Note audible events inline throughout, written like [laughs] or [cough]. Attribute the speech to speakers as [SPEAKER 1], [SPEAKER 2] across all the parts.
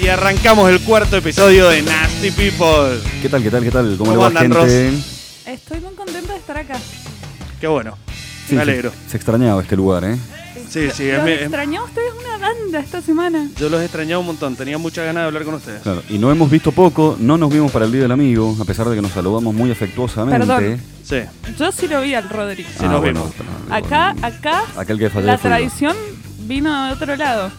[SPEAKER 1] y arrancamos el cuarto episodio de Nasty People.
[SPEAKER 2] ¿Qué tal, qué tal, qué tal? ¿Cómo,
[SPEAKER 1] ¿Cómo
[SPEAKER 2] le va,
[SPEAKER 1] andan,
[SPEAKER 2] gente?
[SPEAKER 3] Estoy muy contenta de estar acá.
[SPEAKER 1] Qué bueno.
[SPEAKER 2] Sí,
[SPEAKER 1] Me
[SPEAKER 2] se-
[SPEAKER 1] alegro.
[SPEAKER 2] Se, extrañaba este lugar, ¿eh?
[SPEAKER 1] Sí, sí, es
[SPEAKER 3] Los
[SPEAKER 1] mi- es-
[SPEAKER 3] extrañó a ustedes una banda esta semana.
[SPEAKER 1] yo los he extrañado un montón. Tenía muchas ganas de hablar con ustedes.
[SPEAKER 2] Claro. Y no hemos visto poco, no nos vimos para el Día del Amigo, a pesar de que nos saludamos muy afectuosamente. Ah,
[SPEAKER 3] Perdón.
[SPEAKER 1] Sí.
[SPEAKER 3] Yo sí lo vi al Rodrigo.
[SPEAKER 1] Sí, nos vimos.
[SPEAKER 2] perdón.
[SPEAKER 3] Acá, acá,
[SPEAKER 2] Aquel que falló.
[SPEAKER 3] la
[SPEAKER 2] de fútbol.
[SPEAKER 3] tradición vino de otro lado.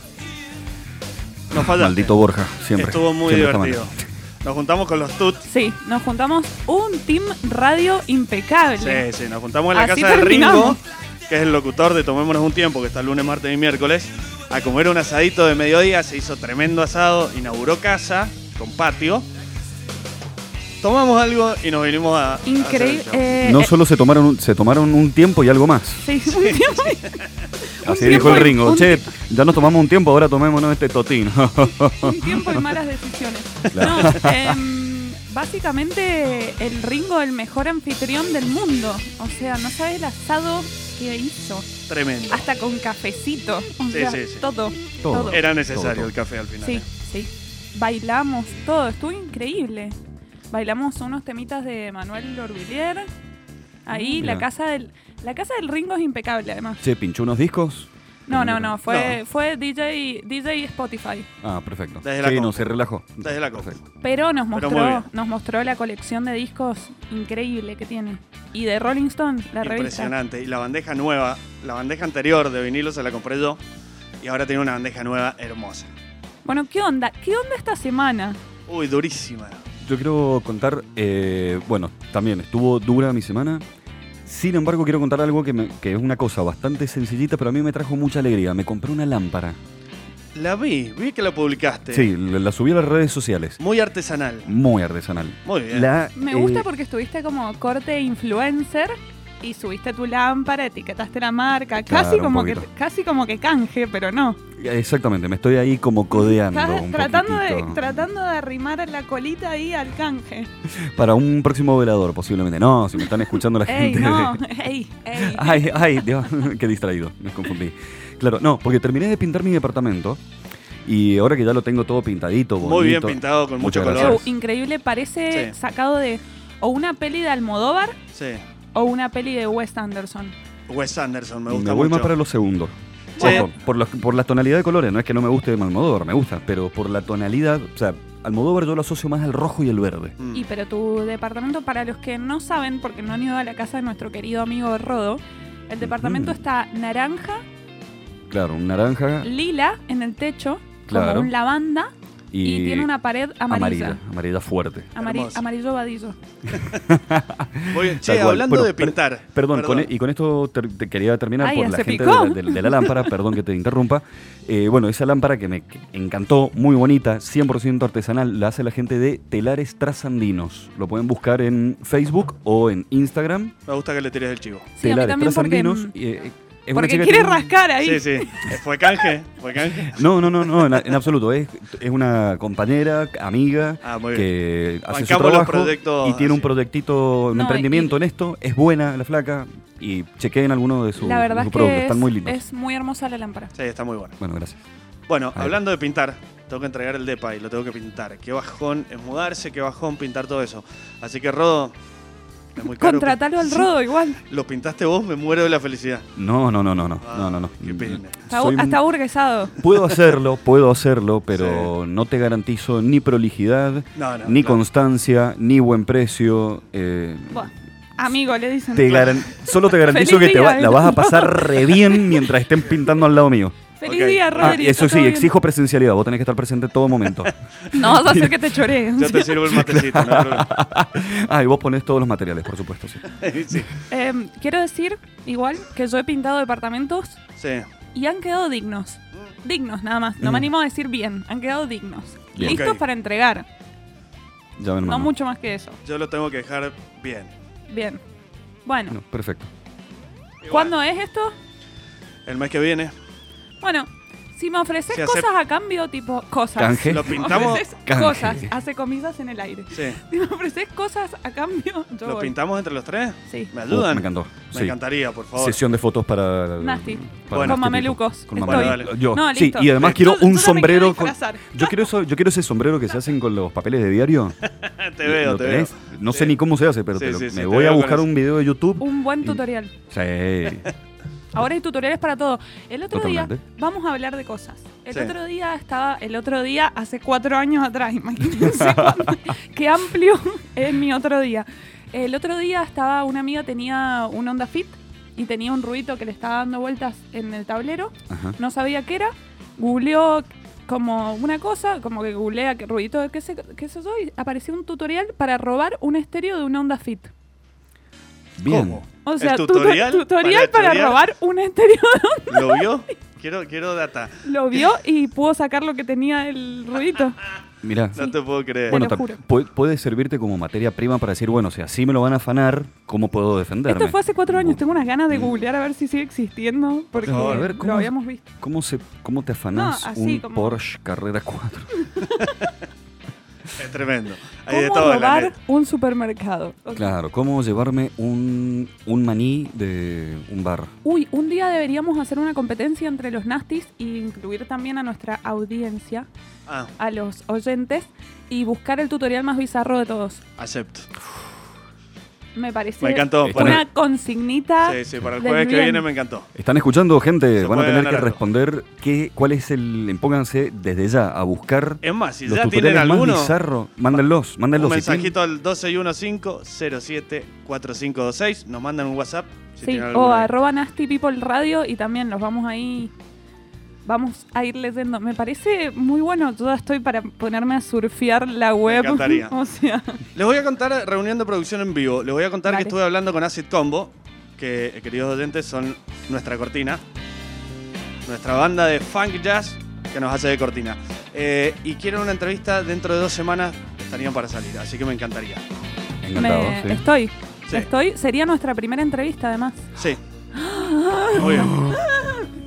[SPEAKER 1] Nos fallaste.
[SPEAKER 2] Maldito [laughs] Borja, siempre.
[SPEAKER 1] Estuvo muy
[SPEAKER 2] siempre está mal.
[SPEAKER 1] divertido. Nos juntamos con los Tut.
[SPEAKER 3] Sí, nos juntamos un team radio impecable.
[SPEAKER 1] Sí, sí, nos juntamos en la
[SPEAKER 3] Así
[SPEAKER 1] casa de Ringo,
[SPEAKER 3] terminamos.
[SPEAKER 1] que es el locutor de Tomémonos un Tiempo, que está lunes, martes y miércoles, a comer un asadito de mediodía. Se hizo tremendo asado, inauguró casa con patio. Tomamos algo y nos vinimos a. a hacer el
[SPEAKER 3] Increíble.
[SPEAKER 1] show.
[SPEAKER 3] eh,
[SPEAKER 2] No
[SPEAKER 3] eh,
[SPEAKER 2] solo se tomaron, un- se tomaron un tiempo y algo más.
[SPEAKER 3] [laughs] sí,
[SPEAKER 2] [laughs]
[SPEAKER 3] un tiempo- un
[SPEAKER 2] Así
[SPEAKER 3] tiempo
[SPEAKER 2] dijo el
[SPEAKER 3] y-
[SPEAKER 2] Ringo.
[SPEAKER 3] un-
[SPEAKER 2] Che, ya nos tomamos un tiempo, ahora tomémonos este totín. [laughs]
[SPEAKER 3] un tiempo y malas decisiones.
[SPEAKER 2] Claro.
[SPEAKER 3] No, em, básicamente el Ringo, el mejor anfitrión del mundo. O sea, no sabes el asado que hizo.
[SPEAKER 1] Tremendo.
[SPEAKER 3] Hasta con cafecito. O
[SPEAKER 1] Sí,
[SPEAKER 3] sea,
[SPEAKER 1] sí, sí.
[SPEAKER 3] todo.
[SPEAKER 2] Todo.
[SPEAKER 3] Todo.
[SPEAKER 1] Era necesario
[SPEAKER 2] Todo, todo.
[SPEAKER 1] el café al final.
[SPEAKER 3] Sí,
[SPEAKER 1] ¿eh?
[SPEAKER 3] sí. Bailamos todo. Estuvo increíble. Bailamos unos temitas de Manuel Lorvillier. Ahí
[SPEAKER 1] Ah,
[SPEAKER 2] Mira.
[SPEAKER 3] la casa del. La casa del Ringo es impecable además.
[SPEAKER 2] Che, pinchó unos discos.
[SPEAKER 3] No, no, no. Fue,
[SPEAKER 1] No.
[SPEAKER 3] fue DJ, DJ Spotify.
[SPEAKER 2] Ah, perfecto.
[SPEAKER 1] Desde la
[SPEAKER 2] sí, no,
[SPEAKER 1] compu.
[SPEAKER 2] se relajó.
[SPEAKER 1] Desde la compu.
[SPEAKER 2] Perfecto.
[SPEAKER 3] Pero nos
[SPEAKER 1] Pero
[SPEAKER 3] mostró,
[SPEAKER 1] muy bien.
[SPEAKER 3] nos mostró la colección de discos increíble que tiene. Y de Rolling Stone, la revista.
[SPEAKER 1] Impresionante. Y la bandeja nueva, la bandeja anterior de vinilo se la compré yo. Y ahora tiene una bandeja nueva hermosa.
[SPEAKER 3] Bueno, ¿qué onda? ¿Qué onda esta semana?
[SPEAKER 1] Uy, durísima.
[SPEAKER 2] Yo quiero contar, eh, bueno, también estuvo dura mi semana. Sin embargo, quiero contar algo que, me- que es una cosa bastante sencillita, pero a mí me trajo mucha alegría. Me compré una lámpara.
[SPEAKER 1] La vi, vi que la publicaste.
[SPEAKER 2] Sí, la la subí a las redes sociales.
[SPEAKER 1] Muy artesanal.
[SPEAKER 2] Muy artesanal.
[SPEAKER 1] Muy bien.
[SPEAKER 2] La,
[SPEAKER 3] Me
[SPEAKER 2] eh,
[SPEAKER 3] gusta porque estuviste como corte influencer y subiste tu lámpara, etiquetaste la marca,
[SPEAKER 2] Claro,
[SPEAKER 3] casi
[SPEAKER 2] un
[SPEAKER 3] como que
[SPEAKER 2] poquito.
[SPEAKER 3] casi como que canje, pero no.
[SPEAKER 2] Exactamente, me estoy ahí como codeando.
[SPEAKER 3] Estás
[SPEAKER 2] un
[SPEAKER 3] tratando de
[SPEAKER 2] poquitito.
[SPEAKER 3] tratando de arrimar la colita ahí al canje.
[SPEAKER 2] Para un próximo velador, posiblemente. No, si me están escuchando la
[SPEAKER 3] Ey,
[SPEAKER 2] gente. "Ah,
[SPEAKER 3] no, [laughs] ey, ey.
[SPEAKER 2] [laughs] Ay, ay, Dios, [laughs] qué distraído, me confundí. Claro, no, porque terminé de pintar mi departamento y ahora que ya lo tengo todo pintadito, bonito.
[SPEAKER 1] Muy bien pintado, con mucho
[SPEAKER 2] Muchas
[SPEAKER 1] color.
[SPEAKER 3] Ew, increíble, parece
[SPEAKER 1] Sí.
[SPEAKER 3] sacado de o una peli de Almodóvar
[SPEAKER 1] Sí.
[SPEAKER 3] o una peli de Wes Anderson.
[SPEAKER 1] Wes Anderson, me
[SPEAKER 2] Me,
[SPEAKER 1] gusta
[SPEAKER 2] voy
[SPEAKER 1] mucho.
[SPEAKER 2] más para los segundos.
[SPEAKER 1] Sí.
[SPEAKER 2] Ojo, por, los, por la tonalidad de colores, no es que no me guste de Almodóvar, me gusta, pero por la tonalidad, o sea, Almodóvar yo lo asocio más al rojo y el verde.
[SPEAKER 1] Mm.
[SPEAKER 3] Y pero tu departamento, para los que no saben, porque no han ido a la casa de nuestro querido amigo Rodo, el departamento
[SPEAKER 2] Ujú.
[SPEAKER 3] está naranja,
[SPEAKER 2] Claro, un naranja
[SPEAKER 3] lila en el techo,
[SPEAKER 2] Claro.
[SPEAKER 3] como un lavanda,
[SPEAKER 2] y,
[SPEAKER 3] y, tiene una pared amarilla.
[SPEAKER 2] amarilla, amarilla fuerte.
[SPEAKER 3] Amari-
[SPEAKER 1] Hermoso.
[SPEAKER 3] amarillo vadillo.
[SPEAKER 1] Muy-
[SPEAKER 2] Tal
[SPEAKER 1] Mm. Che,
[SPEAKER 2] cual.
[SPEAKER 1] hablando
[SPEAKER 2] Bueno,
[SPEAKER 1] de
[SPEAKER 2] per-
[SPEAKER 1] pintar.
[SPEAKER 2] Perdón, con e- y con esto ter- te quería terminar
[SPEAKER 3] Ay,
[SPEAKER 2] por
[SPEAKER 3] ya
[SPEAKER 2] la
[SPEAKER 3] se
[SPEAKER 2] gente
[SPEAKER 3] picó.
[SPEAKER 2] de, de- de la lámpara, perdón que te interrumpa. Eh, bueno, esa lámpara que me que- encantó, muy bonita, 100% artesanal, la hace la gente de Telares Trasandinos. Lo pueden buscar en Facebook o en Instagram.
[SPEAKER 1] Me gusta que le tires el chivo.
[SPEAKER 3] Sí, a mí también porque, mm,
[SPEAKER 2] y, eh, es una
[SPEAKER 3] porque
[SPEAKER 2] chica que
[SPEAKER 3] quiere
[SPEAKER 2] tiene-
[SPEAKER 3] rascar ahí.
[SPEAKER 1] Sí, sí. Eh, Fue canje. Fue
[SPEAKER 2] [laughs]
[SPEAKER 1] canje.
[SPEAKER 2] No, no, no, no, en, en absoluto. Es, es una compañera, amiga,
[SPEAKER 1] Ah, muy bien.
[SPEAKER 2] que hace su
[SPEAKER 1] Bancamos los
[SPEAKER 2] trabajo
[SPEAKER 1] proyectos
[SPEAKER 2] y tiene un
[SPEAKER 1] así.
[SPEAKER 2] proyectito, un
[SPEAKER 3] No,
[SPEAKER 2] emprendimiento
[SPEAKER 3] y-
[SPEAKER 2] en esto. Es buena la flaca y chequeen algunos de sus
[SPEAKER 3] La verdad
[SPEAKER 2] de
[SPEAKER 3] es
[SPEAKER 2] sus productos.
[SPEAKER 3] que es
[SPEAKER 2] Están muy lindos.
[SPEAKER 3] es muy hermosa la lámpara.
[SPEAKER 1] Sí, está muy bueno.
[SPEAKER 2] Bueno, gracias.
[SPEAKER 1] Bueno,
[SPEAKER 2] Ahí.
[SPEAKER 1] hablando de pintar, tengo que entregar el depa y lo tengo que pintar. Qué bajón es mudarse, qué bajón pintar todo eso. Así que Rodo, es muy caro.
[SPEAKER 3] Contratalo al
[SPEAKER 1] Sí,
[SPEAKER 3] Rodo igual.
[SPEAKER 1] Lo pintaste vos, me muero de la felicidad.
[SPEAKER 2] No, no, no, no, no,
[SPEAKER 1] Ah,
[SPEAKER 2] no, no, no.
[SPEAKER 1] qué pena.
[SPEAKER 3] Está,
[SPEAKER 2] Soy un-
[SPEAKER 3] hasta burguesado.
[SPEAKER 2] [laughs] Puedo hacerlo, puedo hacerlo, pero no te garantizo ni prolijidad,
[SPEAKER 1] No, no.
[SPEAKER 2] ni
[SPEAKER 1] claro.
[SPEAKER 2] constancia, ni buen precio. eh,
[SPEAKER 3] Buah, Amigo, le dicen.
[SPEAKER 2] te
[SPEAKER 3] [laughs]
[SPEAKER 2] garan- solo te garantizo
[SPEAKER 3] Feliz
[SPEAKER 2] que te va-
[SPEAKER 3] día,
[SPEAKER 2] la vas a
[SPEAKER 3] no. [laughs]
[SPEAKER 2] pasar re bien mientras estén pintando al lado mío.
[SPEAKER 3] Feliz
[SPEAKER 1] Ok.
[SPEAKER 3] día,
[SPEAKER 2] Ah,
[SPEAKER 3] Rodri.
[SPEAKER 2] y eso
[SPEAKER 3] está
[SPEAKER 2] sí,
[SPEAKER 3] todo bien.
[SPEAKER 2] exijo presencialidad. Vos tenés que estar presente en todo momento.
[SPEAKER 3] No vas a
[SPEAKER 2] [laughs]
[SPEAKER 3] hacer que te choree.
[SPEAKER 1] Yo te sirvo el matecito, no hay problema.
[SPEAKER 2] ah, y vos ponés todos los materiales, por supuesto. Sí.
[SPEAKER 1] [laughs] Sí,
[SPEAKER 3] Em, quiero decir, igual, que yo he pintado departamentos
[SPEAKER 1] sí.
[SPEAKER 3] y han quedado dignos. Dignos nada más.
[SPEAKER 2] Mm.
[SPEAKER 3] No me animo a decir bien. Han quedado dignos.
[SPEAKER 2] Bien.
[SPEAKER 3] Listos
[SPEAKER 1] Ok.
[SPEAKER 3] para entregar.
[SPEAKER 2] Ya ven,
[SPEAKER 3] No
[SPEAKER 2] mano.
[SPEAKER 3] mucho más que eso.
[SPEAKER 1] Yo lo tengo que dejar bien.
[SPEAKER 3] Bien. Bueno,
[SPEAKER 2] No, perfecto.
[SPEAKER 1] Igual,
[SPEAKER 3] ¿cuándo es esto?
[SPEAKER 1] El mes que viene.
[SPEAKER 3] Bueno, Si me ofreces
[SPEAKER 1] Se hace-
[SPEAKER 3] cosas a cambio, tipo cosas.
[SPEAKER 2] Canje.
[SPEAKER 1] Lo
[SPEAKER 3] Me [laughs]
[SPEAKER 1] pintamos.
[SPEAKER 3] ofreces
[SPEAKER 2] Canje.
[SPEAKER 3] cosas, hace comillas en el aire.
[SPEAKER 1] Sí.
[SPEAKER 3] Si me ofreces cosas a cambio, yo
[SPEAKER 1] ¿Lo
[SPEAKER 3] voy.
[SPEAKER 1] pintamos entre los tres?
[SPEAKER 3] Sí.
[SPEAKER 1] ¿Me
[SPEAKER 2] Uh,
[SPEAKER 1] ayudan?
[SPEAKER 2] me encantó.
[SPEAKER 1] Me
[SPEAKER 2] sí.
[SPEAKER 1] encantaría, por favor.
[SPEAKER 2] Sesión de fotos para.
[SPEAKER 3] Nasty.
[SPEAKER 2] para
[SPEAKER 1] Bueno.
[SPEAKER 2] Nasty
[SPEAKER 3] Con mamelucos.
[SPEAKER 2] People. Con
[SPEAKER 1] Estoy.
[SPEAKER 2] mamelucos.
[SPEAKER 1] Bueno,
[SPEAKER 2] Yo,
[SPEAKER 3] No,
[SPEAKER 2] sí,
[SPEAKER 3] listo.
[SPEAKER 2] y además quiero
[SPEAKER 3] Yo-
[SPEAKER 2] un
[SPEAKER 3] yo ya me quiero
[SPEAKER 2] sombrero. con-
[SPEAKER 3] disfrazar.
[SPEAKER 2] yo, quiero eso, yo quiero ese sombrero que se hacen con los papeles de diario.
[SPEAKER 1] [laughs] Eh, te veo,
[SPEAKER 2] ¿Lo
[SPEAKER 1] te
[SPEAKER 2] tenés?
[SPEAKER 1] veo.
[SPEAKER 2] No
[SPEAKER 1] Sí.
[SPEAKER 2] sé ni cómo se hace, pero
[SPEAKER 1] Sí,
[SPEAKER 2] te lo-
[SPEAKER 1] sí, sí,
[SPEAKER 2] me
[SPEAKER 1] te
[SPEAKER 2] voy a
[SPEAKER 1] veo con
[SPEAKER 2] buscar
[SPEAKER 1] eso.
[SPEAKER 2] un video de YouTube.
[SPEAKER 3] Un buen
[SPEAKER 2] Y-
[SPEAKER 3] tutorial. [laughs]
[SPEAKER 2] Sí.
[SPEAKER 3] Ahora hay tutoriales para todo. El otro día
[SPEAKER 2] Totalmente.
[SPEAKER 3] vamos a hablar de cosas. El
[SPEAKER 1] Sí.
[SPEAKER 3] otro día estaba, el otro día hace cuatro años atrás, [laughs] imagínense cuánto- qué amplio [laughs] es mi otro día. El otro día estaba una amiga tenía un Onda Fit y tenía un ruido que le estaba dando vueltas en el tablero.
[SPEAKER 2] Ajá.
[SPEAKER 3] No sabía qué era. Googleó como una cosa, como que googlea qué ruidito de qué se, qué es eso y apareció un tutorial para robar un estéreo de una Onda Fit.
[SPEAKER 2] Bien.
[SPEAKER 1] ¿Cómo?
[SPEAKER 3] O
[SPEAKER 1] ¿El
[SPEAKER 3] sea, tuto-
[SPEAKER 1] tutorial
[SPEAKER 3] tutorial,
[SPEAKER 1] para
[SPEAKER 3] para,
[SPEAKER 1] estudiar?
[SPEAKER 3] robar un estéreo
[SPEAKER 1] ¿Lo vio? Quiero, quiero data.
[SPEAKER 3] Lo vio y pudo sacar lo que tenía el ruidito.
[SPEAKER 2] Mirá.
[SPEAKER 1] No te puedo creer.
[SPEAKER 2] Bueno,
[SPEAKER 3] lo
[SPEAKER 2] tam-
[SPEAKER 3] juro.
[SPEAKER 2] pu- puede servirte como materia prima para decir, bueno, si así me lo van a afanar, ¿cómo puedo defenderme?
[SPEAKER 3] Esto fue hace cuatro años.
[SPEAKER 2] Bu-
[SPEAKER 3] Tengo unas ganas de googlear a ver si sigue existiendo. Porque
[SPEAKER 1] favor, Mm. a
[SPEAKER 2] ver, ¿cómo?
[SPEAKER 3] lo habíamos visto.
[SPEAKER 2] ¿Cómo, se, ¿Cómo te afanás
[SPEAKER 3] No, Ah, así
[SPEAKER 2] un
[SPEAKER 3] como-
[SPEAKER 2] Porsche Carrera
[SPEAKER 3] [laughs]
[SPEAKER 2] 4?
[SPEAKER 1] Es tremendo. Hay de
[SPEAKER 3] ¿Cómo
[SPEAKER 1] todo eh. en la
[SPEAKER 3] robar
[SPEAKER 1] net.
[SPEAKER 3] un supermercado? O sea,
[SPEAKER 2] Claro, ¿cómo llevarme un, un maní de un bar?
[SPEAKER 3] Uy, un día deberíamos hacer una competencia entre los nastis e incluir también a nuestra audiencia,
[SPEAKER 1] Ah,
[SPEAKER 3] a los oyentes, y buscar el tutorial más bizarro de todos.
[SPEAKER 1] acepto.
[SPEAKER 3] Me parece
[SPEAKER 1] Me encantó.
[SPEAKER 2] Está
[SPEAKER 1] Para
[SPEAKER 3] una
[SPEAKER 1] el,
[SPEAKER 3] consignita.
[SPEAKER 1] sí, sí, para el
[SPEAKER 3] del
[SPEAKER 1] jueves que
[SPEAKER 3] bien.
[SPEAKER 1] viene me encantó.
[SPEAKER 2] ¿Están escuchando, gente?
[SPEAKER 1] Se
[SPEAKER 2] Van a
[SPEAKER 1] puede
[SPEAKER 2] tener
[SPEAKER 1] ganar
[SPEAKER 2] que
[SPEAKER 1] algo.
[SPEAKER 2] responder qué, cuál es el... Pónganse desde ya a buscar
[SPEAKER 1] Es más, Eh, si
[SPEAKER 2] los
[SPEAKER 1] ya tienen
[SPEAKER 2] tutoriales más
[SPEAKER 1] alguno,
[SPEAKER 2] bizarros. Mándenlos,
[SPEAKER 1] un
[SPEAKER 2] mándenlos. si tienen-
[SPEAKER 1] mensajito al 2115-074526. Nos mandan un WhatsApp. Si
[SPEAKER 3] Sí,
[SPEAKER 1] tienen
[SPEAKER 3] o
[SPEAKER 1] alguno.
[SPEAKER 3] arroba Nasty People Radio y también los vamos ahí. Vamos a ir leyendo. Me parece muy bueno. Yo ya estoy para ponerme a surfear la web.
[SPEAKER 1] encantaría.
[SPEAKER 3] [laughs] o sea,
[SPEAKER 1] Les voy a contar, reunión de producción en vivo, les voy a contar que
[SPEAKER 3] Dale.
[SPEAKER 1] estuve hablando con Acid Combo, que, eh, queridos oyentes, son nuestra cortina. Nuestra banda de funk jazz que nos hace de cortina. Eh, y quieren una entrevista dentro de dos semanas, estarían para salir, así que me encantaría.
[SPEAKER 2] Encantado,
[SPEAKER 3] me-
[SPEAKER 2] sí.
[SPEAKER 3] estoy.
[SPEAKER 1] Sí.
[SPEAKER 3] Estoy. Sería nuestra primera entrevista, además.
[SPEAKER 1] Sí. Muy bien.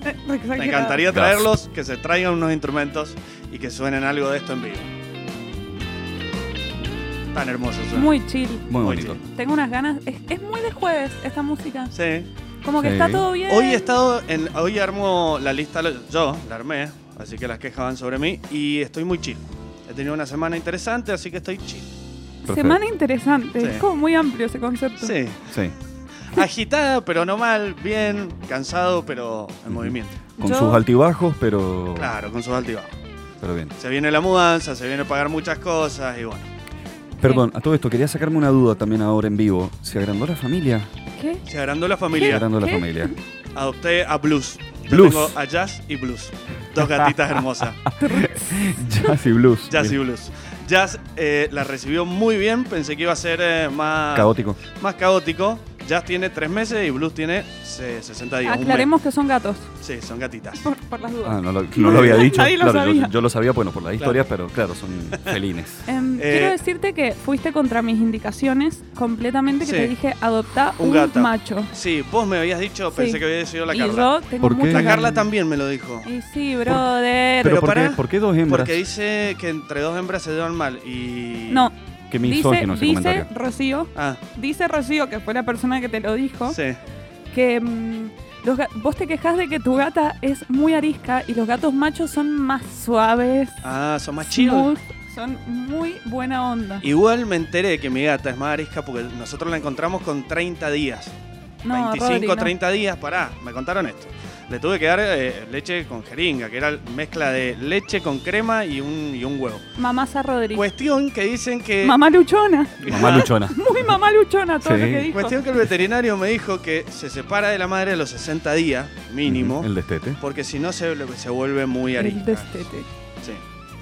[SPEAKER 3] Eh,
[SPEAKER 1] Me encantaría traerlos, que se traigan unos instrumentos y que suenen algo de esto en vivo. Tan hermoso suena.
[SPEAKER 3] Muy chill.
[SPEAKER 2] Muy
[SPEAKER 1] Oye.
[SPEAKER 2] bonito.
[SPEAKER 3] Tengo unas ganas. Es, es muy de jueves esta música.
[SPEAKER 1] Sí.
[SPEAKER 3] Como que
[SPEAKER 2] Sí.
[SPEAKER 3] está todo bien.
[SPEAKER 1] Hoy he estado en, hoy armo la lista lo- yo, la armé, así que las quejas van sobre mí y estoy muy chill. He tenido una semana interesante, así que estoy chill.
[SPEAKER 2] Perfecto.
[SPEAKER 3] Semana interesante.
[SPEAKER 1] Sí.
[SPEAKER 3] Es como muy amplio ese concepto.
[SPEAKER 1] Sí,
[SPEAKER 2] Sí.
[SPEAKER 1] agitada pero no mal, bien, cansado pero en movimiento.
[SPEAKER 2] Con
[SPEAKER 3] Yo-
[SPEAKER 2] sus altibajos, pero,
[SPEAKER 1] Claro, con sus altibajos.
[SPEAKER 2] pero bien.
[SPEAKER 1] Se viene la mudanza, se viene pagar muchas cosas y bueno,
[SPEAKER 2] Perdón, a todo esto quería sacarme una duda también ahora en vivo. ¿Se agrandó la familia?
[SPEAKER 1] [laughs]
[SPEAKER 3] ¿Qué?
[SPEAKER 1] se agrandó la
[SPEAKER 2] Se
[SPEAKER 1] familia.
[SPEAKER 2] agrandó la
[SPEAKER 3] ¿Qué?
[SPEAKER 2] familia.
[SPEAKER 1] Adopté a Blues. Yo
[SPEAKER 2] Blues.
[SPEAKER 1] tengo a Jazz y Blues. Dos gatitas
[SPEAKER 2] [laughs]
[SPEAKER 1] hermosas.
[SPEAKER 2] Jazz y blues.
[SPEAKER 1] Jazz y
[SPEAKER 2] Mira,
[SPEAKER 1] Blues. Jazz eh, la recibió muy bien, pensé que iba a ser eh, más...
[SPEAKER 2] Caótico.
[SPEAKER 1] más caótico. Jazz tiene tres meses y Blues tiene se- 60 días. un mes.
[SPEAKER 3] Aclaremos que son gatos.
[SPEAKER 1] Sí, son gatitas.
[SPEAKER 3] Por, por las dudas.
[SPEAKER 2] Ah, no lo, no lo había dicho.
[SPEAKER 3] Nadie lo
[SPEAKER 2] Claro, yo-
[SPEAKER 3] sabía.
[SPEAKER 2] Yo, lo sabía, bueno, por las historias, pero claro, son felines.
[SPEAKER 3] Em,
[SPEAKER 1] Eh,
[SPEAKER 3] quiero decirte que fuiste contra mis indicaciones completamente, que
[SPEAKER 1] Sí.
[SPEAKER 3] te dije adopta
[SPEAKER 1] Un
[SPEAKER 3] un,
[SPEAKER 1] gato.
[SPEAKER 3] macho.
[SPEAKER 1] Sí, vos me habías dicho, pensé
[SPEAKER 3] Sí.
[SPEAKER 1] que había sido la
[SPEAKER 3] y
[SPEAKER 1] Carla.
[SPEAKER 3] yo tengo
[SPEAKER 2] ¿Por qué?
[SPEAKER 3] muchas
[SPEAKER 1] La Carla
[SPEAKER 3] ganas.
[SPEAKER 1] también me lo dijo.
[SPEAKER 3] Y sí, brother.
[SPEAKER 1] Pero
[SPEAKER 2] ¿por,
[SPEAKER 1] pará,
[SPEAKER 2] qué, por qué dos hembras?
[SPEAKER 1] Porque dice que entre dos hembras se llevan mal y.
[SPEAKER 3] no,
[SPEAKER 2] que me hizo
[SPEAKER 3] dice,
[SPEAKER 2] ese
[SPEAKER 3] dice
[SPEAKER 2] comentario.
[SPEAKER 3] Rocío,
[SPEAKER 1] Ah,
[SPEAKER 3] dice Rocío, que fue la persona que te lo dijo,
[SPEAKER 1] sí.
[SPEAKER 3] que mm, los ga- vos te quejas de que tu gata es muy arisca y los gatos machos son más suaves,
[SPEAKER 1] Ah, son más chill.
[SPEAKER 3] smooth, son muy buena onda.
[SPEAKER 1] Igual me enteré que mi gata es más arisca porque nosotros la encontramos con 30 días.
[SPEAKER 3] no,
[SPEAKER 1] 25,
[SPEAKER 3] Rodri, no.
[SPEAKER 1] 30 días, pará, me contaron esto. Le tuve que dar eh, leche con jeringa, que era mezcla de leche con crema y un, y un huevo.
[SPEAKER 3] Mamasa Rodri.
[SPEAKER 1] Cuestión que dicen que.
[SPEAKER 3] Mamá luchona,
[SPEAKER 2] Mamá luchona.
[SPEAKER 3] muy mamá luchona todo
[SPEAKER 2] Sí.
[SPEAKER 3] lo que dijo.
[SPEAKER 1] Cuestión que el veterinario me dijo que se separa de la madre a los 60 días, mínimo,
[SPEAKER 2] Ujú, El destete.
[SPEAKER 1] porque si no se, se vuelve muy
[SPEAKER 3] El
[SPEAKER 1] arisca.
[SPEAKER 3] destete.
[SPEAKER 1] Sí.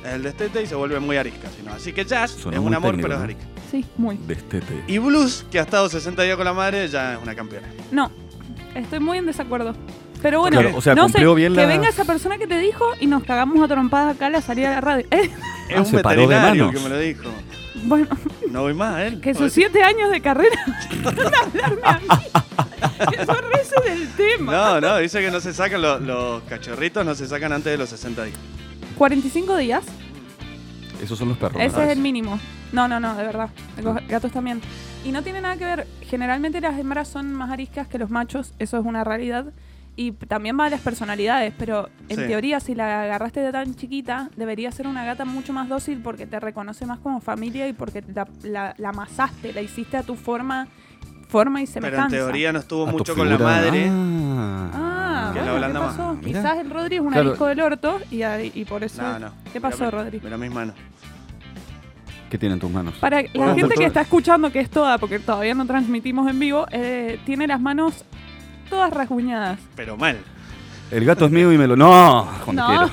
[SPEAKER 1] Es el destete y se vuelve muy arisca. si no. Así que Jazz
[SPEAKER 2] Sonó
[SPEAKER 1] es un
[SPEAKER 2] muy
[SPEAKER 1] amor,
[SPEAKER 2] técnico,
[SPEAKER 1] pero es
[SPEAKER 2] ¿no?
[SPEAKER 1] arisca.
[SPEAKER 3] Sí, muy.
[SPEAKER 2] Destete.
[SPEAKER 1] Y Blues, que ha estado 60 días con la madre, ya es una campeona.
[SPEAKER 3] No, estoy muy en desacuerdo. Pero bueno,
[SPEAKER 2] Claro, o sea,
[SPEAKER 3] no
[SPEAKER 2] cumplió
[SPEAKER 3] sé,
[SPEAKER 2] bien
[SPEAKER 3] que
[SPEAKER 2] la-
[SPEAKER 3] venga esa persona que te dijo y nos cagamos a trompadas acá a la salida de la radio. Eh,
[SPEAKER 1] Es
[SPEAKER 2] Ah,
[SPEAKER 1] un
[SPEAKER 2] se paró de
[SPEAKER 1] veterinario
[SPEAKER 2] manos.
[SPEAKER 1] que me lo dijo.
[SPEAKER 3] bueno,
[SPEAKER 1] No voy más, ¿eh?
[SPEAKER 3] [laughs] que sus siete años de carrera van a hablarme a mí. Vos reces del tema.
[SPEAKER 1] No, no, dice que no se sacan los, los cachorritos, no se sacan antes de los 60 días.
[SPEAKER 3] 45 días.
[SPEAKER 2] Esos son los perros.
[SPEAKER 3] Ese es
[SPEAKER 2] ¿verdad?
[SPEAKER 3] el mínimo. No, no, no, de verdad. Tengo gatos también. Y no tiene nada que ver. Generalmente las hembras son más ariscas que los machos. Eso es una realidad. Y p- también va de las personalidades. Pero en
[SPEAKER 1] Sí.
[SPEAKER 3] teoría, si la agarraste de tan chiquita, debería ser una gata mucho más dócil porque te reconoce más como familia y porque la, la- la amasaste, la hiciste a tu forma, forma y
[SPEAKER 1] Pero
[SPEAKER 3] semejanza.
[SPEAKER 1] en teoría no estuvo
[SPEAKER 2] A Ah, tu
[SPEAKER 1] mucho con la
[SPEAKER 2] figura.
[SPEAKER 1] madre.
[SPEAKER 3] Ah,
[SPEAKER 2] Ah.
[SPEAKER 1] Que la
[SPEAKER 3] bueno,
[SPEAKER 1] ablanda
[SPEAKER 3] ¿qué
[SPEAKER 1] más.
[SPEAKER 3] pasó?
[SPEAKER 2] Mirá.
[SPEAKER 3] Quizás el Rodri es un
[SPEAKER 2] Claro.
[SPEAKER 3] arisco del orto y, ahí- y por eso.
[SPEAKER 1] No, no.
[SPEAKER 3] ¿Qué pasó,
[SPEAKER 1] Mira-
[SPEAKER 3] Rodri?
[SPEAKER 1] Mira mis manos.
[SPEAKER 2] ¿Qué tiene en tus manos?
[SPEAKER 3] Para la
[SPEAKER 1] Bueno,
[SPEAKER 3] gente que
[SPEAKER 1] doctora.
[SPEAKER 3] está escuchando, que es toda, porque todavía no transmitimos en vivo, eh, tiene las manos todas rasguñadas.
[SPEAKER 1] Pero mal.
[SPEAKER 2] El gato es mío y me lo. ¡No! Cuando
[SPEAKER 3] No.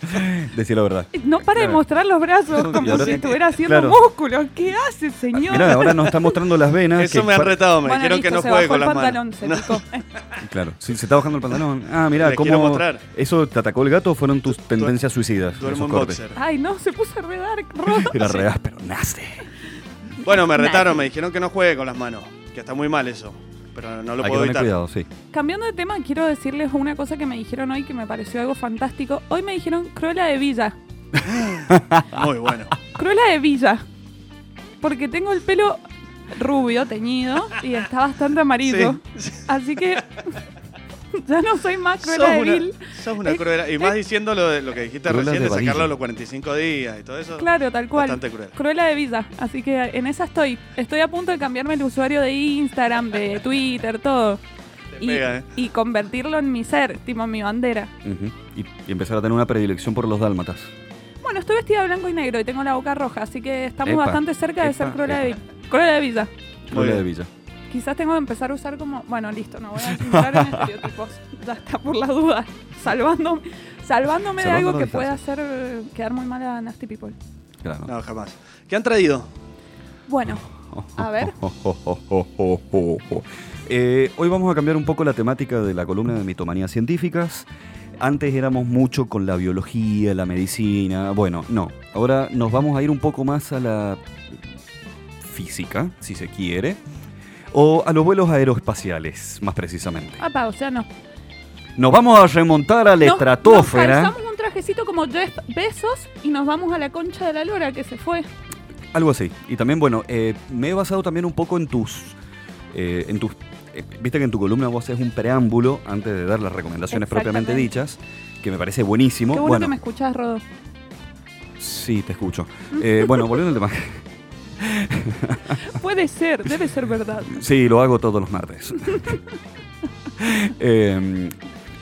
[SPEAKER 2] quiera. Decir la verdad.
[SPEAKER 3] [laughs] No para de
[SPEAKER 2] Claro.
[SPEAKER 3] mostrar los brazos
[SPEAKER 2] No, y
[SPEAKER 3] como
[SPEAKER 2] ahora-
[SPEAKER 3] si estuviera haciendo
[SPEAKER 2] claro.
[SPEAKER 3] músculos. ¿Qué hace, señor?
[SPEAKER 2] Mirá, ahora nos está mostrando las venas.
[SPEAKER 1] Eso
[SPEAKER 2] que
[SPEAKER 1] me ha
[SPEAKER 2] pa-
[SPEAKER 1] retado, me
[SPEAKER 3] Bueno,
[SPEAKER 1] dijeron
[SPEAKER 3] listo,
[SPEAKER 1] que no
[SPEAKER 3] se
[SPEAKER 1] juegue
[SPEAKER 3] bajó
[SPEAKER 1] con
[SPEAKER 3] el
[SPEAKER 1] las
[SPEAKER 3] pantalón,
[SPEAKER 1] manos.
[SPEAKER 3] se
[SPEAKER 1] No.
[SPEAKER 3] picó.
[SPEAKER 2] Claro, sí, se está bajando
[SPEAKER 1] [laughs]
[SPEAKER 2] el pantalón. Ah, mira,
[SPEAKER 1] Les
[SPEAKER 2] cómo.
[SPEAKER 1] quiero mostrar.
[SPEAKER 2] Eso te atacó el gato, fueron tus tendencias suicidas.
[SPEAKER 1] Duermo
[SPEAKER 2] esos
[SPEAKER 1] en
[SPEAKER 2] cortes.
[SPEAKER 1] boxer.
[SPEAKER 3] Ay, no, se puso
[SPEAKER 1] [laughs]
[SPEAKER 3] re dark, Rod.
[SPEAKER 2] Era re áspero, nace.
[SPEAKER 1] Bueno, me retaron,
[SPEAKER 3] Nice.
[SPEAKER 1] me dijeron que no juegue con las manos. Que está muy mal eso. Pero no lo
[SPEAKER 2] Hay que
[SPEAKER 1] puedo
[SPEAKER 2] tener
[SPEAKER 1] evitar.
[SPEAKER 2] cuidado, sí.
[SPEAKER 3] Cambiando de tema, quiero decirles una cosa que me dijeron hoy que me pareció algo fantástico. Hoy me dijeron Cruella de Villa.
[SPEAKER 1] Muy
[SPEAKER 3] [laughs]
[SPEAKER 1] bueno.
[SPEAKER 3] Cruella de Villa. Porque tengo el pelo rubio, teñido, y está bastante amarillo.
[SPEAKER 1] Sí.
[SPEAKER 3] Así que [laughs] ya no soy más
[SPEAKER 1] Sos
[SPEAKER 3] Cruella de
[SPEAKER 1] una,
[SPEAKER 3] Vil.
[SPEAKER 1] sos una
[SPEAKER 3] Es-
[SPEAKER 1] cruel. Y más diciendo lo, de- lo que dijiste
[SPEAKER 2] Cruela
[SPEAKER 1] recién de
[SPEAKER 2] de varilla.
[SPEAKER 1] sacarlo a los 45 días y todo eso.
[SPEAKER 3] Claro, tal cual.
[SPEAKER 1] Bastante cruel.
[SPEAKER 3] Cruella de Villa. Así que en esa estoy. Estoy a punto de cambiarme el usuario de Instagram, de Twitter, todo.
[SPEAKER 1] Te
[SPEAKER 3] Y,
[SPEAKER 1] pega, ¿eh?
[SPEAKER 3] y convertirlo en mi ser, tipo mi bandera.
[SPEAKER 2] Ujú. y, y empezar a tener una predilección por los dálmatas.
[SPEAKER 3] Bueno, estoy vestida de blanco y negro y tengo la boca roja, así que estamos
[SPEAKER 2] Epa,
[SPEAKER 3] bastante cerca de ser
[SPEAKER 2] epa,
[SPEAKER 3] Cruella de,
[SPEAKER 2] epa.
[SPEAKER 3] Vi- Cruella de Villa.
[SPEAKER 1] Muy
[SPEAKER 2] Cruella
[SPEAKER 1] bien.
[SPEAKER 2] de Villa.
[SPEAKER 3] Quizás tengo que empezar a usar como. Bueno, listo, no
[SPEAKER 2] [laughs]
[SPEAKER 3] voy a entrar en estereotipos. Ya está por la duda. Salvándome, salvándome de
[SPEAKER 2] Salvando
[SPEAKER 3] algo
[SPEAKER 2] los
[SPEAKER 3] que
[SPEAKER 2] disfraces.
[SPEAKER 3] pueda hacer eh, quedar muy mal a Nasty People.
[SPEAKER 2] Claro.
[SPEAKER 1] No, jamás. ¿Qué han traído?
[SPEAKER 3] Bueno, a ver.
[SPEAKER 2] [laughs] Eh, hoy vamos a cambiar un poco la temática de la columna de mitomanías científicas. Antes éramos mucho con la biología, la medicina. Bueno, no. Ahora nos vamos a ir un poco más a la física, si se quiere. O a los vuelos aeroespaciales, más precisamente.
[SPEAKER 3] Apa, o sea, no.
[SPEAKER 2] Nos vamos a remontar a la
[SPEAKER 3] Nos-
[SPEAKER 2] estratosfera.
[SPEAKER 3] Nos calzamos un trajecito como Jeff Besos y nos vamos a la concha de la lora que se fue.
[SPEAKER 2] Algo así. Y también, bueno, eh, me he basado también un poco en tus. eh, en tus eh, Viste que en tu columna vos haces un preámbulo antes de dar las recomendaciones propiamente
[SPEAKER 3] Exactamente.
[SPEAKER 2] dichas, que me parece buenísimo.
[SPEAKER 3] Qué bueno,
[SPEAKER 2] bueno,
[SPEAKER 3] que me escuchás, Rodo.
[SPEAKER 2] sí, te escucho. Eh, bueno, volviendo al
[SPEAKER 3] [laughs]
[SPEAKER 2] tema.
[SPEAKER 3] Puede ser, debe ser verdad.
[SPEAKER 2] Sí, lo hago todos los martes. [laughs] Eh,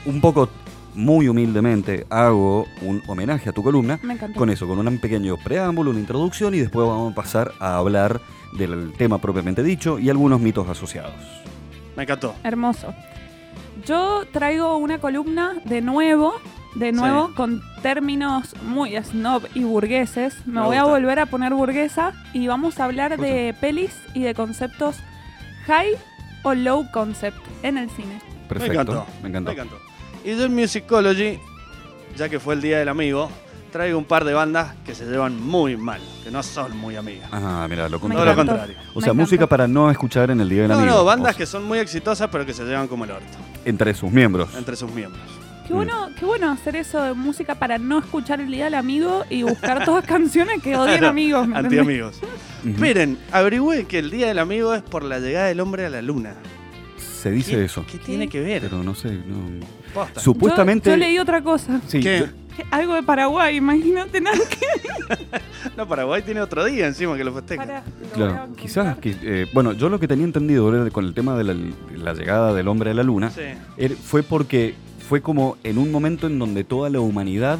[SPEAKER 2] un poco, muy humildemente, hago un homenaje a tu columna
[SPEAKER 3] Me encantó.
[SPEAKER 2] con eso, con un pequeño preámbulo, una introducción y después vamos a pasar a hablar del tema propiamente dicho y algunos mitos asociados.
[SPEAKER 1] Me encantó.
[SPEAKER 3] Hermoso. Yo traigo una columna de nuevo, de nuevo, con términos muy snob y burgueses. Me,
[SPEAKER 1] Me
[SPEAKER 3] voy a
[SPEAKER 1] gusta.
[SPEAKER 3] volver a poner burguesa y vamos a hablar de pelis y de conceptos high o low concept en el cine.
[SPEAKER 2] Perfecto.
[SPEAKER 1] Me encantó.
[SPEAKER 2] Me encantó.
[SPEAKER 1] Y yo en Musicology, ya que fue el día del amigo, traigo un par de bandas que se llevan muy mal, que no son muy amigas.
[SPEAKER 2] Ah, mira, lo
[SPEAKER 1] Todo lo
[SPEAKER 2] contrario.
[SPEAKER 3] encantó.
[SPEAKER 1] contrario.
[SPEAKER 2] O
[SPEAKER 3] Me
[SPEAKER 2] sea,
[SPEAKER 3] encantó.
[SPEAKER 2] música para no escuchar en el Día del
[SPEAKER 1] No,
[SPEAKER 2] Amigo.
[SPEAKER 1] no, bandas
[SPEAKER 2] O
[SPEAKER 1] que son muy exitosas pero que se llevan como el orto
[SPEAKER 2] sea, Entre sus miembros.
[SPEAKER 1] entre sus miembros.
[SPEAKER 3] Qué bueno, qué bueno hacer eso de música para no escuchar el día del amigo y buscar todas [laughs] canciones
[SPEAKER 2] [laughs]
[SPEAKER 3] que odian
[SPEAKER 1] Claro,
[SPEAKER 3] amigos. [laughs] ¿me
[SPEAKER 1] Anti
[SPEAKER 3] entendés?
[SPEAKER 1] amigos.
[SPEAKER 2] Ujú.
[SPEAKER 1] Miren, averigüe que el día del amigo es por la llegada del hombre a la luna.
[SPEAKER 2] Se dice
[SPEAKER 1] ¿Qué-
[SPEAKER 2] eso.
[SPEAKER 1] ¿Qué tiene que ver?
[SPEAKER 2] Pero no sé. no-
[SPEAKER 1] Posta.
[SPEAKER 3] Yo-
[SPEAKER 2] Supuestamente.
[SPEAKER 3] Yo, leí otra cosa, [laughs]
[SPEAKER 2] Sí,
[SPEAKER 1] ¿Qué?
[SPEAKER 2] yo-
[SPEAKER 3] algo de Paraguay, imagínate nada que
[SPEAKER 1] No, Paraguay tiene otro día encima que lo festejan.
[SPEAKER 3] Pará, lo voy a
[SPEAKER 2] Claro,
[SPEAKER 3] encontrar.
[SPEAKER 2] quizás. que- eh, bueno, yo lo que tenía entendido era con el tema de la, la llegada del hombre a la luna
[SPEAKER 1] Sí.
[SPEAKER 2] er- fue porque fue como en un momento en donde toda la humanidad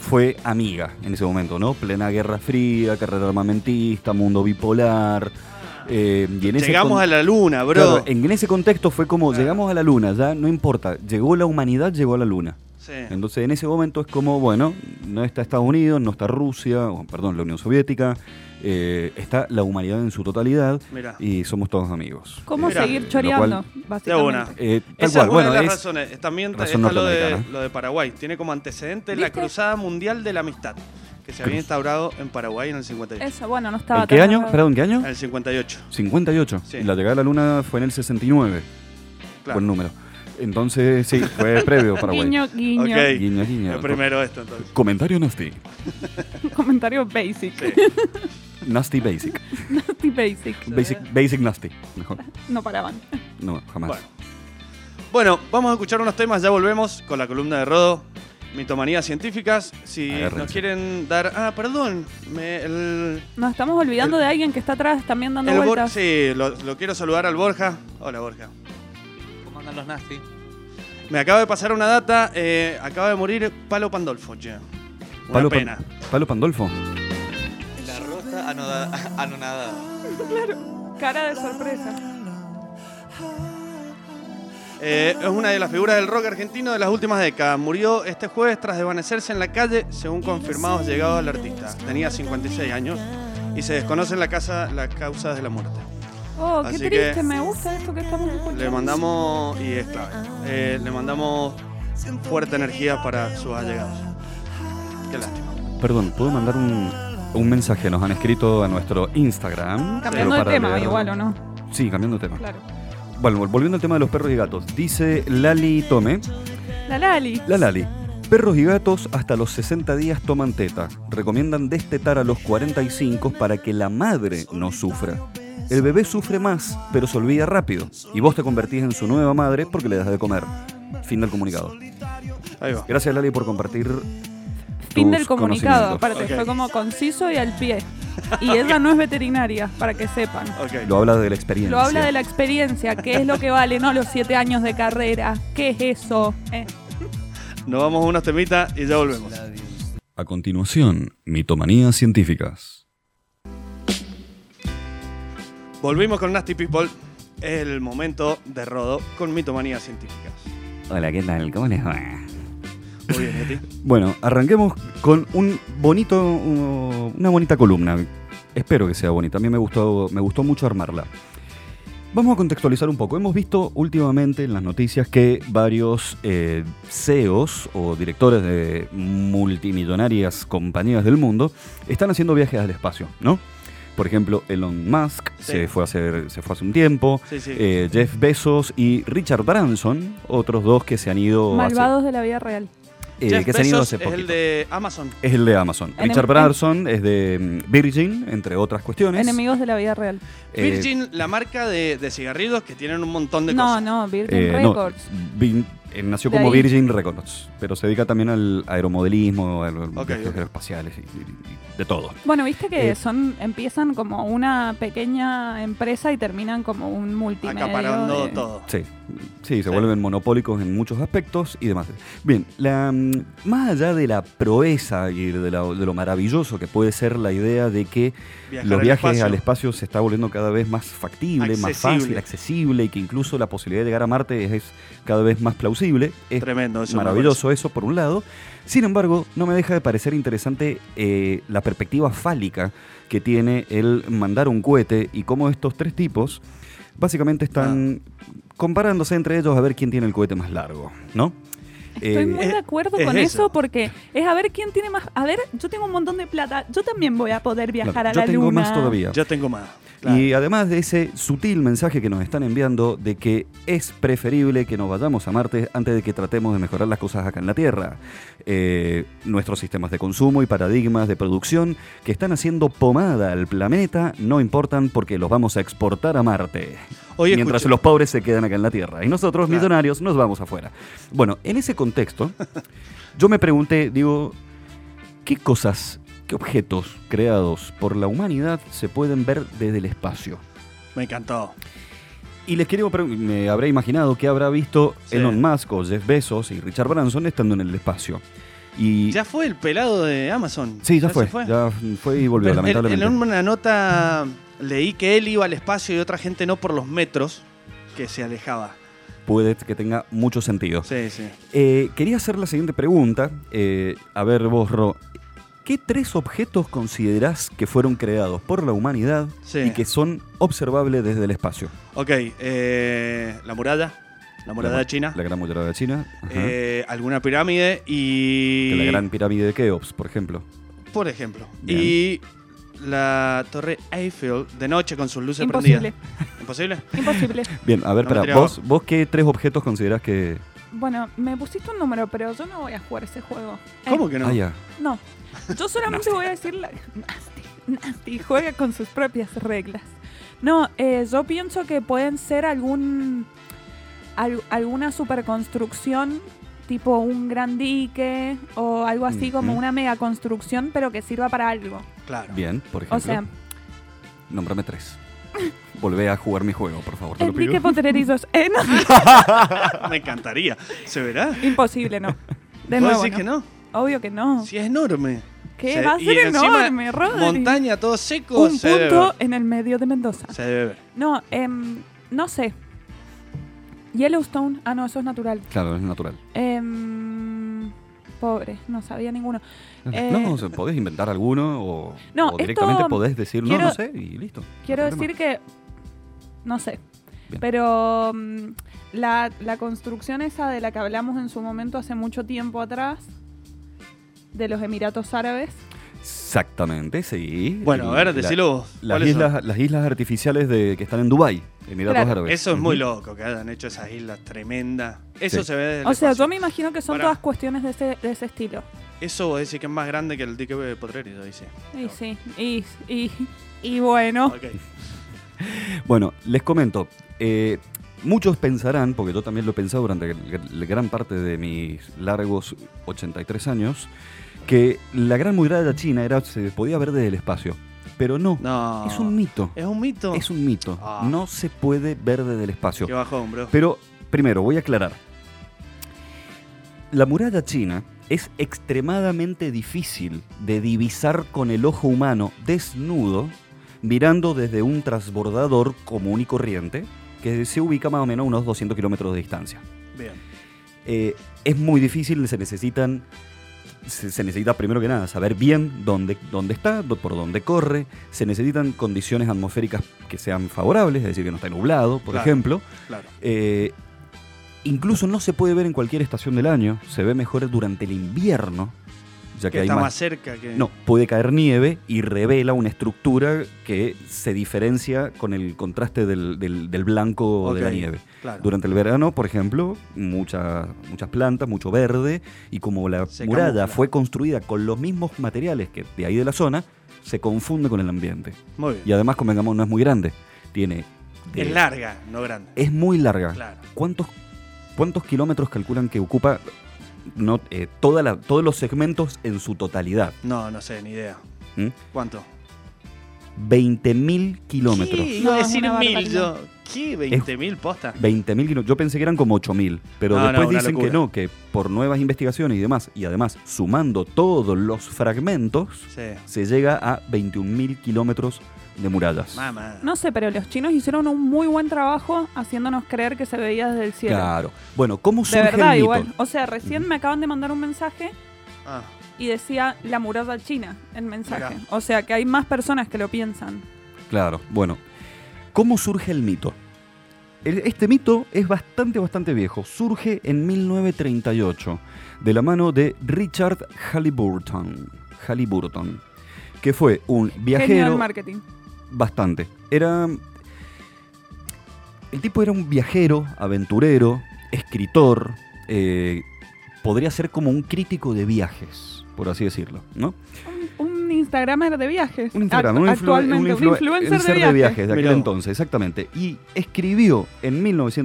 [SPEAKER 2] fue amiga en ese momento, ¿no? Plena Guerra Fría, carrera armamentista, mundo bipolar. eh, y en ese
[SPEAKER 1] Ah. Llegamos
[SPEAKER 2] con-
[SPEAKER 1] a la luna, bro. Ah.
[SPEAKER 2] Claro, en en ese contexto fue como
[SPEAKER 1] Claro.
[SPEAKER 2] llegamos a la luna, ya no importa, llegó la humanidad, llegó a la luna.
[SPEAKER 1] Sí.
[SPEAKER 2] Entonces en ese momento es como, bueno, no está Estados Unidos, no está Rusia, o, perdón, la Unión Soviética, eh, está la humanidad en su totalidad
[SPEAKER 1] Mirá.
[SPEAKER 2] y somos todos amigos.
[SPEAKER 3] ¿Cómo
[SPEAKER 1] Mira,
[SPEAKER 3] seguir
[SPEAKER 2] lo
[SPEAKER 3] choreando?
[SPEAKER 1] de una.
[SPEAKER 3] básicamente.
[SPEAKER 2] Eh, tal
[SPEAKER 1] Esa
[SPEAKER 2] cual,
[SPEAKER 1] es una
[SPEAKER 2] bueno,
[SPEAKER 1] de las
[SPEAKER 2] es-
[SPEAKER 1] razones. También
[SPEAKER 2] razón
[SPEAKER 1] está lo de,
[SPEAKER 2] norteamericana. ¿eh?
[SPEAKER 1] lo de Paraguay. Tiene como antecedente la
[SPEAKER 3] ¿Viste?
[SPEAKER 1] Cruzada Mundial de la Amistad, que se había instaurado en Paraguay en el 58.
[SPEAKER 3] Eso, bueno, no estaba
[SPEAKER 2] ¿En qué
[SPEAKER 3] tan
[SPEAKER 2] año?
[SPEAKER 3] errado.
[SPEAKER 2] Perdón, ¿en qué año?
[SPEAKER 1] En el 58,
[SPEAKER 2] 58.
[SPEAKER 1] Sí.
[SPEAKER 2] Y la llegada de la luna fue en el 69.
[SPEAKER 1] claro.
[SPEAKER 2] Buen número. Entonces, sí, fue previo
[SPEAKER 3] [laughs]
[SPEAKER 2] Paraguay.
[SPEAKER 3] Guiño, guiño.
[SPEAKER 1] Ok.
[SPEAKER 2] guiño. guiño.
[SPEAKER 1] Lo primero esto entonces.
[SPEAKER 2] Comentario nasty.
[SPEAKER 3] [laughs]
[SPEAKER 1] [laughs]
[SPEAKER 3] Comentario basic.
[SPEAKER 1] Sí.
[SPEAKER 2] Nasty basic.
[SPEAKER 3] Nasty basic.
[SPEAKER 2] Basic, basic nasty. Mejor.
[SPEAKER 3] No paraban.
[SPEAKER 2] No, jamás.
[SPEAKER 1] Bueno. Bueno, vamos a escuchar unos temas, ya volvemos con la columna de Rodo, mitomanías científicas. Si
[SPEAKER 2] Agárrense.
[SPEAKER 1] nos quieren dar... Ah, perdón, me- el,
[SPEAKER 3] Nos estamos olvidando de alguien que está atrás también dando
[SPEAKER 1] el Bor-
[SPEAKER 3] vueltas.
[SPEAKER 1] Sí, lo, lo quiero saludar al Borja. Hola Borja.
[SPEAKER 4] ¿Cómo andan los nazis?
[SPEAKER 1] Me acaba de pasar una data, eh, acaba de morir Palo Pandolfo, che. Una
[SPEAKER 2] Palo, Pan-
[SPEAKER 1] pena.
[SPEAKER 2] Palo Pandolfo.
[SPEAKER 4] La rosa anoda- [laughs] anonadada.
[SPEAKER 3] Cara de sorpresa.
[SPEAKER 1] Eh, es una de las figuras del rock argentino de las últimas décadas. Murió este jueves tras desvanecerse en la calle, según confirmados llegados al artista. Tenía 56 años y se desconocen la casa, las causas de la muerte.
[SPEAKER 3] Oh, qué
[SPEAKER 1] Así que-
[SPEAKER 3] triste. Me gusta esto que estamos escuchando.
[SPEAKER 1] Le mandamos, y es clave, eh, le mandamos fuerte energía para sus allegados. Qué lástima.
[SPEAKER 2] Perdón, ¿puedo mandar un, un mensaje? Nos han escrito a nuestro Instagram.
[SPEAKER 3] Cambiando
[SPEAKER 2] pero
[SPEAKER 3] de
[SPEAKER 2] para
[SPEAKER 3] tema,
[SPEAKER 2] leer-
[SPEAKER 3] igual o no.
[SPEAKER 2] Sí, cambiando de tema.
[SPEAKER 3] Claro.
[SPEAKER 2] Bueno, vol- volviendo al tema de los perros y gatos. Dice Lali Tome.
[SPEAKER 3] La Lali.
[SPEAKER 2] La Lali. Perros y gatos hasta los 60 días toman teta. Recomiendan destetar a los 45 para que la madre no sufra. El bebé sufre más, pero se olvida rápido. Y vos te convertís en su nueva madre porque le das de comer. Fin del comunicado.
[SPEAKER 1] Ahí va.
[SPEAKER 2] Gracias, Lali, por compartir.
[SPEAKER 3] Fin
[SPEAKER 2] tus
[SPEAKER 3] del comunicado.
[SPEAKER 2] conocimientos.
[SPEAKER 3] Aparte,
[SPEAKER 1] Ok.
[SPEAKER 3] fue como conciso y al
[SPEAKER 1] [laughs]
[SPEAKER 3] pie. Y ella no es veterinaria, para que sepan.
[SPEAKER 1] Ok.
[SPEAKER 2] Lo habla de la experiencia.
[SPEAKER 3] Lo habla de la experiencia, qué es lo que vale, no los siete años de carrera, qué es eso. Eh,
[SPEAKER 1] Nos vamos a unos temitas y ya volvemos.
[SPEAKER 2] A continuación, mitomanías científicas.
[SPEAKER 1] Volvimos con Nasty People. Es el momento de Rodo con mitomanías científicas.
[SPEAKER 2] Hola, ¿qué tal? ¿Cómo les va?
[SPEAKER 1] Muy bien, Neti.
[SPEAKER 2] Bueno, arranquemos con un bonito, u- una bonita columna. Espero que sea bonita. A mí me gustó, me gustó mucho armarla. Vamos a contextualizar un poco. Hemos visto últimamente en las noticias que varios eh, CEOs o directores de multimillonarias compañías del mundo están haciendo viajes al espacio, ¿no? Por ejemplo, Elon Musk
[SPEAKER 1] Sí.
[SPEAKER 2] se, fue a hacer, se fue hace un tiempo.
[SPEAKER 1] Sí, sí.
[SPEAKER 2] eh, Jeff Bezos y Richard Branson, otros dos que se han ido hace-
[SPEAKER 3] malvados de la vida real.
[SPEAKER 2] eh,
[SPEAKER 1] Jeff
[SPEAKER 2] que se han ido
[SPEAKER 1] Bezos
[SPEAKER 2] hace
[SPEAKER 1] es el
[SPEAKER 2] poquito.
[SPEAKER 1] de Amazon.
[SPEAKER 2] Es el de Amazon.
[SPEAKER 3] Enem-
[SPEAKER 2] Richard Branson es de mm, Virgin, entre otras cuestiones.
[SPEAKER 3] Enemigos de la vida real.
[SPEAKER 2] Eh,
[SPEAKER 1] Virgin, la marca de, de cigarrillos que tienen un montón de
[SPEAKER 3] No,
[SPEAKER 1] cosas.
[SPEAKER 3] no, Virgin
[SPEAKER 2] eh, no,
[SPEAKER 3] Records.
[SPEAKER 2] Vin- eh, nació
[SPEAKER 3] De
[SPEAKER 2] como
[SPEAKER 3] ahí.
[SPEAKER 2] Virgin Records, pero se dedica también al aeromodelismo, a los
[SPEAKER 1] Ok,
[SPEAKER 2] viajes
[SPEAKER 1] ok.
[SPEAKER 2] aeroespaciales y, y- y de todo.
[SPEAKER 3] Bueno, viste que
[SPEAKER 2] eh,
[SPEAKER 3] son empiezan como una pequeña empresa y terminan como un multimedia.
[SPEAKER 1] Acaparando
[SPEAKER 3] eh.
[SPEAKER 1] todo.
[SPEAKER 2] Sí, sí, se vuelven monopólicos en muchos aspectos y demás. Bien, la, mm, más allá de la proeza y de, la- de lo maravilloso que puede ser la idea de que
[SPEAKER 1] Viajar
[SPEAKER 2] los
[SPEAKER 1] al
[SPEAKER 2] viajes
[SPEAKER 1] espacio.
[SPEAKER 2] al espacio se está volviendo cada vez más factible, más
[SPEAKER 1] Accesible.
[SPEAKER 2] fácil, accesible y que incluso la posibilidad de llegar a Marte es, es cada vez más plausible. Es
[SPEAKER 1] Tremendo, eso me
[SPEAKER 2] maravilloso eso por un lado. Sin embargo, no me deja de parecer interesante eh, la perspectiva fálica que tiene el mandar un cohete y cómo estos tres tipos básicamente están comparándose entre ellos a ver quién tiene el cohete más largo, ¿no?
[SPEAKER 3] Estoy
[SPEAKER 2] Eh,
[SPEAKER 3] muy
[SPEAKER 1] es-
[SPEAKER 3] de acuerdo
[SPEAKER 1] es
[SPEAKER 3] con eso.
[SPEAKER 1] eso.
[SPEAKER 3] porque es a ver quién tiene más. A ver, yo tengo un montón de plata, yo también voy a poder viajar
[SPEAKER 2] claro,
[SPEAKER 3] a
[SPEAKER 2] yo
[SPEAKER 3] la
[SPEAKER 2] tengo
[SPEAKER 3] luna.
[SPEAKER 2] más todavía.
[SPEAKER 1] Yo tengo más. Claro.
[SPEAKER 2] Y además de ese sutil mensaje que nos están enviando de que es preferible que nos vayamos a Marte antes de que tratemos de mejorar las cosas acá en la Tierra. Eh, nuestros sistemas de consumo y paradigmas de producción que están haciendo pomada al planeta no importan porque los vamos a exportar a Marte.
[SPEAKER 1] Hoy
[SPEAKER 2] mientras
[SPEAKER 1] escuché-
[SPEAKER 2] los pobres se quedan acá en la Tierra y nosotros,
[SPEAKER 1] Claro.
[SPEAKER 2] millonarios, nos vamos afuera. Bueno, en
[SPEAKER 1] [laughs]
[SPEAKER 2] ese contexto, yo me pregunté, digo, ¿qué cosas, qué objetos creados por la humanidad se pueden ver desde el espacio?
[SPEAKER 1] Me encantó.
[SPEAKER 2] Y les quería preguntar, me habré imaginado que habrá visto
[SPEAKER 1] Sí.
[SPEAKER 2] Elon Musk o Jeff Bezos y Richard Branson estando en el espacio. Y
[SPEAKER 1] Ya fue el pelado de Amazon.
[SPEAKER 2] sí, ya, fue,
[SPEAKER 1] se
[SPEAKER 2] ya fue y volvió,
[SPEAKER 1] Pero en-
[SPEAKER 2] lamentablemente.
[SPEAKER 1] En una nota leí que él iba al espacio y otra gente no por los metros que se alejaba.
[SPEAKER 2] Puede que tenga mucho sentido.
[SPEAKER 1] Sí, sí.
[SPEAKER 2] Eh, quería hacer la siguiente pregunta. Eh, a ver, vos, Ro, ¿qué tres objetos considerás que fueron creados por la humanidad
[SPEAKER 1] Sí.
[SPEAKER 2] y que son observables desde el espacio?
[SPEAKER 1] Ok, eh, la muralla. La muralla
[SPEAKER 2] La-
[SPEAKER 1] china.
[SPEAKER 2] La Gran Muralla de China. ajá.
[SPEAKER 1] eh, alguna pirámide y.
[SPEAKER 2] Que la Gran Pirámide de Keops, por ejemplo.
[SPEAKER 1] por ejemplo.
[SPEAKER 2] Bien.
[SPEAKER 1] Y la Torre Eiffel de noche con sus luces
[SPEAKER 3] Imposible. Eh.
[SPEAKER 1] prendidas. ¿Imposible?
[SPEAKER 3] Imposible.
[SPEAKER 2] Bien, a ver,
[SPEAKER 1] No me
[SPEAKER 2] para
[SPEAKER 1] tiraba.
[SPEAKER 2] vos, vos qué tres objetos considerás que.
[SPEAKER 3] Bueno, me pusiste un número, pero yo no voy a jugar ese juego. Eh,
[SPEAKER 1] ¿Cómo que no?
[SPEAKER 2] Ah, ya.
[SPEAKER 3] No. Yo solamente voy a decir la. Nasty, nasty, juega con sus propias reglas. No, eh, yo pienso que pueden ser algún. al- alguna superconstrucción, tipo un gran dique o algo así como
[SPEAKER 2] Ujú.
[SPEAKER 3] una megaconstrucción, pero que sirva para algo.
[SPEAKER 1] Claro.
[SPEAKER 2] Bien, por ejemplo.
[SPEAKER 3] O sea,
[SPEAKER 2] Nómbrame tres. Volvé a jugar mi juego, por favor. te lo
[SPEAKER 3] el dique
[SPEAKER 2] pido.
[SPEAKER 3] potrerizos. Eh,
[SPEAKER 1] [laughs] [laughs]
[SPEAKER 3] no,
[SPEAKER 1] Me encantaría. ¿Se verá?
[SPEAKER 3] imposible, no. De
[SPEAKER 1] ¿Vos
[SPEAKER 3] nuevo.
[SPEAKER 1] decís que no?
[SPEAKER 3] Obvio que no.
[SPEAKER 1] Si es enorme.
[SPEAKER 3] ¿Qué?
[SPEAKER 1] Se-
[SPEAKER 3] Va a
[SPEAKER 1] y
[SPEAKER 3] ser
[SPEAKER 1] encima,
[SPEAKER 3] enorme, Rodri.
[SPEAKER 1] Montaña, todo seco.
[SPEAKER 3] Un
[SPEAKER 1] se debe
[SPEAKER 3] punto
[SPEAKER 1] ver.
[SPEAKER 3] en el medio de Mendoza.
[SPEAKER 1] Se debe ver.
[SPEAKER 3] No, em, no sé. Yellowstone. Ah, no, eso es natural.
[SPEAKER 2] Claro, es natural.
[SPEAKER 3] Em, pobre, no sabía ninguno. Eh,
[SPEAKER 2] no, o sea, podés inventar alguno o,
[SPEAKER 3] No,
[SPEAKER 2] o directamente
[SPEAKER 3] esto-
[SPEAKER 2] podés decir no,
[SPEAKER 3] quiero-
[SPEAKER 2] no sé y listo.
[SPEAKER 3] Quiero
[SPEAKER 2] No hay problema.
[SPEAKER 3] decir que. No sé.
[SPEAKER 2] Bien.
[SPEAKER 3] Pero mm, la, la construcción esa de la que hablamos en su momento hace mucho tiempo atrás, de los Emiratos Árabes,
[SPEAKER 2] Exactamente, sí.
[SPEAKER 1] Bueno, a ver,
[SPEAKER 2] La-
[SPEAKER 1] decilo vos.
[SPEAKER 2] Las
[SPEAKER 1] ¿Cuáles son?
[SPEAKER 2] islas, las islas artificiales de, que están en Dubái, Emiratos
[SPEAKER 3] Claro.
[SPEAKER 2] Árabes.
[SPEAKER 1] Eso es muy
[SPEAKER 2] Ujú.
[SPEAKER 1] loco que hayan hecho esas islas tremendas. Eso
[SPEAKER 2] Sí.
[SPEAKER 1] se ve desde el
[SPEAKER 3] O sea,
[SPEAKER 1] espacio.
[SPEAKER 3] yo me imagino que son
[SPEAKER 1] Pará.
[SPEAKER 3] todas cuestiones de ese, de ese estilo.
[SPEAKER 1] Eso vos decís que es más grande que el dique de Potrero, dice.
[SPEAKER 3] Y sí, y, y, y bueno.
[SPEAKER 1] Ok.
[SPEAKER 2] Bueno, les comento. eh, muchos pensarán, porque yo también lo he pensado durante el- el gran parte de mis largos 83 años, que la gran muralla china era, se podía ver desde el espacio. Pero no,
[SPEAKER 1] No.
[SPEAKER 2] es un mito.
[SPEAKER 1] ¿Es un mito?
[SPEAKER 2] Es un mito.
[SPEAKER 1] Ah.
[SPEAKER 2] No se puede ver desde el espacio.
[SPEAKER 1] Qué bajón, bro.
[SPEAKER 2] Pero primero, voy a aclarar. La muralla china es extremadamente difícil de divisar con el ojo humano desnudo, mirando desde un transbordador común y corriente, que se ubica más o menos a unos 200 kilómetros de distancia.
[SPEAKER 1] Bien.
[SPEAKER 2] Eh, es muy difícil, se necesitan. Se, se necesita primero que nada saber bien dónde, dónde está, do- por dónde corre. Se necesitan condiciones atmosféricas que sean favorables, es decir, que no esté nublado, por
[SPEAKER 1] Claro.
[SPEAKER 2] ejemplo.
[SPEAKER 1] Claro.
[SPEAKER 2] Eh, incluso no se puede ver en cualquier estación del año. Se ve mejor durante el invierno, ya que
[SPEAKER 1] Que
[SPEAKER 2] hay
[SPEAKER 1] está
[SPEAKER 2] más.
[SPEAKER 1] más eh. cerca que.
[SPEAKER 2] No, puede caer nieve y revela una estructura que se diferencia con el contraste del, del- del blanco de la
[SPEAKER 1] Ok.
[SPEAKER 2] nieve.
[SPEAKER 1] Claro.
[SPEAKER 2] Durante el verano, por ejemplo, mucha- muchas plantas, mucho verde, y como la
[SPEAKER 1] Se
[SPEAKER 2] muralla
[SPEAKER 1] camufla.
[SPEAKER 2] fue construida con los mismos materiales que de ahí de la zona, se confunde con el ambiente.
[SPEAKER 1] Muy bien.
[SPEAKER 2] Y además, convengamos, no es muy grande. Tiene... de-
[SPEAKER 1] Es larga, no grande.
[SPEAKER 2] es muy larga.
[SPEAKER 1] Claro.
[SPEAKER 2] ¿cuántos, cuántos kilómetros calculan que ocupa no, eh, toda la- todos los segmentos en su totalidad?
[SPEAKER 1] No, no sé, ni idea.
[SPEAKER 2] ¿Mm?
[SPEAKER 1] ¿Cuánto?
[SPEAKER 2] 20.000 kilómetros.
[SPEAKER 1] ¿Qué?
[SPEAKER 3] No,
[SPEAKER 1] Iba a
[SPEAKER 3] es
[SPEAKER 1] decir
[SPEAKER 3] una
[SPEAKER 1] mil
[SPEAKER 3] barbaridad.
[SPEAKER 1] yo. ¿Qué? ¿20.000 postas?
[SPEAKER 2] 20.000 kilómetros. Yo pensé que eran como 8.000, pero
[SPEAKER 1] No, no,
[SPEAKER 2] después
[SPEAKER 1] una
[SPEAKER 2] dicen
[SPEAKER 1] locura.
[SPEAKER 2] que no, que por nuevas investigaciones y demás, y además sumando todos los fragmentos,
[SPEAKER 1] Sí.
[SPEAKER 2] se llega a 21.000 kilómetros de murallas.
[SPEAKER 1] Mamá.
[SPEAKER 3] No sé, pero los chinos hicieron un muy buen trabajo haciéndonos creer que se veía desde el cielo.
[SPEAKER 2] Claro. Bueno, ¿cómo
[SPEAKER 3] De
[SPEAKER 2] surge
[SPEAKER 3] verdad,
[SPEAKER 2] el mito?
[SPEAKER 3] igual. O sea, recién me acaban de mandar un mensaje
[SPEAKER 1] Ah,
[SPEAKER 3] y decía la muralla china el mensaje.
[SPEAKER 1] Mirá.
[SPEAKER 3] O sea, que hay más personas que lo piensan.
[SPEAKER 2] Claro, bueno. ¿Cómo surge el mito? El- Este mito es bastante, bastante viejo. Surge en 1938, de la mano de Richard Halliburton. Halliburton, que fue un
[SPEAKER 3] Genio del
[SPEAKER 2] viajero
[SPEAKER 3] marketing.
[SPEAKER 2] bastante. Era. El tipo era un viajero, aventurero, escritor. eh, podría ser como un crítico de viajes, por así decirlo, ¿no?
[SPEAKER 3] Un, un Instagramer de viajes.
[SPEAKER 2] Un Instagram,
[SPEAKER 3] Act-
[SPEAKER 2] un, influ-
[SPEAKER 3] actualmente,
[SPEAKER 2] un influ-
[SPEAKER 3] influencer
[SPEAKER 2] un ser
[SPEAKER 3] de, viajes.
[SPEAKER 2] de aquel
[SPEAKER 1] Mirá vos.
[SPEAKER 2] entonces, exactamente. Y escribió en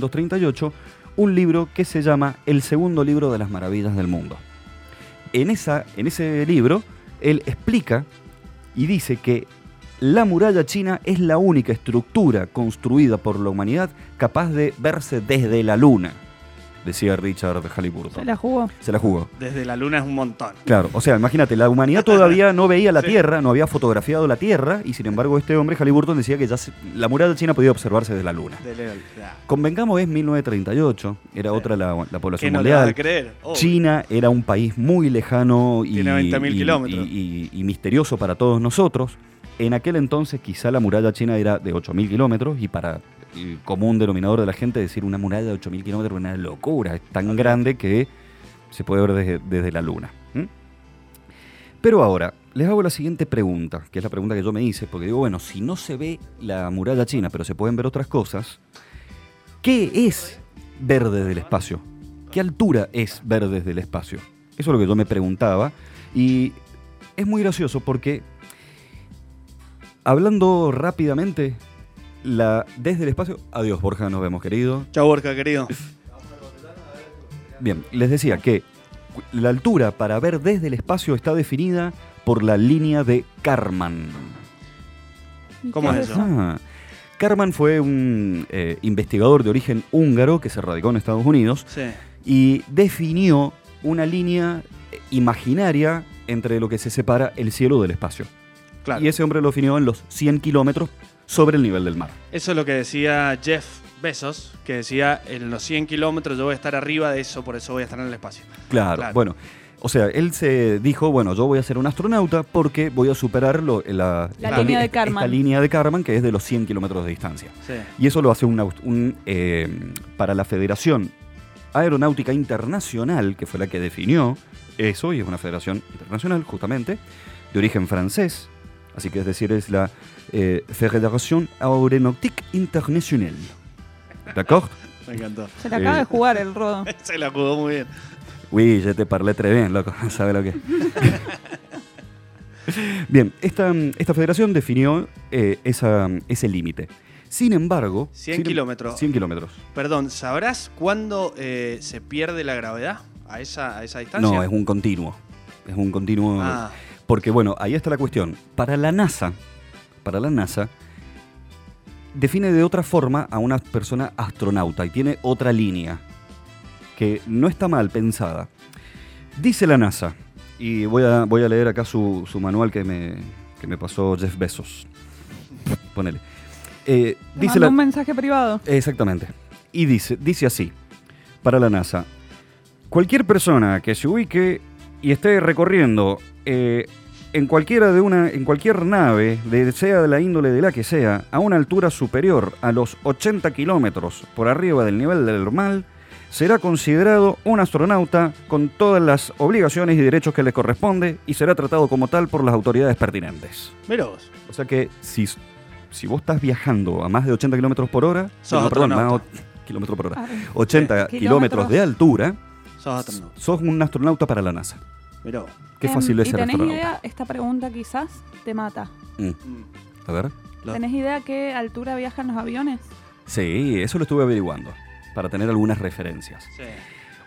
[SPEAKER 2] 1938 un libro que se llama El segundo libro de las maravillas del mundo. En, esa, en ese libro, él explica y dice que la muralla china es la única estructura construida por la humanidad capaz de verse desde la luna, decía Richard Halliburton.
[SPEAKER 3] Se la jugó.
[SPEAKER 2] Se la jugó.
[SPEAKER 1] desde la luna es un montón.
[SPEAKER 2] Claro, o sea, imagínate, la humanidad todavía no veía la
[SPEAKER 1] [laughs] Sí.
[SPEAKER 2] Tierra, no había fotografiado la Tierra, y sin embargo este hombre, Halliburton, decía que ya se- la muralla china podía observarse desde la Luna.
[SPEAKER 1] Dele al- ah,
[SPEAKER 2] Convengamos, es 1938, era
[SPEAKER 1] Sí.
[SPEAKER 2] otra la, la población
[SPEAKER 1] Que no le vas a
[SPEAKER 2] mundial.
[SPEAKER 1] creer. Oh,
[SPEAKER 2] China era un país muy lejano y,
[SPEAKER 1] Tiene 20.000
[SPEAKER 2] y-
[SPEAKER 1] kilómetros.
[SPEAKER 2] y- y- y misterioso para todos nosotros. En aquel entonces quizá la muralla china era de 8.000 kilómetros y para el común denominador de la gente decir una muralla de 8.000 kilómetros era una locura, es tan grande que se puede ver desde, desde la luna. ¿m? Pero ahora, les hago la siguiente pregunta, que es la pregunta que yo me hice, porque digo, bueno, si no se ve la muralla china, pero se pueden ver otras cosas, ¿qué es ver desde el espacio? ¿Qué altura es ver desde el espacio? Eso es lo que yo me preguntaba. Y es muy gracioso porque, hablando rápidamente, la, desde el espacio, adiós Borja, nos vemos querido.
[SPEAKER 1] Chau, Borja,
[SPEAKER 2] [laughs]
[SPEAKER 1] querido.
[SPEAKER 2] Bien, les decía que cu- la altura para ver desde el espacio está definida por la línea de Karman.
[SPEAKER 1] ¿Cómo
[SPEAKER 3] ¿Qué
[SPEAKER 1] es eso?
[SPEAKER 2] Ah. Karman fue un eh, investigador de origen húngaro que se radicó en Estados Unidos
[SPEAKER 1] Sí.
[SPEAKER 2] y definió una línea imaginaria entre lo que se separa el cielo del espacio.
[SPEAKER 1] Claro.
[SPEAKER 2] Y ese hombre lo definió en los 100 kilómetros sobre el nivel del mar.
[SPEAKER 1] Eso es lo que decía Jeff Bezos, que decía, en los 100 kilómetros yo voy a estar arriba de eso, por eso voy a estar en el espacio.
[SPEAKER 2] Claro,
[SPEAKER 1] Claro.
[SPEAKER 2] bueno. O sea, él se dijo, bueno, yo voy a ser un astronauta porque voy a superar lo- la,
[SPEAKER 3] La
[SPEAKER 2] esta
[SPEAKER 3] línea
[SPEAKER 2] li-
[SPEAKER 3] de
[SPEAKER 2] esta
[SPEAKER 3] Karman.
[SPEAKER 2] línea de Karman, que es de los 100 kilómetros de distancia.
[SPEAKER 1] Sí.
[SPEAKER 2] Y eso lo hace un, aut- un, eh, para la Federación Aeronáutica Internacional, que fue la que definió eso, y es una federación internacional, justamente, de origen francés. Así que es decir, es la eh, Fédération Aeronautique Internationale. ¿D'accord?
[SPEAKER 1] Me encantó. [laughs]
[SPEAKER 3] Se le acaba
[SPEAKER 2] Eh.
[SPEAKER 3] de jugar
[SPEAKER 2] [laughs]
[SPEAKER 3] el rodo.
[SPEAKER 1] Se la jugó muy bien.
[SPEAKER 2] Oui, je te parlé très bien, loco. [laughs] ¿Sabe lo que? bien, esta, esta federación definió eh, esa- ese límite. Sin embargo...
[SPEAKER 1] 100
[SPEAKER 2] sin em-
[SPEAKER 1] kilómetros.
[SPEAKER 2] 100 kilómetros.
[SPEAKER 1] Perdón, ¿sabrás cuándo eh, se pierde la gravedad a esa, a esa distancia?
[SPEAKER 2] No, es un continuo. Es un continuo.
[SPEAKER 1] Ah,
[SPEAKER 2] Porque bueno, ahí está la cuestión. Para la NASA, para la NASA, define de otra forma a una persona astronauta y tiene otra línea que no está mal pensada. Dice la NASA, y voy a, voy a leer acá su, su manual que me, que me pasó Jeff Bezos. Ponele. Eh,
[SPEAKER 3] Le
[SPEAKER 2] dice
[SPEAKER 3] mandó
[SPEAKER 2] la,
[SPEAKER 3] un mensaje privado.
[SPEAKER 2] Exactamente. Y dice, dice así, para la NASA, cualquier persona que se ubique y esté recorriendo eh, en cualquiera de una, en cualquier nave, de, sea de la índole de la que sea, a una altura superior a los 80 kilómetros por arriba del nivel del normal, será considerado un astronauta con todas las obligaciones y derechos que le corresponde y será tratado como tal por las autoridades pertinentes.
[SPEAKER 1] mira vos.
[SPEAKER 2] O sea que si, si vos estás viajando a más de 80 kilómetros por hora,
[SPEAKER 1] Sos
[SPEAKER 2] no, perdón, más
[SPEAKER 1] astronauta.
[SPEAKER 2] o- [laughs] kilómetros por hora,
[SPEAKER 3] Ah,
[SPEAKER 2] 80
[SPEAKER 3] Sí.
[SPEAKER 2] kilómetros de altura,
[SPEAKER 1] Sos astronauta.
[SPEAKER 2] sos un astronauta para la NASA.
[SPEAKER 1] Mirá vos.
[SPEAKER 2] Qué
[SPEAKER 3] em,
[SPEAKER 2] fácil es
[SPEAKER 3] ¿y
[SPEAKER 2] ser
[SPEAKER 3] tenés
[SPEAKER 2] astronauta.
[SPEAKER 3] idea? Esta pregunta quizás te mata.
[SPEAKER 2] Mm,
[SPEAKER 1] Mm.
[SPEAKER 2] A ver.
[SPEAKER 1] Lo-
[SPEAKER 3] ¿Tenés idea a qué altura viajan los aviones?
[SPEAKER 2] Sí, eso lo estuve averiguando para tener algunas referencias.
[SPEAKER 1] Sí.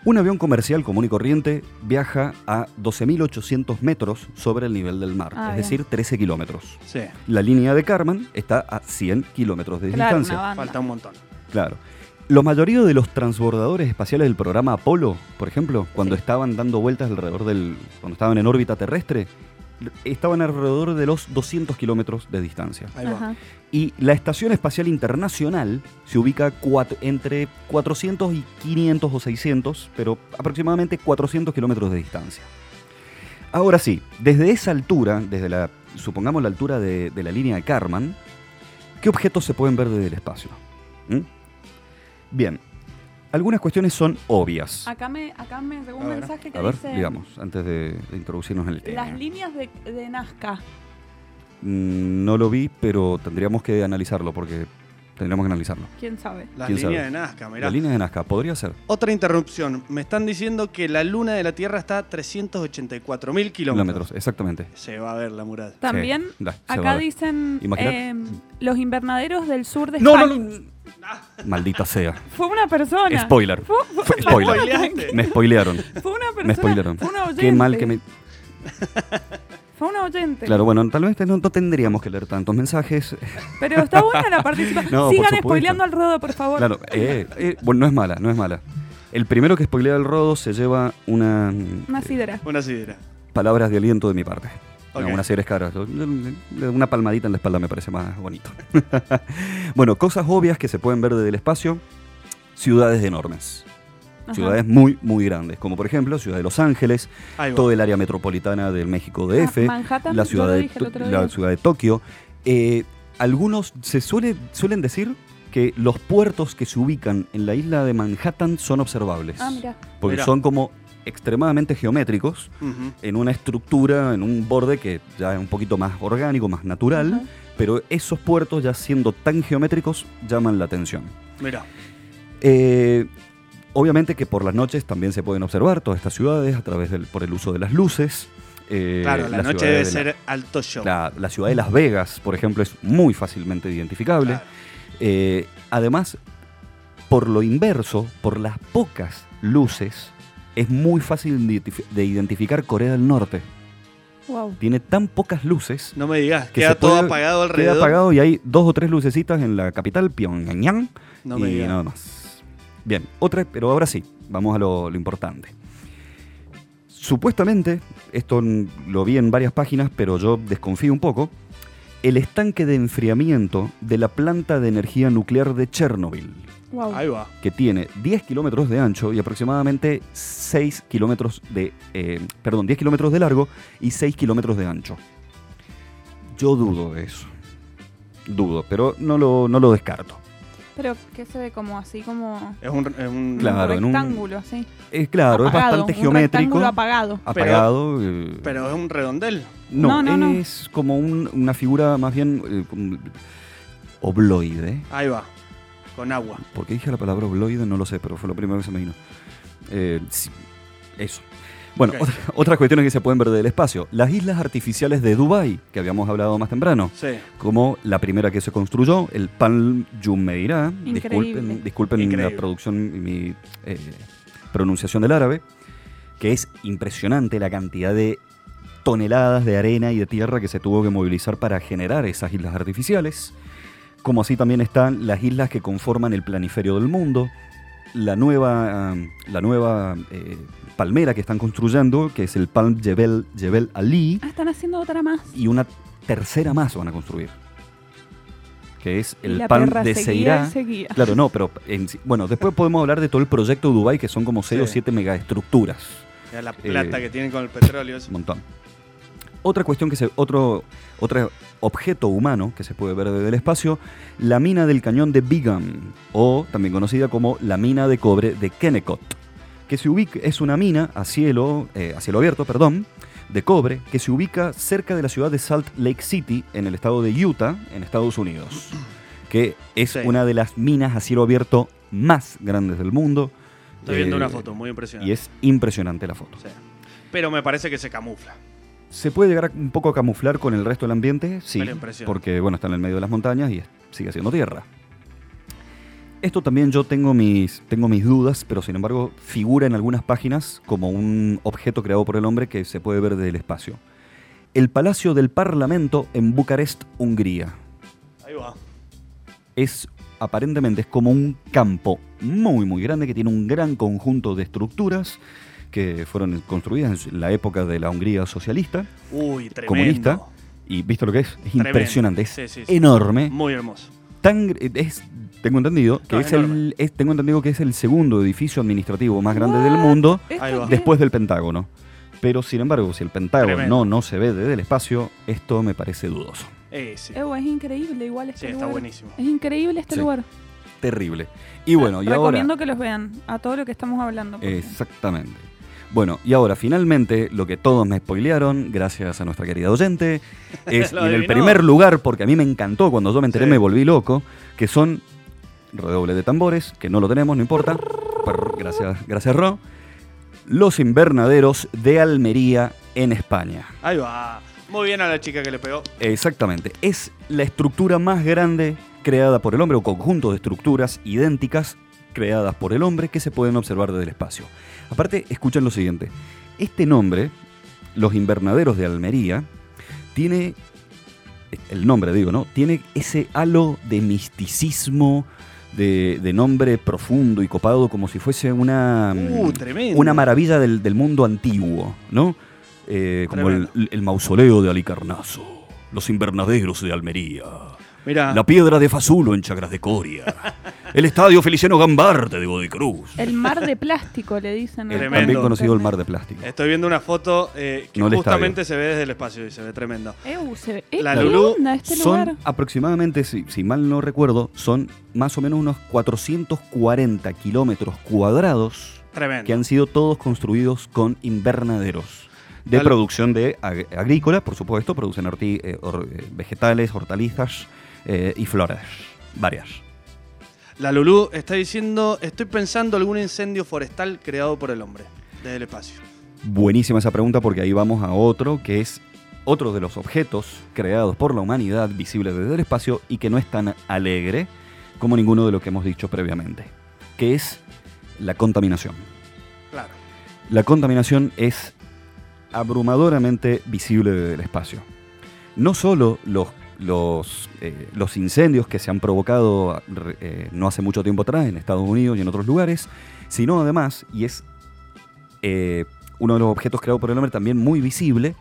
[SPEAKER 2] Un avión comercial común y corriente viaja a 12.800 metros sobre el nivel del mar,
[SPEAKER 3] Ah,
[SPEAKER 2] es
[SPEAKER 3] bien.
[SPEAKER 2] decir, 13 kilómetros.
[SPEAKER 1] Sí.
[SPEAKER 2] La línea de Karman está a 100 kilómetros de
[SPEAKER 3] Claro,
[SPEAKER 2] distancia.
[SPEAKER 3] una banda.
[SPEAKER 1] Falta un montón.
[SPEAKER 2] Claro. La mayoría de los transbordadores espaciales del programa Apolo, por ejemplo, cuando estaban dando vueltas alrededor del. cuando estaban en órbita terrestre, estaban alrededor de los 200 kilómetros de distancia.
[SPEAKER 1] Ahí va.
[SPEAKER 3] Ajá.
[SPEAKER 2] Y la Estación Espacial Internacional se ubica cuat- entre 400 y 500 o 600, pero aproximadamente 400 kilómetros de distancia. Ahora sí, desde esa altura, desde la, supongamos la altura de, de la línea de Karman, ¿qué objetos se pueden ver desde el espacio? ¿Mm? Bien, algunas cuestiones son obvias.
[SPEAKER 3] Acá me, acá me llegó un
[SPEAKER 1] A ver,
[SPEAKER 3] mensaje que
[SPEAKER 2] A ver,
[SPEAKER 3] dice
[SPEAKER 2] digamos, antes de, de introducirnos en el tema.
[SPEAKER 3] las líneas de, de Nazca.
[SPEAKER 2] Mm, no lo vi, pero tendríamos que analizarlo, porque tendríamos que analizarlo.
[SPEAKER 3] ¿Quién sabe?
[SPEAKER 1] Las
[SPEAKER 2] ¿Quién
[SPEAKER 1] líneas
[SPEAKER 2] sabe?
[SPEAKER 1] de Nazca, mirá.
[SPEAKER 2] La línea de Nazca, podría ser.
[SPEAKER 1] Otra interrupción. Me están diciendo que la luna de la Tierra está a 384 mil kilómetros.
[SPEAKER 2] Kilómetros, exactamente.
[SPEAKER 1] Se va a ver la muralla.
[SPEAKER 3] También
[SPEAKER 2] Sí, da, se va a
[SPEAKER 3] acá
[SPEAKER 2] ver.
[SPEAKER 3] dicen
[SPEAKER 2] Imagínate.
[SPEAKER 3] eh, los invernaderos del sur de
[SPEAKER 2] No,
[SPEAKER 3] España.
[SPEAKER 2] no, no. Maldita
[SPEAKER 3] [laughs]
[SPEAKER 2] sea.
[SPEAKER 3] Fue una persona.
[SPEAKER 2] Spoiler.
[SPEAKER 3] Fue, fue-
[SPEAKER 2] Fue spoiler.
[SPEAKER 1] Spoileaste.
[SPEAKER 2] Me spoilearon.
[SPEAKER 3] [laughs] fue una persona.
[SPEAKER 2] Me spoilearon.
[SPEAKER 3] Fue una oyente.
[SPEAKER 2] Qué mal que me.
[SPEAKER 3] Fue una oyente.
[SPEAKER 2] Claro, bueno, tal vez no, no tendríamos que leer tantos mensajes.
[SPEAKER 3] Pero está buena
[SPEAKER 2] [laughs]
[SPEAKER 3] la participación.
[SPEAKER 2] No, por
[SPEAKER 3] Sigan
[SPEAKER 2] supuesto.
[SPEAKER 3] spoileando al rodo, por favor. [laughs]
[SPEAKER 2] Claro, eh, eh, bueno, no es mala, no es mala. El primero que spoilea el rodo se lleva una.
[SPEAKER 3] Una sidera.
[SPEAKER 2] Eh,
[SPEAKER 1] Una sidera.
[SPEAKER 2] palabras de aliento de mi parte.
[SPEAKER 1] Ok.
[SPEAKER 2] No, unas eres caras. Una palmadita en la espalda me parece más bonito. [laughs] bueno, cosas obvias que se pueden ver desde el espacio. Ciudades enormes.
[SPEAKER 3] Ajá.
[SPEAKER 2] Ciudades muy, muy grandes. Como por ejemplo, Ciudad de Los Ángeles,
[SPEAKER 1] Ahí va.
[SPEAKER 2] todo el área metropolitana del México DF,
[SPEAKER 3] Ah, Manhattan,
[SPEAKER 2] la,
[SPEAKER 3] yo
[SPEAKER 2] ciudad
[SPEAKER 3] lo
[SPEAKER 2] de,
[SPEAKER 3] dije el otro
[SPEAKER 2] la
[SPEAKER 3] día.
[SPEAKER 2] ciudad de Tokio. Eh, algunos se suele, suelen decir que los puertos que se ubican en la isla de Manhattan son observables.
[SPEAKER 3] Ah, mira.
[SPEAKER 2] Porque
[SPEAKER 1] Mirá.
[SPEAKER 2] son como extremadamente geométricos
[SPEAKER 1] Ujú.
[SPEAKER 2] en una estructura, en un borde que ya es un poquito más orgánico, más natural,
[SPEAKER 3] Ajá.
[SPEAKER 2] pero esos puertos ya siendo tan geométricos llaman la atención.
[SPEAKER 1] Mira,
[SPEAKER 2] Eh, obviamente que por las noches también se pueden observar todas estas ciudades a través del, por el uso de las luces. eh,
[SPEAKER 1] claro, la, noche
[SPEAKER 2] ciudad
[SPEAKER 1] debe
[SPEAKER 2] de la-
[SPEAKER 1] ser alto show.
[SPEAKER 2] La, la ciudad de Las Vegas, por ejemplo, es muy fácilmente identificable.
[SPEAKER 1] Claro.
[SPEAKER 2] Eh, además, por lo inverso, por las pocas luces, es muy fácil de identif- de identificar Corea del Norte.
[SPEAKER 3] Wow.
[SPEAKER 2] Tiene tan pocas luces
[SPEAKER 1] No me digas,
[SPEAKER 2] Que
[SPEAKER 1] queda
[SPEAKER 2] se puede-
[SPEAKER 1] todo apagado
[SPEAKER 2] Queda
[SPEAKER 1] alrededor.
[SPEAKER 2] apagado y hay dos o tres lucecitas en la capital, Pyongyang,
[SPEAKER 1] No me
[SPEAKER 2] y
[SPEAKER 1] digas.
[SPEAKER 2] nada más. Bien, otra, pero ahora sí, vamos a lo, lo importante. Supuestamente, esto n- lo vi en varias páginas, pero yo desconfío un poco, el estanque de enfriamiento de la planta de energía nuclear de Chernobyl,
[SPEAKER 3] Wow.
[SPEAKER 1] Ahí va.
[SPEAKER 2] que tiene 10 kilómetros de ancho y aproximadamente 6 kilómetros de... eh, perdón, 10 kilómetros de largo y 6 kilómetros de ancho. Yo dudo de eso. Dudo, pero no lo, no lo descarto.
[SPEAKER 3] Pero que se ve como así, como
[SPEAKER 1] Es un, es un-
[SPEAKER 2] Claro.
[SPEAKER 3] un
[SPEAKER 2] en un-
[SPEAKER 3] rectángulo, así.
[SPEAKER 2] Eh, claro,
[SPEAKER 3] Apagado,
[SPEAKER 2] es bastante
[SPEAKER 3] un
[SPEAKER 2] geométrico.
[SPEAKER 3] rectángulo apagado.
[SPEAKER 2] apagado. eh,
[SPEAKER 1] Pero es un redondel.
[SPEAKER 2] no,
[SPEAKER 3] No, no, no.
[SPEAKER 2] es como un- una figura más bien eh, como obloide.
[SPEAKER 1] Ahí va. Con agua.
[SPEAKER 2] ¿Por qué dije la palabra obloide? No lo sé, pero fue lo primero que se me vino. Eh, sí, eso. Bueno,
[SPEAKER 1] Ok.
[SPEAKER 2] otra- otras cuestiones que se pueden ver del espacio. Las islas artificiales de Dubái, que habíamos hablado más temprano,
[SPEAKER 1] Sí.
[SPEAKER 2] como la primera que se construyó, el Palm Jumeirah.
[SPEAKER 3] Increíble.
[SPEAKER 2] Disculpen, disculpen
[SPEAKER 1] Increíble.
[SPEAKER 2] la producción y mi eh, pronunciación del árabe, que es impresionante la cantidad de toneladas de arena y de tierra que se tuvo que movilizar para generar esas islas artificiales. Como así también están las islas que conforman el planiferio del mundo, la nueva, um, la nueva eh, palmera que están construyendo, que es el Palm Jebel, Jebel Ali,
[SPEAKER 3] Ah, están haciendo otra más.
[SPEAKER 2] y una tercera más van a construir, que es
[SPEAKER 3] y
[SPEAKER 2] el
[SPEAKER 3] la
[SPEAKER 2] Palm
[SPEAKER 3] perra
[SPEAKER 2] de
[SPEAKER 3] seguía
[SPEAKER 2] Seirá.
[SPEAKER 3] y seguía.
[SPEAKER 2] Claro, no, pero en sí- bueno, después podemos hablar de todo el proyecto de Dubai que son como 6 o
[SPEAKER 1] Sí.
[SPEAKER 2] 7 megaestructuras,
[SPEAKER 1] Mira la plata
[SPEAKER 2] Eh,
[SPEAKER 1] que tienen con el petróleo. eso.
[SPEAKER 2] un montón. Otra cuestión que se otro otro objeto humano que se puede ver desde el espacio, la mina del cañón de Bingham o también conocida como la mina de cobre de Kennecott, que se ubica es una mina a cielo eh, a cielo abierto, perdón, de cobre que se ubica cerca de la ciudad de Salt Lake City en el estado de Utah, en Estados Unidos, que es
[SPEAKER 1] Sí.
[SPEAKER 2] una de las minas a cielo abierto más grandes del mundo.
[SPEAKER 1] Estoy viendo
[SPEAKER 2] Eh,
[SPEAKER 1] una foto muy impresionante.
[SPEAKER 2] y es impresionante la foto.
[SPEAKER 1] Sí. Pero me parece que se camufla.
[SPEAKER 2] ¿Se puede llegar a- un poco a camuflar con el resto del ambiente? Sí,
[SPEAKER 1] Me da la impresión.
[SPEAKER 2] porque bueno, está en el medio de las montañas y es- sigue siendo tierra. Esto también yo tengo mis, tengo mis dudas, pero sin embargo figura en algunas páginas como un objeto creado por el hombre que se puede ver desde el espacio. El Palacio del Parlamento en Bucarest, Hungría.
[SPEAKER 1] Ahí va.
[SPEAKER 2] Es aparentemente es como un campo muy muy grande que tiene un gran conjunto de estructuras que fueron construidas en la época de la Hungría socialista.
[SPEAKER 1] Uy, tremendo.
[SPEAKER 2] Comunista. Y visto lo que es, es
[SPEAKER 1] Tremendo.
[SPEAKER 2] impresionante, es
[SPEAKER 1] Sí, sí, sí.
[SPEAKER 2] enorme.
[SPEAKER 1] Muy hermoso.
[SPEAKER 2] Tan, gr- es, tengo entendido que
[SPEAKER 1] No,
[SPEAKER 2] es el
[SPEAKER 1] enorme.
[SPEAKER 2] es- tengo entendido que es el segundo edificio administrativo más grande del
[SPEAKER 3] What?
[SPEAKER 2] mundo
[SPEAKER 3] ¿Esto
[SPEAKER 1] Ahí va.
[SPEAKER 3] qué?
[SPEAKER 2] después del Pentágono. Pero sin embargo, si el Pentágono
[SPEAKER 1] Tremendo.
[SPEAKER 2] no, no se ve desde el espacio, esto me parece dudoso.
[SPEAKER 1] Eh, sí.
[SPEAKER 3] Ew, es increíble igual este
[SPEAKER 1] Sí, está
[SPEAKER 3] lugar.
[SPEAKER 1] buenísimo.
[SPEAKER 3] Es increíble este
[SPEAKER 2] Sí.
[SPEAKER 3] lugar.
[SPEAKER 2] Terrible. Y bueno, y ahora
[SPEAKER 3] Recomiendo que los vean a todo lo que estamos hablando. porque-
[SPEAKER 2] Exactamente. Bueno, y ahora finalmente lo que todos me spoilearon, gracias a nuestra
[SPEAKER 1] [laughs]
[SPEAKER 2] querida oyente, es y
[SPEAKER 1] Lo
[SPEAKER 2] en el
[SPEAKER 1] adivinó.
[SPEAKER 2] primer lugar, porque a mí me encantó cuando yo me enteré,
[SPEAKER 1] Sí.
[SPEAKER 2] me volví loco, que son redoble de tambores, que no lo tenemos, no importa. Prr, Gracias, gracias Ro. Los invernaderos de Almería en España.
[SPEAKER 1] Ahí va. Muy bien a la chica que le pegó.
[SPEAKER 2] Exactamente. Es la estructura más grande creada por el hombre o conjunto de estructuras idénticas creadas por el hombre que se pueden observar desde el espacio. Aparte, escuchen lo siguiente. Este nombre, los invernaderos de Almería, tiene, el nombre digo, ¿no? Tiene ese halo de misticismo, de, de nombre profundo y copado, como si fuese una,
[SPEAKER 1] Uh,
[SPEAKER 2] mm,
[SPEAKER 1] tremendo.
[SPEAKER 2] una maravilla del, del mundo antiguo, ¿no? Eh, como el, el mausoleo de Alicarnaso, los invernaderos de Almería,
[SPEAKER 1] Mira.
[SPEAKER 2] la piedra de Fasulo en Chagras de Coria, el estadio Feliciano Gambarte de Godoy Cruz.
[SPEAKER 3] El mar de plástico, le dicen.
[SPEAKER 2] Eh,
[SPEAKER 3] en-
[SPEAKER 1] Tremendo. Este
[SPEAKER 2] También conocido el mar de plástico.
[SPEAKER 1] Estoy viendo una foto eh, que
[SPEAKER 2] No el
[SPEAKER 1] justamente se ve desde el espacio y se ve tremendo.
[SPEAKER 3] Ew, se ve- eh,
[SPEAKER 1] La
[SPEAKER 3] ¿qué
[SPEAKER 1] Lulú
[SPEAKER 3] onda este
[SPEAKER 2] son
[SPEAKER 3] lugar?
[SPEAKER 2] aproximadamente, si, si mal no recuerdo, son más o menos unos 440 kilómetros cuadrados
[SPEAKER 1] Tremendo.
[SPEAKER 2] que han sido todos construidos con invernaderos de
[SPEAKER 1] Tal-
[SPEAKER 2] producción de ag- agrícola, por supuesto, producen horti- eh, hor- eh, vegetales, hortalizas eh, y flores, varias.
[SPEAKER 1] La Lulú está diciendo, estoy pensando algún incendio forestal creado por el hombre, desde el espacio.
[SPEAKER 2] Buenísima esa pregunta porque ahí vamos a otro que es otro de los objetos creados por la humanidad visibles desde el espacio y que no es tan alegre como ninguno de lo que hemos dicho previamente, que es la contaminación.
[SPEAKER 1] Claro.
[SPEAKER 2] La contaminación es abrumadoramente visible desde el espacio. No solo los, los, eh, los incendios que se han provocado re- eh, no hace mucho tiempo atrás en Estados Unidos y en otros lugares, sino además, y es eh, uno de los objetos creados por el hombre también muy visible,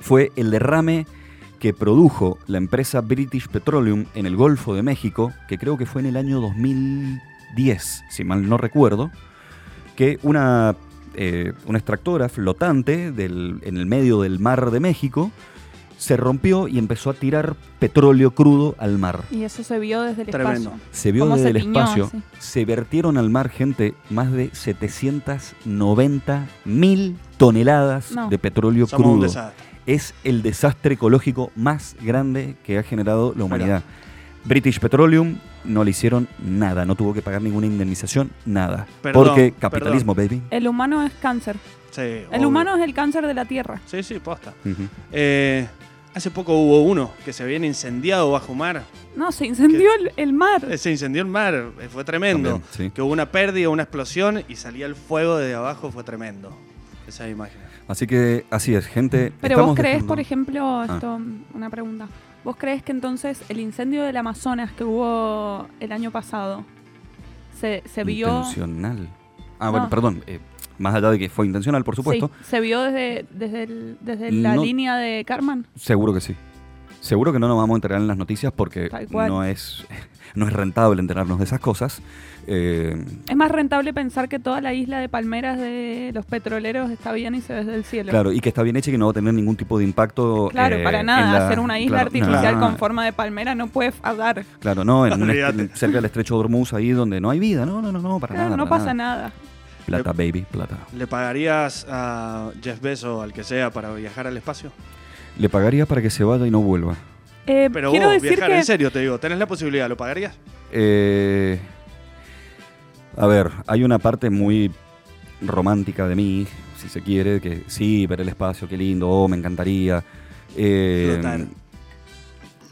[SPEAKER 2] fue el derrame que produjo la empresa British Petroleum en el Golfo de México, que creo que fue en el año 2010, si mal no recuerdo, que una, eh, una extractora flotante del- en el medio del mar de México se rompió y empezó a tirar petróleo crudo al mar.
[SPEAKER 3] Y eso se vio desde el
[SPEAKER 1] Tremendo.
[SPEAKER 3] espacio.
[SPEAKER 2] Se vio
[SPEAKER 3] Cómo
[SPEAKER 2] desde
[SPEAKER 3] se
[SPEAKER 2] el
[SPEAKER 3] tiñó,
[SPEAKER 2] espacio,
[SPEAKER 3] sí.
[SPEAKER 2] se vertieron al mar, gente, más de 790 mil toneladas
[SPEAKER 3] No.
[SPEAKER 2] de petróleo
[SPEAKER 1] Somos un
[SPEAKER 2] crudo
[SPEAKER 1] desastre.
[SPEAKER 2] es el desastre ecológico más grande que ha generado la humanidad. British Petroleum no le hicieron nada, no tuvo que pagar ninguna indemnización, nada.
[SPEAKER 1] Perdón,
[SPEAKER 2] porque capitalismo, baby.
[SPEAKER 3] El humano es cáncer.
[SPEAKER 1] Sí,
[SPEAKER 3] El
[SPEAKER 1] obvio.
[SPEAKER 3] humano es el cáncer de la Tierra.
[SPEAKER 1] Sí, sí, posta.
[SPEAKER 2] Ujú.
[SPEAKER 1] Eh, hace poco hubo uno que se había incendiado bajo mar.
[SPEAKER 3] No, se incendió el, el mar.
[SPEAKER 1] Eh, Se incendió el mar, eh, fue tremendo.
[SPEAKER 2] También, sí.
[SPEAKER 1] Que hubo una pérdida, una explosión y salía el fuego desde abajo, fue tremendo. Esa imagen.
[SPEAKER 2] Así que así es, gente.
[SPEAKER 3] Pero
[SPEAKER 2] estamos Ah.
[SPEAKER 3] vos crees,
[SPEAKER 2] dejando-
[SPEAKER 3] por ejemplo, esto, una pregunta. ¿Vos crees que entonces el incendio del Amazonas que hubo el año pasado se, se vio.
[SPEAKER 2] Intencional. Ah, bueno,
[SPEAKER 3] No.
[SPEAKER 2] perdón. eh, más allá de que fue intencional, por supuesto,
[SPEAKER 3] Sí, se vio desde, desde, el- desde la
[SPEAKER 2] No-
[SPEAKER 3] línea de Carman.
[SPEAKER 2] seguro que sí. Seguro que no nos vamos a enterar en las noticias porque
[SPEAKER 3] Tal cual.
[SPEAKER 2] no es, [laughs] no es rentable enterarnos de esas cosas. Eh,
[SPEAKER 3] Es más rentable pensar que toda la isla de palmeras de los petroleros está bien y se ve desde el cielo.
[SPEAKER 2] Claro, y que está bien hecha y que no va a tener ningún tipo de impacto.
[SPEAKER 3] Claro,
[SPEAKER 2] eh,
[SPEAKER 3] para
[SPEAKER 2] en
[SPEAKER 3] nada.
[SPEAKER 2] la-
[SPEAKER 3] Hacer una isla
[SPEAKER 2] claro,
[SPEAKER 3] artificial
[SPEAKER 2] no,
[SPEAKER 3] con forma de palmera no puede dar.
[SPEAKER 2] Claro, no, en un est-
[SPEAKER 1] Olvídate.
[SPEAKER 2] [laughs] cerca del estrecho de Hormuz, ahí donde no hay vida. No, no, no, no, para nada.
[SPEAKER 3] no
[SPEAKER 2] para
[SPEAKER 3] pasa nada.
[SPEAKER 2] Plata, baby, plata.
[SPEAKER 1] ¿Le pagarías a Jeff Bezos, al que sea, para viajar al espacio?
[SPEAKER 2] Le pagaría para que se vaya y no vuelva.
[SPEAKER 3] Eh,
[SPEAKER 1] Pero
[SPEAKER 3] quiero
[SPEAKER 1] vos,
[SPEAKER 3] decir
[SPEAKER 1] viajar,
[SPEAKER 3] que
[SPEAKER 1] en serio te digo, tenés la posibilidad, ¿lo pagarías?
[SPEAKER 2] Eh, a ver, hay una parte muy romántica de mí, si se quiere, que sí, ver el espacio, qué lindo, oh, me encantaría. Eh,
[SPEAKER 1] Flotar.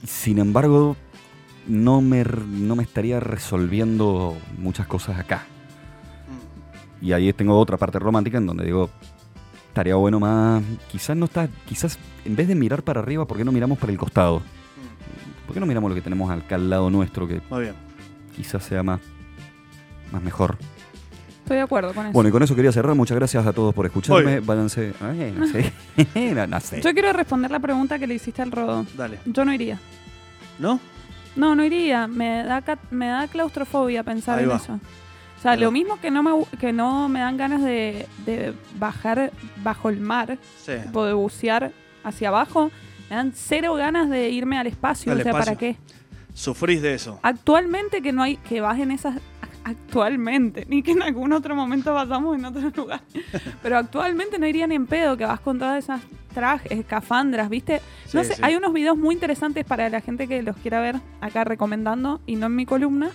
[SPEAKER 2] sin embargo, no me, r- no me estaría resolviendo muchas cosas acá. Y ahí tengo otra parte romántica en donde digo, estaría bueno más, quizás no está, quizás en vez de mirar para arriba, ¿por qué no miramos para el costado? ¿Por qué no miramos lo que tenemos acá al lado nuestro que
[SPEAKER 1] Muy bien.
[SPEAKER 2] quizás sea más, más mejor?
[SPEAKER 3] estoy de acuerdo con eso.
[SPEAKER 2] Bueno, y con eso quería cerrar. Muchas gracias a todos por escucharme. Váyanse. Ay, no sé. No, no sé.
[SPEAKER 3] Yo quiero responder la pregunta que le hiciste al Rodo.
[SPEAKER 1] Dale.
[SPEAKER 3] Yo no iría.
[SPEAKER 1] ¿No?
[SPEAKER 3] No, no iría. Me da, ca- me da claustrofobia pensar
[SPEAKER 1] Ahí
[SPEAKER 3] en
[SPEAKER 1] va.
[SPEAKER 3] eso. O sea,
[SPEAKER 1] Ahí
[SPEAKER 3] lo
[SPEAKER 1] va.
[SPEAKER 3] mismo que no me, gu- que no me dan ganas de, de bajar bajo el mar,
[SPEAKER 1] Sí.
[SPEAKER 3] tipo de bucear hacia abajo, me dan cero ganas de irme al espacio.
[SPEAKER 1] Al
[SPEAKER 3] o sea,
[SPEAKER 1] espacio.
[SPEAKER 3] ¿para qué?
[SPEAKER 1] Sufrís de eso.
[SPEAKER 3] Actualmente que no hay, que bajen esas actualmente, ni que en algún otro momento pasamos en otro [laughs] lugar. Pero actualmente no irían en pedo que vas con todas esas trajes, escafandras, ¿viste? No
[SPEAKER 1] Sí,
[SPEAKER 3] sé,
[SPEAKER 1] sí.
[SPEAKER 3] hay unos videos muy interesantes para la gente que los quiera ver acá recomendando y no en mi columna.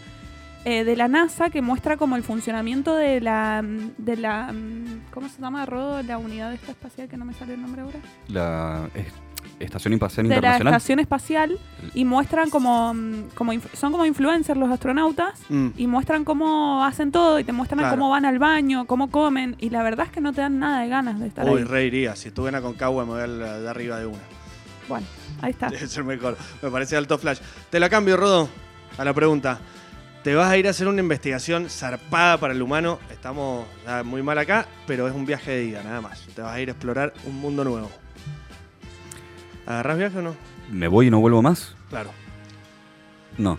[SPEAKER 3] eh, de la NASA que muestra como el funcionamiento de la de la mm, ¿cómo se llama Rodo? la unidad esta espacial que no me sale el nombre ahora
[SPEAKER 2] La es- Estación Espacial
[SPEAKER 3] de la
[SPEAKER 2] Internacional.
[SPEAKER 3] estación espacial y muestran como, mm, como inf- son como influencers los astronautas
[SPEAKER 1] Mm.
[SPEAKER 3] y muestran cómo hacen todo y te muestran
[SPEAKER 1] Claro.
[SPEAKER 3] cómo van al baño, cómo comen y la verdad es que no te dan nada de ganas de estar
[SPEAKER 1] Uy,
[SPEAKER 3] ahí.
[SPEAKER 1] re iría. Si estuve en Aconcagua me voy al- de arriba de una.
[SPEAKER 3] Bueno,
[SPEAKER 1] [laughs]
[SPEAKER 3] ahí está.
[SPEAKER 1] Debe ser mejor. Me parece alto flash. Te la cambio, Rodo, a la pregunta. Te vas a ir a hacer una investigación zarpada para el humano. Estamos ya muy mal acá, pero es un viaje de ida, nada más. Te vas a ir a explorar un mundo nuevo. ¿Agarrás viaje o no?
[SPEAKER 2] ¿Me voy y no vuelvo más?
[SPEAKER 1] Claro.
[SPEAKER 2] No,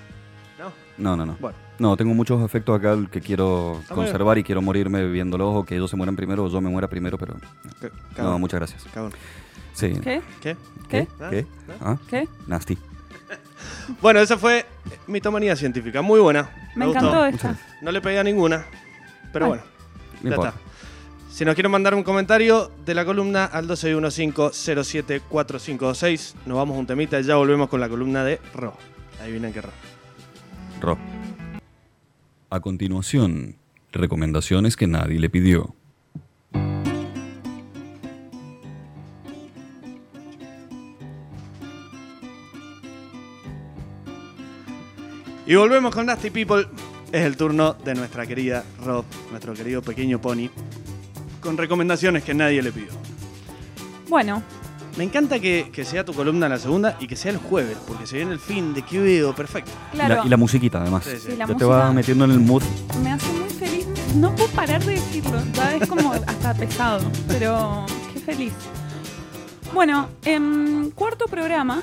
[SPEAKER 1] ¿No?
[SPEAKER 2] no, no, no.
[SPEAKER 1] Bueno.
[SPEAKER 2] No, tengo muchos efectos acá que quiero
[SPEAKER 1] Está muy bien.
[SPEAKER 2] conservar y quiero morirme viéndolos o que ellos se mueran primero o yo me muera primero, pero
[SPEAKER 1] c-
[SPEAKER 2] no,
[SPEAKER 1] cagón,
[SPEAKER 2] muchas gracias.
[SPEAKER 1] cagón.
[SPEAKER 2] Sí.
[SPEAKER 3] ¿Qué?
[SPEAKER 1] ¿Qué?
[SPEAKER 3] ¿Qué?
[SPEAKER 1] ¿Ah?
[SPEAKER 2] ¿Qué?
[SPEAKER 1] ¿Ah?
[SPEAKER 2] ¿Ah?
[SPEAKER 3] ¿Qué?
[SPEAKER 2] Nasty.
[SPEAKER 1] Bueno, esa fue mitomanía científica. Muy buena.
[SPEAKER 3] Me
[SPEAKER 1] gustó.
[SPEAKER 3] encantó
[SPEAKER 2] Muchas
[SPEAKER 3] esta.
[SPEAKER 1] No le pegué a ninguna, pero
[SPEAKER 3] Bueno.
[SPEAKER 1] bueno.
[SPEAKER 2] No
[SPEAKER 1] Ya
[SPEAKER 2] importa.
[SPEAKER 1] está. Si nos quieren mandar un comentario de la columna al 1215074526, nos vamos a un temita y ya volvemos con la columna de Ro. Adivinen qué Ro.
[SPEAKER 2] Ro. A continuación, recomendaciones que nadie le pidió.
[SPEAKER 1] Y volvemos con Nasty People. Es el turno de nuestra querida Rob, nuestro querido pequeño pony, con recomendaciones que nadie le pidió.
[SPEAKER 3] Bueno,
[SPEAKER 1] Me encanta que, que sea tu columna la segunda y que sea el jueves, porque se viene el fin de que veo perfecto.
[SPEAKER 3] claro.
[SPEAKER 2] Y, la, y la musiquita, además.
[SPEAKER 1] Sí, sí.
[SPEAKER 3] Y
[SPEAKER 2] Ya
[SPEAKER 3] la
[SPEAKER 2] te va
[SPEAKER 3] música.
[SPEAKER 2] metiendo en el mood. [laughs]
[SPEAKER 3] me hace muy feliz. No puedo parar de decirlo, ya es como hasta pesado, pero qué feliz. Bueno, em, cuarto programa,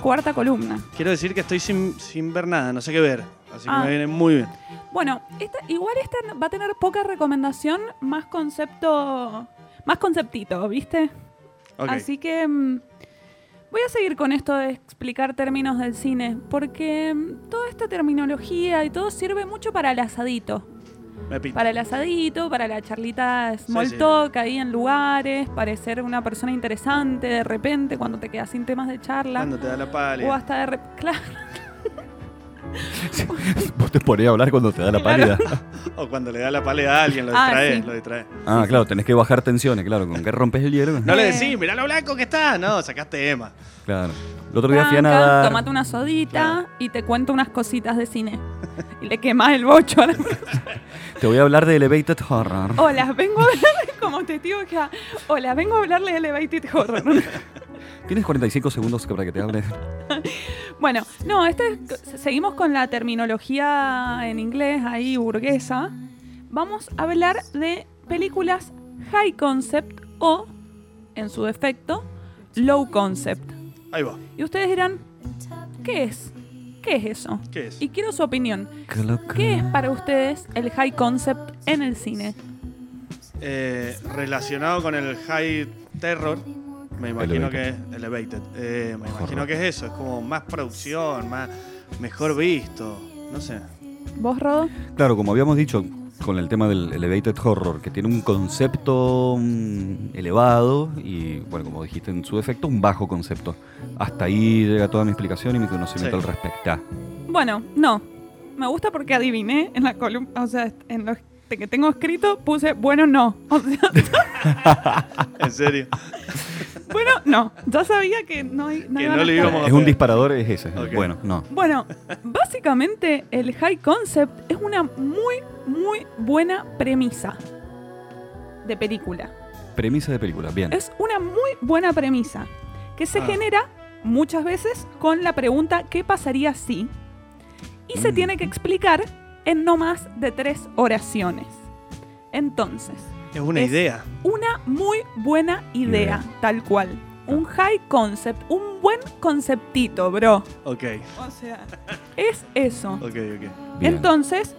[SPEAKER 3] cuarta columna.
[SPEAKER 1] Quiero decir que estoy sin, sin ver nada, no sé qué ver, así que
[SPEAKER 3] Ah.
[SPEAKER 1] me viene muy bien.
[SPEAKER 3] Bueno, esta, igual esta va a tener poca recomendación, más concepto, más conceptito, ¿viste?
[SPEAKER 1] Ok.
[SPEAKER 3] Así que mm, voy a seguir con esto de explicar términos del cine, porque mm, toda esta terminología y todo sirve mucho para el asadito.
[SPEAKER 1] me pinta.
[SPEAKER 3] Para el asadito, para la charlita small
[SPEAKER 1] sí.
[SPEAKER 3] talk ahí en lugares, parecer una persona interesante de repente cuando te quedas sin temas de charla.
[SPEAKER 1] Cuando te da la
[SPEAKER 3] O
[SPEAKER 1] pálida.
[SPEAKER 3] hasta de re- claro,
[SPEAKER 2] Vos te ponés a hablar cuando te da la pálida.
[SPEAKER 3] Claro.
[SPEAKER 1] O cuando le da la pálida a alguien, lo
[SPEAKER 3] Ah,
[SPEAKER 1] distrae,
[SPEAKER 3] sí.
[SPEAKER 1] lo distrae.
[SPEAKER 2] Ah, claro, tenés que bajar tensiones, claro. ¿Con qué rompes el hielo?
[SPEAKER 1] No le
[SPEAKER 3] Eh.
[SPEAKER 1] decís, mirá lo blanco que está. No, sacaste Emma.
[SPEAKER 2] Claro. El otro día fui a
[SPEAKER 3] tranca,
[SPEAKER 2] nadar.
[SPEAKER 3] tomate una sodita
[SPEAKER 1] Claro.
[SPEAKER 3] y te cuento unas cositas de cine. Y le quemás el bocho
[SPEAKER 1] [laughs]
[SPEAKER 3] a la-
[SPEAKER 2] Te voy a hablar de Elevated Horror.
[SPEAKER 3] Hola, vengo a hablarle como testigo que Hola, vengo a hablarle de Elevated Horror.
[SPEAKER 2] Tienes 45 segundos que- para que te hable.
[SPEAKER 3] Bueno, no, este es- seguimos con la terminología en inglés ahí burguesa. Vamos a hablar de películas high concept o, en su defecto, low concept.
[SPEAKER 1] Ahí va.
[SPEAKER 3] Y ustedes dirán, ¿qué es? ¿Qué es eso?
[SPEAKER 1] ¿Qué es?
[SPEAKER 3] Y quiero su opinión. ¿Qué es para ustedes el high concept en el cine?
[SPEAKER 1] Eh, relacionado con el high terror, me imagino que elevated. Eh, me imagino
[SPEAKER 2] Horror.
[SPEAKER 1] que es eso, es como más producción, más mejor visto, no sé.
[SPEAKER 3] ¿Vos, Rodo?
[SPEAKER 2] Claro, como habíamos dicho con el tema del Elevated Horror, que tiene un concepto mm, elevado y, bueno, como dijiste en su defecto, un bajo concepto. Hasta ahí llega toda mi explicación y mi conocimiento
[SPEAKER 1] Sí.
[SPEAKER 2] al respecto.
[SPEAKER 3] Bueno, no. Me gusta porque adiviné en la columna, o sea, en lo que tengo escrito puse, bueno, no. [laughs] O sea,
[SPEAKER 1] En
[SPEAKER 3] [laughs]
[SPEAKER 1] serio.
[SPEAKER 3] bueno, no. Ya sabía que no, hay-
[SPEAKER 1] Que
[SPEAKER 3] iban a
[SPEAKER 1] no le
[SPEAKER 3] estar-
[SPEAKER 1] íbamos a
[SPEAKER 2] Es un
[SPEAKER 1] pegar.
[SPEAKER 2] disparador, es ese.
[SPEAKER 1] Ok.
[SPEAKER 2] Bueno, no.
[SPEAKER 3] Bueno, básicamente el high concept es una muy, muy buena premisa de película.
[SPEAKER 2] Premisa de película, bien.
[SPEAKER 3] Es una muy buena premisa que se
[SPEAKER 1] Ah.
[SPEAKER 3] genera muchas veces con la pregunta ¿qué pasaría si? Y se
[SPEAKER 2] Mm.
[SPEAKER 3] tiene que explicar en no más de tres oraciones. Entonces,
[SPEAKER 1] Es una
[SPEAKER 3] Es-
[SPEAKER 1] idea.
[SPEAKER 3] una muy buena idea,
[SPEAKER 2] Idea.
[SPEAKER 3] tal cual. Un high concept, un buen conceptito, bro.
[SPEAKER 1] Ok,
[SPEAKER 3] O sea, es eso.
[SPEAKER 1] ok, ok.
[SPEAKER 2] Bien.
[SPEAKER 3] Entonces,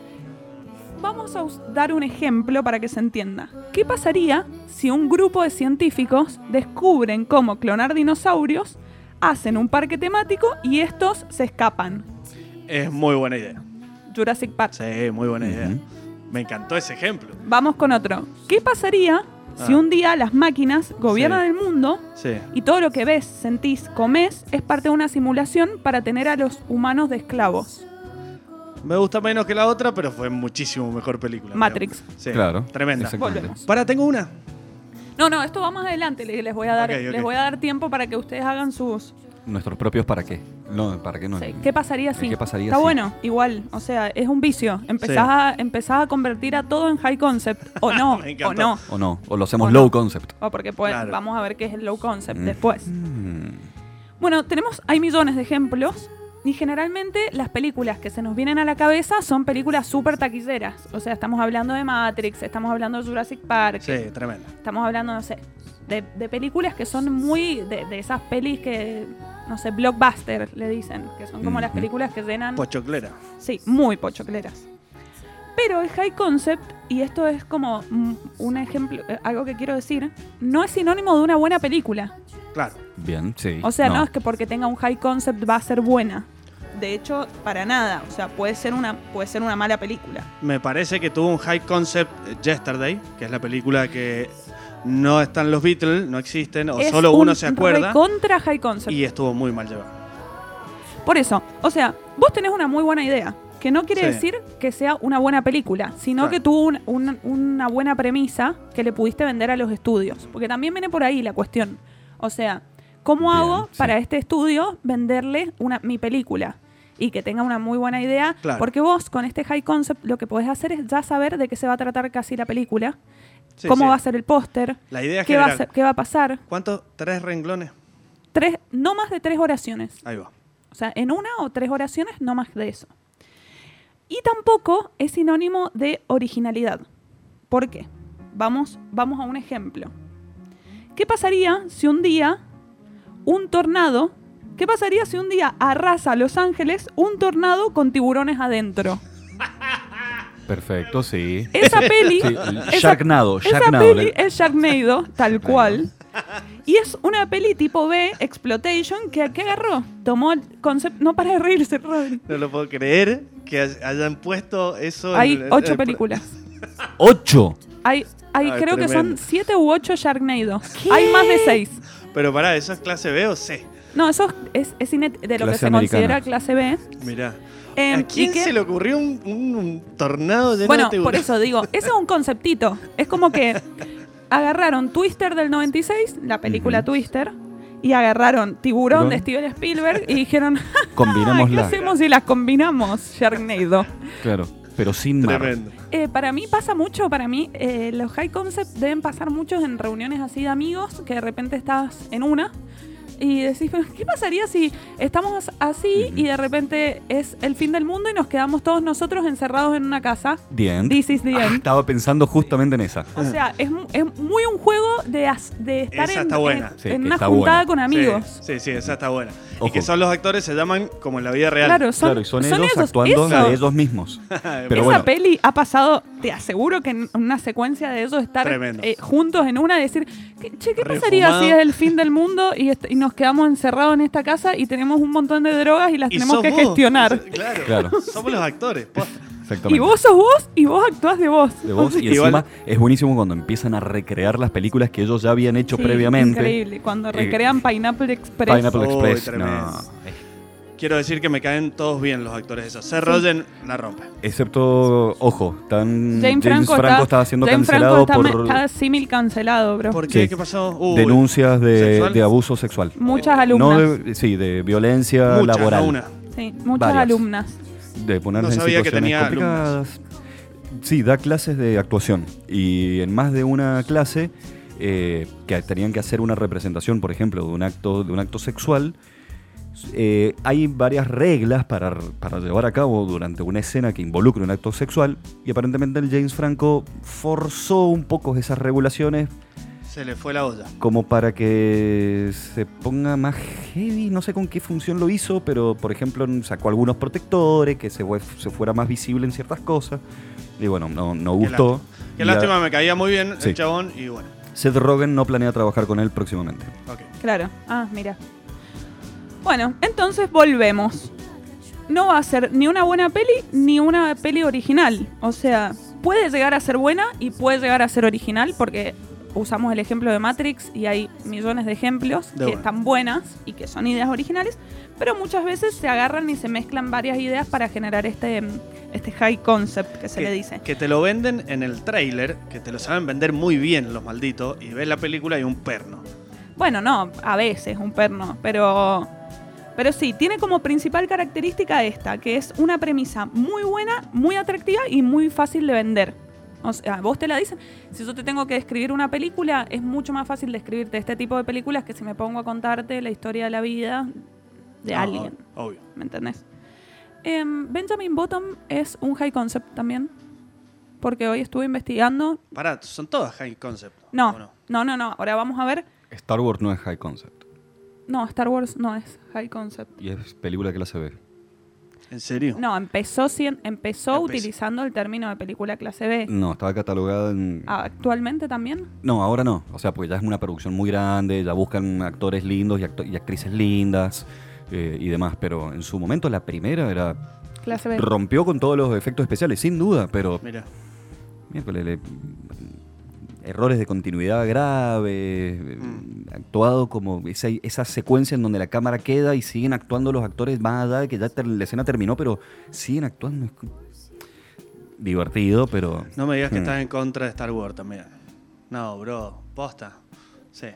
[SPEAKER 3] vamos a us- dar un ejemplo para que se entienda. ¿Qué pasaría si un grupo de científicos descubren cómo clonar dinosaurios, hacen un parque temático y estos se escapan?
[SPEAKER 1] Es muy buena idea.
[SPEAKER 3] Jurassic Park.
[SPEAKER 1] Sí, muy buena idea.
[SPEAKER 2] Ujú.
[SPEAKER 1] Me encantó ese ejemplo.
[SPEAKER 3] Vamos con otro. ¿Qué pasaría si
[SPEAKER 1] Ah.
[SPEAKER 3] un día las máquinas gobiernan
[SPEAKER 1] Sí.
[SPEAKER 3] el mundo
[SPEAKER 1] Sí.
[SPEAKER 3] y todo lo que ves, sentís, comes es parte de una simulación para tener a los humanos de esclavos?
[SPEAKER 1] Me gusta menos que la otra, pero fue muchísimo mejor película.
[SPEAKER 3] Matrix.
[SPEAKER 1] creo. Sí,
[SPEAKER 2] Claro.
[SPEAKER 1] Tremenda.
[SPEAKER 2] Exactamente.
[SPEAKER 3] Volvemos.
[SPEAKER 1] Para, tengo una.
[SPEAKER 3] No, no, esto va más adelante. le- Les voy a dar,
[SPEAKER 1] Ok, ok.
[SPEAKER 3] les voy a dar tiempo para que ustedes hagan sus,
[SPEAKER 2] Nuestros propios para qué. No, para qué no.
[SPEAKER 3] Sí, ¿Qué pasaría si?
[SPEAKER 2] ¿Qué pasaría
[SPEAKER 3] Está
[SPEAKER 2] si?
[SPEAKER 3] bueno, igual. O sea, es un vicio. Empezás,
[SPEAKER 1] Sí.
[SPEAKER 3] a, empezás a convertir a todo en high concept. O
[SPEAKER 1] [laughs]
[SPEAKER 3] no,
[SPEAKER 1] Me
[SPEAKER 3] o
[SPEAKER 1] encantó.
[SPEAKER 3] no.
[SPEAKER 2] O no, o lo hacemos
[SPEAKER 3] O
[SPEAKER 2] low
[SPEAKER 3] no.
[SPEAKER 2] concept.
[SPEAKER 3] O porque puede-
[SPEAKER 1] Claro.
[SPEAKER 3] vamos a ver qué es el low concept
[SPEAKER 2] Mm.
[SPEAKER 3] después.
[SPEAKER 2] Mm.
[SPEAKER 3] Bueno, tenemos, hay millones de ejemplos. Y generalmente las películas que se nos vienen a la cabeza son películas súper taquilleras. O sea, estamos hablando de Matrix, estamos hablando de Jurassic Park,
[SPEAKER 1] Sí, tremenda.
[SPEAKER 3] estamos hablando, no sé, de, de películas que son muy. De, de esas pelis que, no sé, blockbuster le dicen, que son como las
[SPEAKER 2] Ujú.
[SPEAKER 3] películas que llenan.
[SPEAKER 1] Pochoclera.
[SPEAKER 3] Sí, muy pochocleras. Pero el high concept, y esto es como mm, un ejemplo, eh, algo que quiero decir, no es sinónimo de una buena película.
[SPEAKER 1] Claro.
[SPEAKER 2] Bien, sí.
[SPEAKER 3] O sea, no, es que porque tenga un high concept va a ser buena.
[SPEAKER 5] de hecho, para nada. O sea, puede ser una, puede ser una mala película.
[SPEAKER 1] Me parece que tuvo un high concept eh, Yesterday, que es la película que no están los Beatles, no existen, o
[SPEAKER 3] Es
[SPEAKER 1] solo
[SPEAKER 3] un
[SPEAKER 1] uno se acuerda.
[SPEAKER 3] Contra High Concept.
[SPEAKER 1] Y estuvo muy mal llevado.
[SPEAKER 3] Por eso, o sea, vos tenés una muy buena idea, que no quiere
[SPEAKER 1] Sí.
[SPEAKER 3] decir que sea una buena película, sino
[SPEAKER 1] Claro.
[SPEAKER 3] que tuvo un- un- una buena premisa que le pudiste vender a los estudios. Porque también viene por ahí la cuestión. O sea, ¿cómo
[SPEAKER 2] Bien,
[SPEAKER 3] hago
[SPEAKER 2] sí.
[SPEAKER 3] para este estudio venderle una, mi película? Y que tenga una muy buena idea.
[SPEAKER 1] Claro.
[SPEAKER 3] Porque vos, con este high concept, lo que podés hacer es ya saber de qué se va a tratar casi la película,
[SPEAKER 1] Sí,
[SPEAKER 3] cómo
[SPEAKER 1] sí.
[SPEAKER 3] va a ser el póster,
[SPEAKER 1] La idea
[SPEAKER 3] qué, va a
[SPEAKER 1] general.
[SPEAKER 3] ser- qué va a pasar.
[SPEAKER 1] ¿Cuántos? ¿Tres renglones?
[SPEAKER 3] Tres, no más de tres oraciones.
[SPEAKER 1] Ahí va.
[SPEAKER 3] O sea, en una o tres oraciones, no más de eso. Y tampoco es sinónimo de originalidad. ¿Por qué? Vamos, vamos a un ejemplo. ¿Qué pasaría si un día un tornado, qué pasaría si un día arrasa Los Ángeles un tornado con tiburones adentro?
[SPEAKER 2] Perfecto, sí. [laughs]
[SPEAKER 3] Esa peli,
[SPEAKER 2] Sí,
[SPEAKER 3] esa-
[SPEAKER 2] Sharknado,
[SPEAKER 3] esa
[SPEAKER 2] Sharknado. ¿eh?
[SPEAKER 3] peli
[SPEAKER 2] le-
[SPEAKER 3] es Sharknado, tal cual. Y es una peli tipo B, Exploitation, que ¿qué agarró? Tomó el concepto... No para de reírse, Rodri.
[SPEAKER 1] No lo puedo creer que hay- hayan puesto eso. en
[SPEAKER 3] Hay
[SPEAKER 1] el- eh,
[SPEAKER 3] ocho
[SPEAKER 1] el-
[SPEAKER 3] películas.
[SPEAKER 2] ¡Ocho!
[SPEAKER 3] Hay,
[SPEAKER 2] Ah,
[SPEAKER 3] hay
[SPEAKER 1] Ay,
[SPEAKER 3] creo que son
[SPEAKER 1] tremendo.
[SPEAKER 3] siete u ocho Sharknado. Hay más de seis.
[SPEAKER 1] Pero pará, ¿eso es clase B o C?
[SPEAKER 3] No, eso es, es cine de lo que
[SPEAKER 2] Clase
[SPEAKER 3] se
[SPEAKER 2] americana.
[SPEAKER 3] considera clase B.
[SPEAKER 1] Mirá.
[SPEAKER 3] Eh,
[SPEAKER 1] ¿A quién
[SPEAKER 3] y que-
[SPEAKER 1] se le ocurrió un, un- un tornado lleno
[SPEAKER 3] Bueno,
[SPEAKER 1] de tiburones?
[SPEAKER 3] por eso digo, ese es un conceptito. Es
[SPEAKER 2] [laughs]
[SPEAKER 3] como que agarraron Twister del 96, la película
[SPEAKER 2] Ujú.
[SPEAKER 3] Twister, y agarraron
[SPEAKER 2] Tiburón.
[SPEAKER 3] Tiburón de Steven Spielberg
[SPEAKER 2] [laughs]
[SPEAKER 3] y dijeron, "Ah, ¿qué
[SPEAKER 2] Combinémosla.
[SPEAKER 3] hacemos si las combinamos, Sharknado?
[SPEAKER 2] Claro, pero sin mar.
[SPEAKER 1] Tremendo.
[SPEAKER 3] Eh, para mí pasa mucho, para mí eh, los high concept deben pasar muchos en reuniones así de amigos, que de repente estás en una y decís, "Pero, ¿qué pasaría si estamos así y de repente es el fin del mundo y nos quedamos todos nosotros encerrados en una casa?
[SPEAKER 2] The End.
[SPEAKER 3] This is the
[SPEAKER 2] Ah,
[SPEAKER 3] end.
[SPEAKER 2] estaba pensando justamente en esa.
[SPEAKER 3] O sea, es, mu- es muy un juego de, as- de estar
[SPEAKER 1] Esa
[SPEAKER 3] en,
[SPEAKER 1] está buena.
[SPEAKER 3] en-
[SPEAKER 2] Sí,
[SPEAKER 3] en
[SPEAKER 2] que
[SPEAKER 3] una
[SPEAKER 2] está buena.
[SPEAKER 3] juntada con amigos.
[SPEAKER 1] Sí, sí, sí, esa está buena. Y
[SPEAKER 2] Ojo.
[SPEAKER 1] que son los actores, se llaman como en la vida [laughs] real.
[SPEAKER 3] Claro, son,
[SPEAKER 2] claro, y son,
[SPEAKER 3] son
[SPEAKER 2] ellos, actuando
[SPEAKER 3] eso.
[SPEAKER 2] de ellos mismos. Pero
[SPEAKER 3] Esa
[SPEAKER 2] bueno,
[SPEAKER 3] peli ha pasado, te aseguro que en una secuencia de ellos estar
[SPEAKER 1] Tremendo.
[SPEAKER 3] eh, juntos en una, decir, ¿qué, che, ¿qué pasaría
[SPEAKER 1] Refumado.
[SPEAKER 3] si es el fin del mundo y, est- y nos quedamos encerrados en esta casa y tenemos un montón de drogas y las
[SPEAKER 1] Y
[SPEAKER 3] tenemos
[SPEAKER 1] sos
[SPEAKER 3] que
[SPEAKER 1] vos.
[SPEAKER 3] gestionar?
[SPEAKER 1] Claro.
[SPEAKER 3] [laughs]
[SPEAKER 2] Claro.
[SPEAKER 1] Somos los actores. pues. posta.
[SPEAKER 2] exactamente.
[SPEAKER 3] Y vos sos vos y vos actuás de vos.
[SPEAKER 2] De vos,
[SPEAKER 1] [laughs]
[SPEAKER 2] y
[SPEAKER 1] Igual-
[SPEAKER 2] encima es buenísimo cuando empiezan a recrear las películas que ellos ya habían hecho
[SPEAKER 3] Sí,
[SPEAKER 2] previamente.
[SPEAKER 3] Increíble, cuando
[SPEAKER 2] Eh,
[SPEAKER 3] recrean Pineapple Express.
[SPEAKER 2] Pineapple
[SPEAKER 1] Uy,
[SPEAKER 2] Express.
[SPEAKER 1] tremendo.
[SPEAKER 2] no.
[SPEAKER 1] Quiero decir que me caen todos bien los actores esos. Se Rogen la rompe.
[SPEAKER 2] Excepto, ojo, tan,
[SPEAKER 3] James, Franco, está,
[SPEAKER 2] estaba siendo
[SPEAKER 3] James
[SPEAKER 2] cancelado
[SPEAKER 3] Franco está,
[SPEAKER 2] por
[SPEAKER 3] está símil cancelado, bro.
[SPEAKER 1] ¿Por qué?
[SPEAKER 2] Sí.
[SPEAKER 1] ¿Qué pasó? Uy,
[SPEAKER 2] denuncias de,
[SPEAKER 1] ¿Sexual?
[SPEAKER 2] de abuso sexual.
[SPEAKER 3] Muchas
[SPEAKER 2] No
[SPEAKER 3] alumnas.
[SPEAKER 2] de- sí, de violencia
[SPEAKER 1] muchas,
[SPEAKER 2] laboral.
[SPEAKER 1] no una.
[SPEAKER 3] sí, muchas
[SPEAKER 2] varias.
[SPEAKER 3] alumnas.
[SPEAKER 2] De ponerse
[SPEAKER 1] No
[SPEAKER 2] en
[SPEAKER 1] sabía que
[SPEAKER 2] situaciones
[SPEAKER 1] tenía
[SPEAKER 2] complicadas. Sí, da clases de actuación. Y en más de una clase eh, que tenían que hacer una representación, por ejemplo, de un acto, de un acto sexual. eh, hay varias reglas para, para llevar a cabo durante una escena que involucre un acto sexual y aparentemente el James Franco forzó un poco esas regulaciones
[SPEAKER 1] Se le fue la olla.
[SPEAKER 2] como para que se ponga más heavy. No sé con qué función lo hizo, pero por ejemplo sacó algunos protectores, que se, fue- se fuera más visible en ciertas cosas. Y bueno, no, no gustó.
[SPEAKER 1] Qué
[SPEAKER 2] Y
[SPEAKER 1] lástima,
[SPEAKER 2] a-
[SPEAKER 1] me caía muy bien
[SPEAKER 2] Sí.
[SPEAKER 1] el chabón y bueno.
[SPEAKER 2] Seth Rogen no planea trabajar con él próximamente.
[SPEAKER 1] ok.
[SPEAKER 5] Claro.
[SPEAKER 3] Ah, mira. Bueno, entonces volvemos. No va a ser ni una buena peli ni una peli original. O sea, puede llegar a ser buena y puede llegar a ser original porque usamos el ejemplo de Matrix y hay millones de ejemplos
[SPEAKER 1] De
[SPEAKER 3] que
[SPEAKER 1] una.
[SPEAKER 3] están buenas y que son ideas originales, pero muchas veces se agarran y se mezclan varias ideas para generar este, mm, este high concept que se le dice.
[SPEAKER 1] Que te lo venden en el tráiler, que te lo saben vender muy bien los malditos, y ves la película y un perno.
[SPEAKER 3] Bueno, no, a veces un perno, pero pero sí, tiene como principal característica esta, que es una premisa muy buena, muy atractiva y muy fácil de vender. O sea, vos te la dicen, si yo te tengo que describir una película, es mucho más fácil describirte este tipo de películas que si me pongo a contarte la historia de la vida de
[SPEAKER 1] No,
[SPEAKER 3] alguien,
[SPEAKER 1] Obvio.
[SPEAKER 3] ¿me entendés? Em, Benjamin Bottom es un high concept también, porque hoy estuve investigando.
[SPEAKER 1] Pará, son todas high concept.
[SPEAKER 3] No,
[SPEAKER 1] ¿o no?
[SPEAKER 3] no, no, no, ahora vamos a ver.
[SPEAKER 2] Star Wars no es high concept.
[SPEAKER 3] No, Star Wars no es high concept.
[SPEAKER 2] Y es película que la se ve.
[SPEAKER 1] ¿En serio?
[SPEAKER 3] No, empezó, sien- empezó
[SPEAKER 1] Empezó.
[SPEAKER 3] utilizando el término de película clase B.
[SPEAKER 2] No, estaba catalogada en...
[SPEAKER 3] Ah, Actualmente también.
[SPEAKER 2] No, ahora no. O sea, porque ya es una producción muy grande, ya buscan actores lindos y, acto- y actrices lindas. eh, y demás, pero en su momento la primera era
[SPEAKER 3] Clase B.
[SPEAKER 2] rompió con todos los efectos especiales, sin duda, pero
[SPEAKER 1] Mira,
[SPEAKER 2] miércoles, le- errores de continuidad graves, eh,
[SPEAKER 1] Mm.
[SPEAKER 2] actuado como esa, esa secuencia en donde la cámara queda y siguen actuando los actores más allá de que ya ter- la escena terminó, pero siguen actuando. Es cu- Divertido, pero...
[SPEAKER 1] no me digas que
[SPEAKER 2] Mm.
[SPEAKER 1] estás en contra de Star Wars también. No, bro, posta. Sí.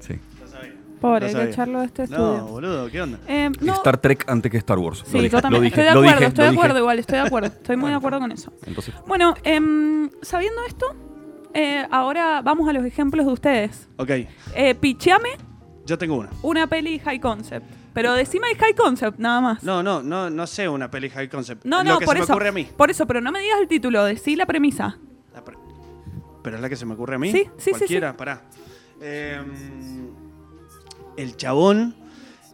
[SPEAKER 2] Sí.
[SPEAKER 1] No
[SPEAKER 3] Pobre, hay
[SPEAKER 1] sabía.
[SPEAKER 3] que echarlo de
[SPEAKER 1] No,
[SPEAKER 3] este estudio.
[SPEAKER 1] boludo, ¿qué onda?
[SPEAKER 3] Eh, no,
[SPEAKER 2] Star Trek antes que Star Wars.
[SPEAKER 3] sí,
[SPEAKER 2] Lo dije,
[SPEAKER 3] yo también.
[SPEAKER 2] lo dije,
[SPEAKER 3] estoy de
[SPEAKER 2] lo
[SPEAKER 3] acuerdo,
[SPEAKER 2] dije,
[SPEAKER 3] estoy
[SPEAKER 2] lo
[SPEAKER 3] de
[SPEAKER 2] dije.
[SPEAKER 3] acuerdo igual, estoy de acuerdo. Estoy muy de acuerdo con eso.
[SPEAKER 2] Entonces,
[SPEAKER 3] Bueno, em, sabiendo esto, eh, ahora vamos a los ejemplos de ustedes.
[SPEAKER 1] Ok,
[SPEAKER 3] Eh, picheame
[SPEAKER 1] yo tengo una.
[SPEAKER 3] una peli high concept. Pero decime el high concept, nada más.
[SPEAKER 1] No, no, no, no sé una peli high concept.
[SPEAKER 3] no,
[SPEAKER 1] Lo
[SPEAKER 3] no,
[SPEAKER 1] que
[SPEAKER 3] por
[SPEAKER 1] se
[SPEAKER 3] eso.
[SPEAKER 1] me ocurre a mí.
[SPEAKER 3] Por eso, pero no me digas el título, decí la premisa.
[SPEAKER 1] La pre- Pero es la que se me ocurre a mí.
[SPEAKER 3] Sí, sí, sí,
[SPEAKER 1] Cualquiera, pará. Eh, el chabón.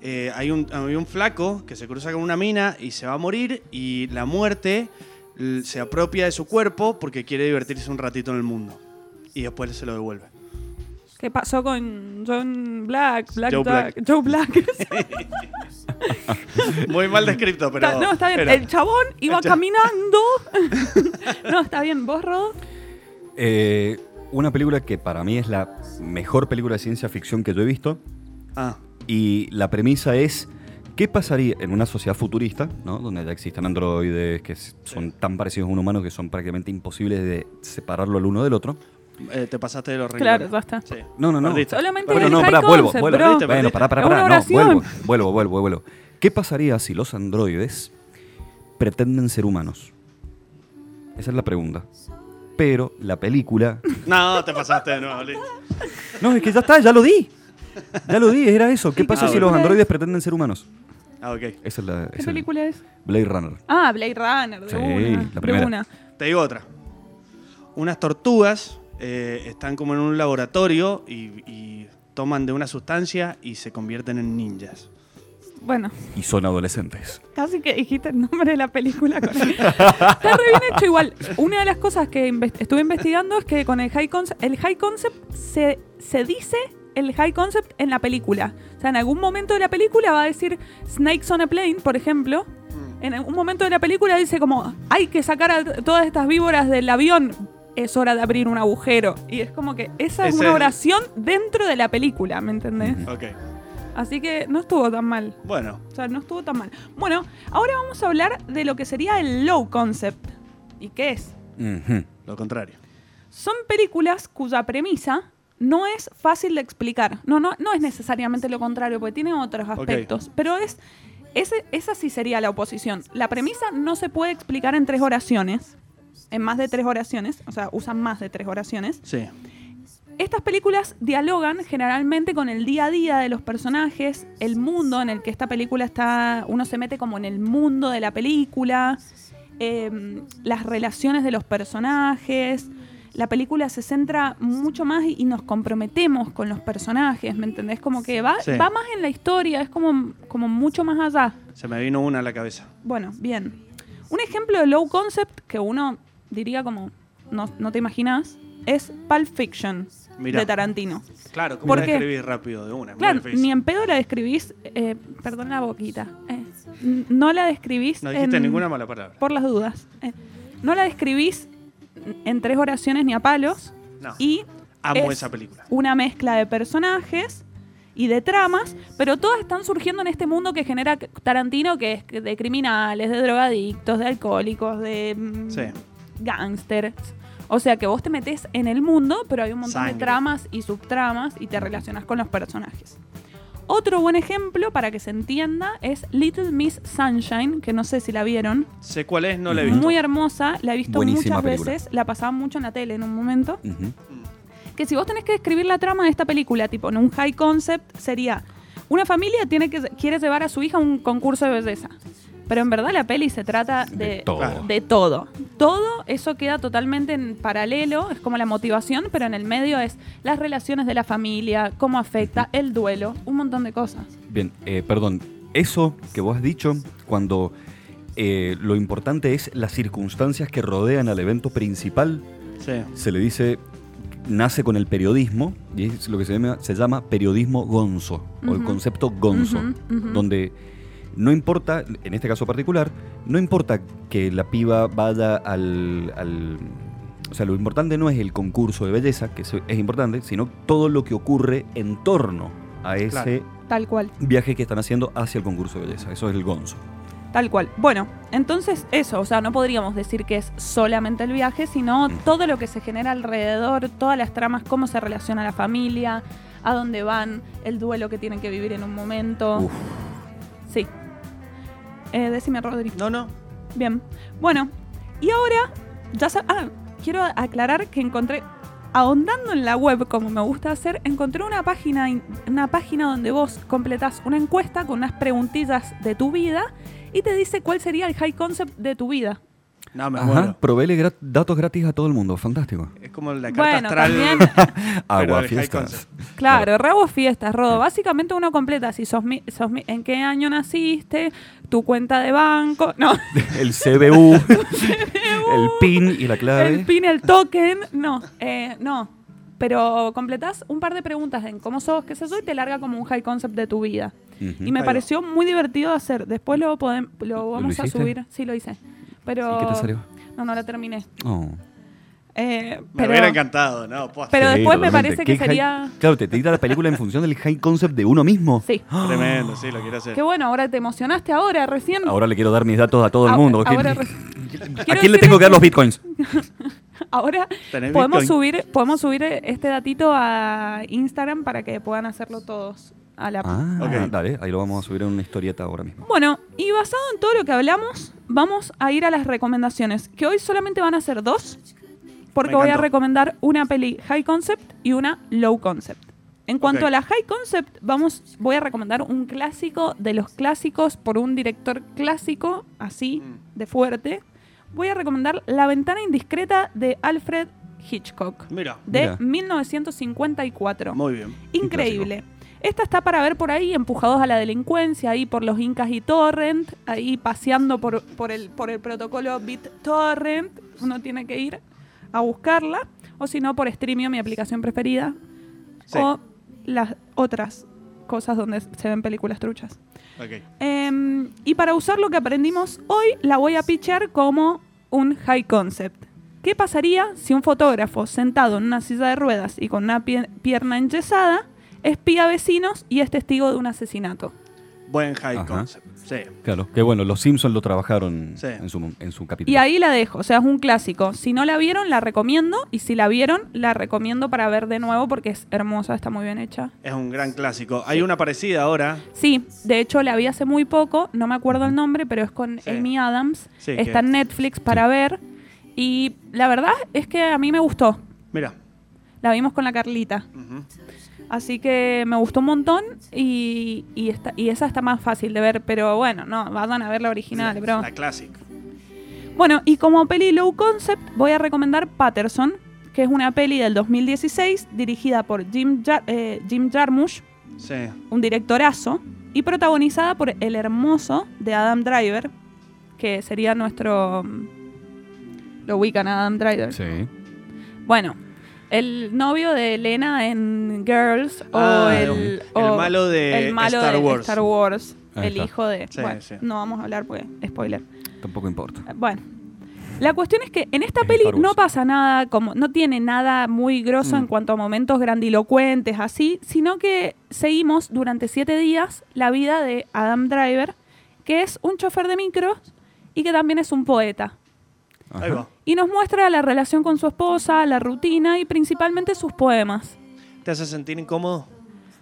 [SPEAKER 1] eh, hay, un, hay un flaco que se cruza con una mina y se va a morir. Y la muerte l- se apropia de su cuerpo porque quiere divertirse un ratito en el mundo. Y después se lo devuelve.
[SPEAKER 2] [laughs]
[SPEAKER 3] ¿Qué pasó con John Black? Black
[SPEAKER 1] Joe
[SPEAKER 3] Jack- Joe Black. [laughs]
[SPEAKER 1] Muy mal descrito, pero.
[SPEAKER 3] Está- no, está bien.
[SPEAKER 1] pero-
[SPEAKER 3] El chabón iba
[SPEAKER 1] El cha-
[SPEAKER 3] caminando. no, está bien. ¿Vos, Rodo?
[SPEAKER 2] eh, una película que para mí es la mejor película de ciencia ficción que yo he visto.
[SPEAKER 1] Ah,
[SPEAKER 2] Y la premisa es, ¿qué pasaría en una sociedad futurista, ¿no? donde ya existen androides que s- son tan parecidos a un humano que son prácticamente imposibles de separarlo el uno del otro?
[SPEAKER 1] eh, te pasaste de los
[SPEAKER 3] Claro,
[SPEAKER 1] renglones.
[SPEAKER 3] ya está.
[SPEAKER 1] Sí.
[SPEAKER 2] No, no, no.
[SPEAKER 1] Perdiste.
[SPEAKER 3] Solamente
[SPEAKER 2] Bueno,
[SPEAKER 3] el
[SPEAKER 2] no,
[SPEAKER 3] high
[SPEAKER 2] pará, vuelvo,
[SPEAKER 3] concept,
[SPEAKER 2] vuelvo.
[SPEAKER 3] bro.
[SPEAKER 1] Perdiste,
[SPEAKER 2] Bueno, pará, pará,
[SPEAKER 3] Es una
[SPEAKER 2] pará. No,
[SPEAKER 3] oración.
[SPEAKER 2] vuelvo, vuelvo, vuelvo, vuelvo. ¿Qué pasaría si los androides pretenden ser humanos? Esa es la pregunta. Pero la película
[SPEAKER 1] No, te pasaste de nuevo, listo.
[SPEAKER 2] [laughs] No, es que ya está, ya lo di. Ya lo di, era eso. ¿Qué
[SPEAKER 3] ¿Y
[SPEAKER 2] pasa
[SPEAKER 1] qué
[SPEAKER 2] si los
[SPEAKER 3] película
[SPEAKER 2] androides
[SPEAKER 3] es?
[SPEAKER 2] pretenden ser humanos?
[SPEAKER 1] Ah, ok.
[SPEAKER 2] Esa es la. esa
[SPEAKER 3] ¿Qué
[SPEAKER 2] es la-
[SPEAKER 3] película es?
[SPEAKER 2] Blade Runner.
[SPEAKER 3] Ah, Blade Runner, de
[SPEAKER 2] Sí,
[SPEAKER 3] una.
[SPEAKER 2] la
[SPEAKER 3] de
[SPEAKER 2] primera.
[SPEAKER 3] una.
[SPEAKER 1] Te digo otra. Unas tortugas eh, están como en un laboratorio y, y toman de una sustancia y se convierten en ninjas.
[SPEAKER 3] Bueno,
[SPEAKER 2] Y son adolescentes.
[SPEAKER 3] casi que dijiste el nombre de la película. [laughs] correcto. Está re bien hecho igual. Una de las cosas que inves- estuve investigando es que con el high concept, el high concept se, se dice el high concept en la película. O sea, en algún momento de la película va a decir Snakes on a Plane, por ejemplo. En algún momento de la película dice como hay que sacar a t- todas estas víboras del avión. Es hora de abrir un agujero. Y es como que esa es
[SPEAKER 1] Ese
[SPEAKER 3] una
[SPEAKER 1] es-
[SPEAKER 3] oración dentro de la película, ¿me entendés?
[SPEAKER 2] Ujú.
[SPEAKER 1] Ok.
[SPEAKER 3] Así que no estuvo tan mal.
[SPEAKER 1] Bueno,
[SPEAKER 3] O sea, no estuvo tan mal. Bueno, ahora vamos a hablar de lo que sería el low concept. ¿Y qué es?
[SPEAKER 2] Ujú.
[SPEAKER 1] lo contrario.
[SPEAKER 3] Son películas cuya premisa no es fácil de explicar. No, no, no es necesariamente lo contrario, porque tiene otros aspectos. Pero es. ese- esa sí sería la oposición. La premisa no se puede explicar en tres oraciones. En más de tres oraciones. O sea, usan más de tres oraciones.
[SPEAKER 1] Sí.
[SPEAKER 3] Estas películas dialogan generalmente con el día a día de los personajes, el mundo en el que esta película está, uno se mete como en el mundo de la película, eh, las relaciones de los personajes. La película se centra mucho más y, y nos comprometemos con los personajes, ¿me entendés? Como que va,
[SPEAKER 1] Sí.
[SPEAKER 3] va más en la historia, es como, como mucho más allá.
[SPEAKER 1] Se me vino una a la cabeza.
[SPEAKER 3] Bueno, bien. Un ejemplo de low concept que uno diría como no, no te imaginas es Pulp Fiction
[SPEAKER 1] Mirá.
[SPEAKER 3] de Tarantino.
[SPEAKER 1] Claro,
[SPEAKER 3] ¿cómo ¿Por la qué?
[SPEAKER 1] escribí
[SPEAKER 3] describís
[SPEAKER 1] rápido de una?
[SPEAKER 3] Claro, ni en pedo la describís, eh, perdón la boquita, eh, n- no la describís
[SPEAKER 1] No dijiste
[SPEAKER 3] en-
[SPEAKER 1] ninguna mala palabra.
[SPEAKER 3] por las dudas, eh, no la describís en tres oraciones ni a palos
[SPEAKER 1] No.
[SPEAKER 3] y
[SPEAKER 1] Amo
[SPEAKER 3] es-
[SPEAKER 1] esa película.
[SPEAKER 3] una mezcla de personajes y de tramas, pero todas están surgiendo en este mundo que genera Tarantino, que es de criminales, de drogadictos, de alcohólicos, de mm,
[SPEAKER 1] Sí.
[SPEAKER 3] gángsters. O sea que vos te metes en el mundo, pero hay un montón
[SPEAKER 1] Sangre.
[SPEAKER 3] de tramas y subtramas y te relacionas con los personajes. Otro buen ejemplo para que se entienda es Little Miss Sunshine, que no sé si la vieron.
[SPEAKER 1] Sé cuál es, no la he visto.
[SPEAKER 3] Muy hermosa, la he visto
[SPEAKER 2] Buenísima
[SPEAKER 3] muchas
[SPEAKER 2] película.
[SPEAKER 3] veces, la pasaban mucho en la tele en un momento
[SPEAKER 2] Ujú.
[SPEAKER 3] que si vos tenés que describir la trama de esta película, tipo en un high concept, sería una familia tiene que quiere llevar a su hija a un concurso de belleza. Pero en verdad la peli se trata de,
[SPEAKER 2] De todo.
[SPEAKER 3] de todo. Todo eso queda totalmente en paralelo, es como la motivación, pero en el medio es las relaciones de la familia, cómo afecta, el duelo, un montón de cosas.
[SPEAKER 2] Bien, eh, perdón. Eso que vos has dicho, cuando eh, lo importante es las circunstancias que rodean al evento principal,
[SPEAKER 1] Sí.
[SPEAKER 2] se le dice nace con el periodismo y es lo que se llama, se llama periodismo gonzo o el
[SPEAKER 6] Ujú.
[SPEAKER 2] concepto gonzo,
[SPEAKER 6] Ujú, ujú.
[SPEAKER 2] donde no importa, en este caso particular, no importa que la piba vaya al, al- O sea, lo importante no es el concurso de belleza, que eso es importante, sino todo lo que ocurre en torno a ese
[SPEAKER 1] Claro.
[SPEAKER 3] Tal cual.
[SPEAKER 2] viaje que están haciendo hacia el concurso de belleza. Eso es el gonzo.
[SPEAKER 3] Tal cual. Bueno, entonces eso, o sea, no podríamos decir que es solamente el viaje, sino todo lo que se genera alrededor, todas las tramas, cómo se relaciona la familia, a dónde van, el duelo que tienen que vivir en un
[SPEAKER 1] Oh.
[SPEAKER 3] momento.
[SPEAKER 2] Uf.
[SPEAKER 3] Sí. Eh, decime, Rodri.
[SPEAKER 1] No, no.
[SPEAKER 3] Bien. Bueno, y ahora, ya sa- Ah, quiero aclarar que encontré. Ahondando en la web, como me gusta hacer, encontré una página, in- una página donde vos completás una encuesta con unas preguntillas de tu vida y te dice cuál sería el high concept de tu vida.
[SPEAKER 1] No, me
[SPEAKER 2] Ajá,
[SPEAKER 1] muero.
[SPEAKER 2] provele grat- datos gratis a todo el mundo. Fantástico.
[SPEAKER 1] Es como la carta
[SPEAKER 3] Bueno,
[SPEAKER 1] astral. [laughs]
[SPEAKER 3] también-
[SPEAKER 1] Pero
[SPEAKER 2] Agua,
[SPEAKER 1] el high
[SPEAKER 2] fiestas.
[SPEAKER 1] concept.
[SPEAKER 3] Claro, rabo fiestas, Rodo. Básicamente uno completa si sos, mi- sos mi- en qué año naciste, tu cuenta de banco, no,
[SPEAKER 2] El
[SPEAKER 3] [laughs]
[SPEAKER 2] CBU, el PIN y la clave.
[SPEAKER 3] el pin, el token, no, eh, no. Pero completás un par de preguntas en cómo sos, qué sos y te larga como un high concept de tu vida.
[SPEAKER 2] Ujú.
[SPEAKER 3] Y me
[SPEAKER 1] Ahí va.
[SPEAKER 3] pareció muy divertido de hacer. Después lo, podem- lo vamos a
[SPEAKER 2] hiciste?
[SPEAKER 3] subir. Sí, lo hice. Pero
[SPEAKER 2] ¿Y qué te salió?
[SPEAKER 3] No, no la terminé.
[SPEAKER 2] Oh.
[SPEAKER 3] Eh,
[SPEAKER 1] Me
[SPEAKER 3] pero,
[SPEAKER 1] hubiera encantado, ¿no? posta.
[SPEAKER 3] Pero- después me
[SPEAKER 2] totalmente.
[SPEAKER 3] parece que
[SPEAKER 2] ¿Qué high-
[SPEAKER 3] sería-
[SPEAKER 2] Claro, te tira la película en función del high concept de uno mismo. [gasps]
[SPEAKER 3] Sí.
[SPEAKER 1] Tremendo, sí, lo quiero hacer.
[SPEAKER 3] Qué bueno, ahora te emocionaste ahora, recién.
[SPEAKER 2] Ahora le quiero dar mis datos a todo el
[SPEAKER 3] Ahora-
[SPEAKER 2] mundo.
[SPEAKER 3] ahora
[SPEAKER 2] ¿A
[SPEAKER 3] re-
[SPEAKER 2] quién le
[SPEAKER 3] quiero decir
[SPEAKER 2] tengo que dar
[SPEAKER 3] que-
[SPEAKER 2] los bitcoins?
[SPEAKER 3] Ahora
[SPEAKER 1] ¿Tenés
[SPEAKER 3] podemos
[SPEAKER 1] Bitcoin?
[SPEAKER 3] subir, podemos subir este datito a Instagram para que puedan hacerlo todos a la
[SPEAKER 2] Ah,
[SPEAKER 1] Ok.
[SPEAKER 2] dale, ahí lo vamos a subir en una historieta ahora mismo.
[SPEAKER 3] Bueno, y basado en todo lo que hablamos, vamos a ir a las recomendaciones, que hoy solamente van a ser dos, porque
[SPEAKER 1] Me
[SPEAKER 3] voy a
[SPEAKER 1] encantó.
[SPEAKER 3] recomendar una peli high concept y una low concept. En cuanto
[SPEAKER 1] Ok.
[SPEAKER 3] a la high concept, vamos, voy a recomendar un clásico de los clásicos por un director clásico, así
[SPEAKER 1] Mm.
[SPEAKER 3] de fuerte. Voy a recomendar La ventana indiscreta de Alfred Hitchcock,
[SPEAKER 1] Mira,
[SPEAKER 3] de
[SPEAKER 2] Mira.
[SPEAKER 3] 1954.
[SPEAKER 1] muy bien.
[SPEAKER 3] Increíble. Esta está para ver por ahí, empujados a la delincuencia, ahí por los Incas y Torrent, ahí paseando por, por, el, por el protocolo BitTorrent. Uno tiene que ir a buscarla, o si no, por Streamio, mi aplicación preferida,
[SPEAKER 1] Sí,
[SPEAKER 3] o las otras cosas donde se ven películas truchas.
[SPEAKER 1] ok.
[SPEAKER 3] Em, y para usar lo que aprendimos hoy, la voy a pitchar como un high concept. ¿Qué pasaría si un fotógrafo sentado en una silla de ruedas y con una pie- pierna enyesada espía a vecinos y es testigo de un asesinato?
[SPEAKER 1] Buen high
[SPEAKER 2] Ajá.
[SPEAKER 1] concept. Sí.
[SPEAKER 2] Claro, que bueno, los Simpsons lo trabajaron
[SPEAKER 1] Sí.
[SPEAKER 2] en, su, en su capítulo.
[SPEAKER 3] Y ahí la dejo, o sea, es un clásico. Si no la vieron, la recomiendo y si la vieron, la recomiendo para ver de nuevo porque es hermosa, está muy bien hecha.
[SPEAKER 1] Es un gran clásico. Hay una parecida ahora.
[SPEAKER 3] Sí, de hecho la vi hace muy poco, no me acuerdo el nombre, pero es con
[SPEAKER 1] Sí.
[SPEAKER 3] Amy Adams.
[SPEAKER 1] Sí, que-
[SPEAKER 3] Está en Netflix para ver. Y la verdad es que a mí me gustó.
[SPEAKER 1] Mira.
[SPEAKER 3] La vimos con la Carlita.
[SPEAKER 1] Ujú.
[SPEAKER 3] Así que me gustó un montón y, y, está- y esa está más fácil de ver. Pero bueno, no, vayan a ver la original,
[SPEAKER 1] la,
[SPEAKER 3] bro.
[SPEAKER 1] la clásica.
[SPEAKER 3] Bueno, y como peli low concept, voy a recomendar Patterson, que es una peli del 2016 dirigida por Jim, Jar- eh, Jim Jarmusch,
[SPEAKER 1] Sí.
[SPEAKER 3] un directorazo, y protagonizada por el hermoso de Adam Driver, que sería nuestro... mm, Lo ubican a Adam Driver.
[SPEAKER 2] Sí.
[SPEAKER 3] Bueno, el novio de Elena en Girls o
[SPEAKER 1] Ah,
[SPEAKER 3] el,
[SPEAKER 1] el
[SPEAKER 3] o
[SPEAKER 1] malo de
[SPEAKER 3] el malo
[SPEAKER 1] Star
[SPEAKER 3] de
[SPEAKER 1] Wars.
[SPEAKER 3] Star Wars,
[SPEAKER 2] Ahí
[SPEAKER 3] el
[SPEAKER 2] está.
[SPEAKER 3] hijo de.
[SPEAKER 1] Sí,
[SPEAKER 3] bueno,
[SPEAKER 1] sí.
[SPEAKER 3] no vamos a hablar porque spoiler.
[SPEAKER 2] Tampoco importa.
[SPEAKER 3] Bueno, la cuestión es que en esta
[SPEAKER 2] Es
[SPEAKER 3] peli
[SPEAKER 2] Star Wars.
[SPEAKER 3] no pasa nada, como no tiene nada muy grosso
[SPEAKER 1] Mm.
[SPEAKER 3] en cuanto a momentos grandilocuentes así, sino que seguimos durante siete días la vida de Adam Driver, que es un chofer de micros y que también es un poeta.
[SPEAKER 2] Ajá.
[SPEAKER 1] Ahí va.
[SPEAKER 3] Y nos muestra la relación con su esposa, la rutina y principalmente sus poemas.
[SPEAKER 1] ¿Te hace sentir incómodo?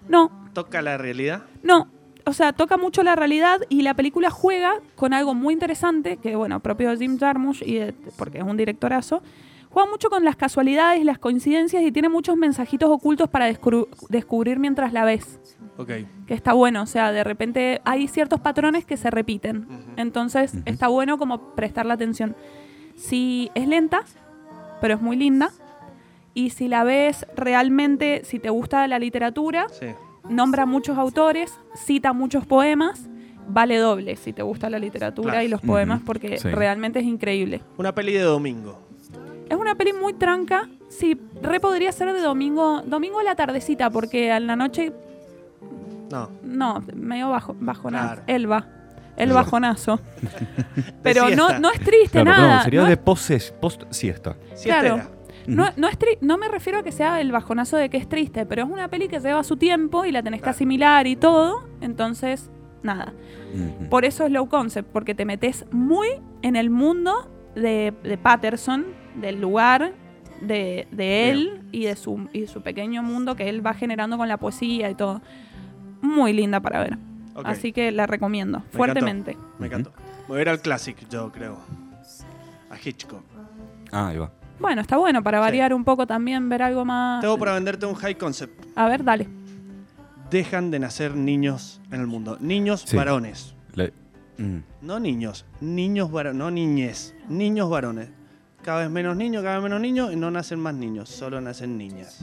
[SPEAKER 3] No,
[SPEAKER 1] ¿Toca la realidad?
[SPEAKER 3] no. O sea, toca mucho la realidad y la película juega con algo muy interesante, que bueno, propio de Jim Jarmusch, y de- porque es un directorazo, juega mucho con las casualidades, las coincidencias y tiene muchos mensajitos ocultos para descubru- descubrir mientras la ves,
[SPEAKER 1] Ok.
[SPEAKER 3] que está bueno. O sea, de repente hay ciertos patrones que se repiten.
[SPEAKER 1] Ujú.
[SPEAKER 3] Entonces
[SPEAKER 2] Ujú.
[SPEAKER 3] está bueno como prestarle atención. Si es lenta, pero es muy linda, y si la ves realmente, si te gusta la literatura,
[SPEAKER 1] Sí.
[SPEAKER 3] nombra muchos autores, cita muchos poemas, vale doble si te gusta la literatura
[SPEAKER 1] Claro.
[SPEAKER 3] y los poemas
[SPEAKER 2] Ujú,
[SPEAKER 3] porque
[SPEAKER 2] sí.
[SPEAKER 3] realmente es increíble.
[SPEAKER 1] Una peli de domingo.
[SPEAKER 3] Es una peli muy tranca. Sí, re podría ser de domingo, domingo a la tardecita, porque a la noche,
[SPEAKER 1] No.
[SPEAKER 3] no, medio bajo, bajonazo.
[SPEAKER 1] Claro.
[SPEAKER 3] Elba.
[SPEAKER 1] [laughs]
[SPEAKER 3] El bajonazo. Pero
[SPEAKER 1] De
[SPEAKER 3] no,
[SPEAKER 1] siesta.
[SPEAKER 3] no es triste
[SPEAKER 2] Claro,
[SPEAKER 3] nada.
[SPEAKER 2] perdón, sería
[SPEAKER 3] no,
[SPEAKER 2] de poses- post-siesta.
[SPEAKER 1] Siestera.
[SPEAKER 3] claro. No, no es tri- no me refiero a que sea el bajonazo de que es triste, pero es una peli que lleva su tiempo y la tenés que
[SPEAKER 1] Claro.
[SPEAKER 3] asimilar y todo. Entonces, nada.
[SPEAKER 2] Ujú.
[SPEAKER 3] Por eso es low concept, porque te metes muy en el mundo de, de Patterson, del lugar, de, de él y de, su, y de su pequeño mundo que él va generando con la poesía y todo. Muy linda para ver.
[SPEAKER 1] Ok,
[SPEAKER 3] Así que la recomiendo
[SPEAKER 1] encantó.
[SPEAKER 3] fuertemente.
[SPEAKER 1] Me encantó. Voy a ir al Classic, yo creo. A Hitchcock.
[SPEAKER 2] Ah, ahí va.
[SPEAKER 3] Bueno, está bueno para variar un poco también, ver algo más.
[SPEAKER 1] Tengo para venderte un high concept.
[SPEAKER 3] A ver, dale.
[SPEAKER 1] Dejan de nacer niños en el mundo. Niños
[SPEAKER 2] Sí.
[SPEAKER 1] varones.
[SPEAKER 2] Le- Mm.
[SPEAKER 1] No niños. Niños varones. No niñez. Niños varones. Cada vez menos niños, cada vez menos niños y no nacen más niños. Solo nacen niñas.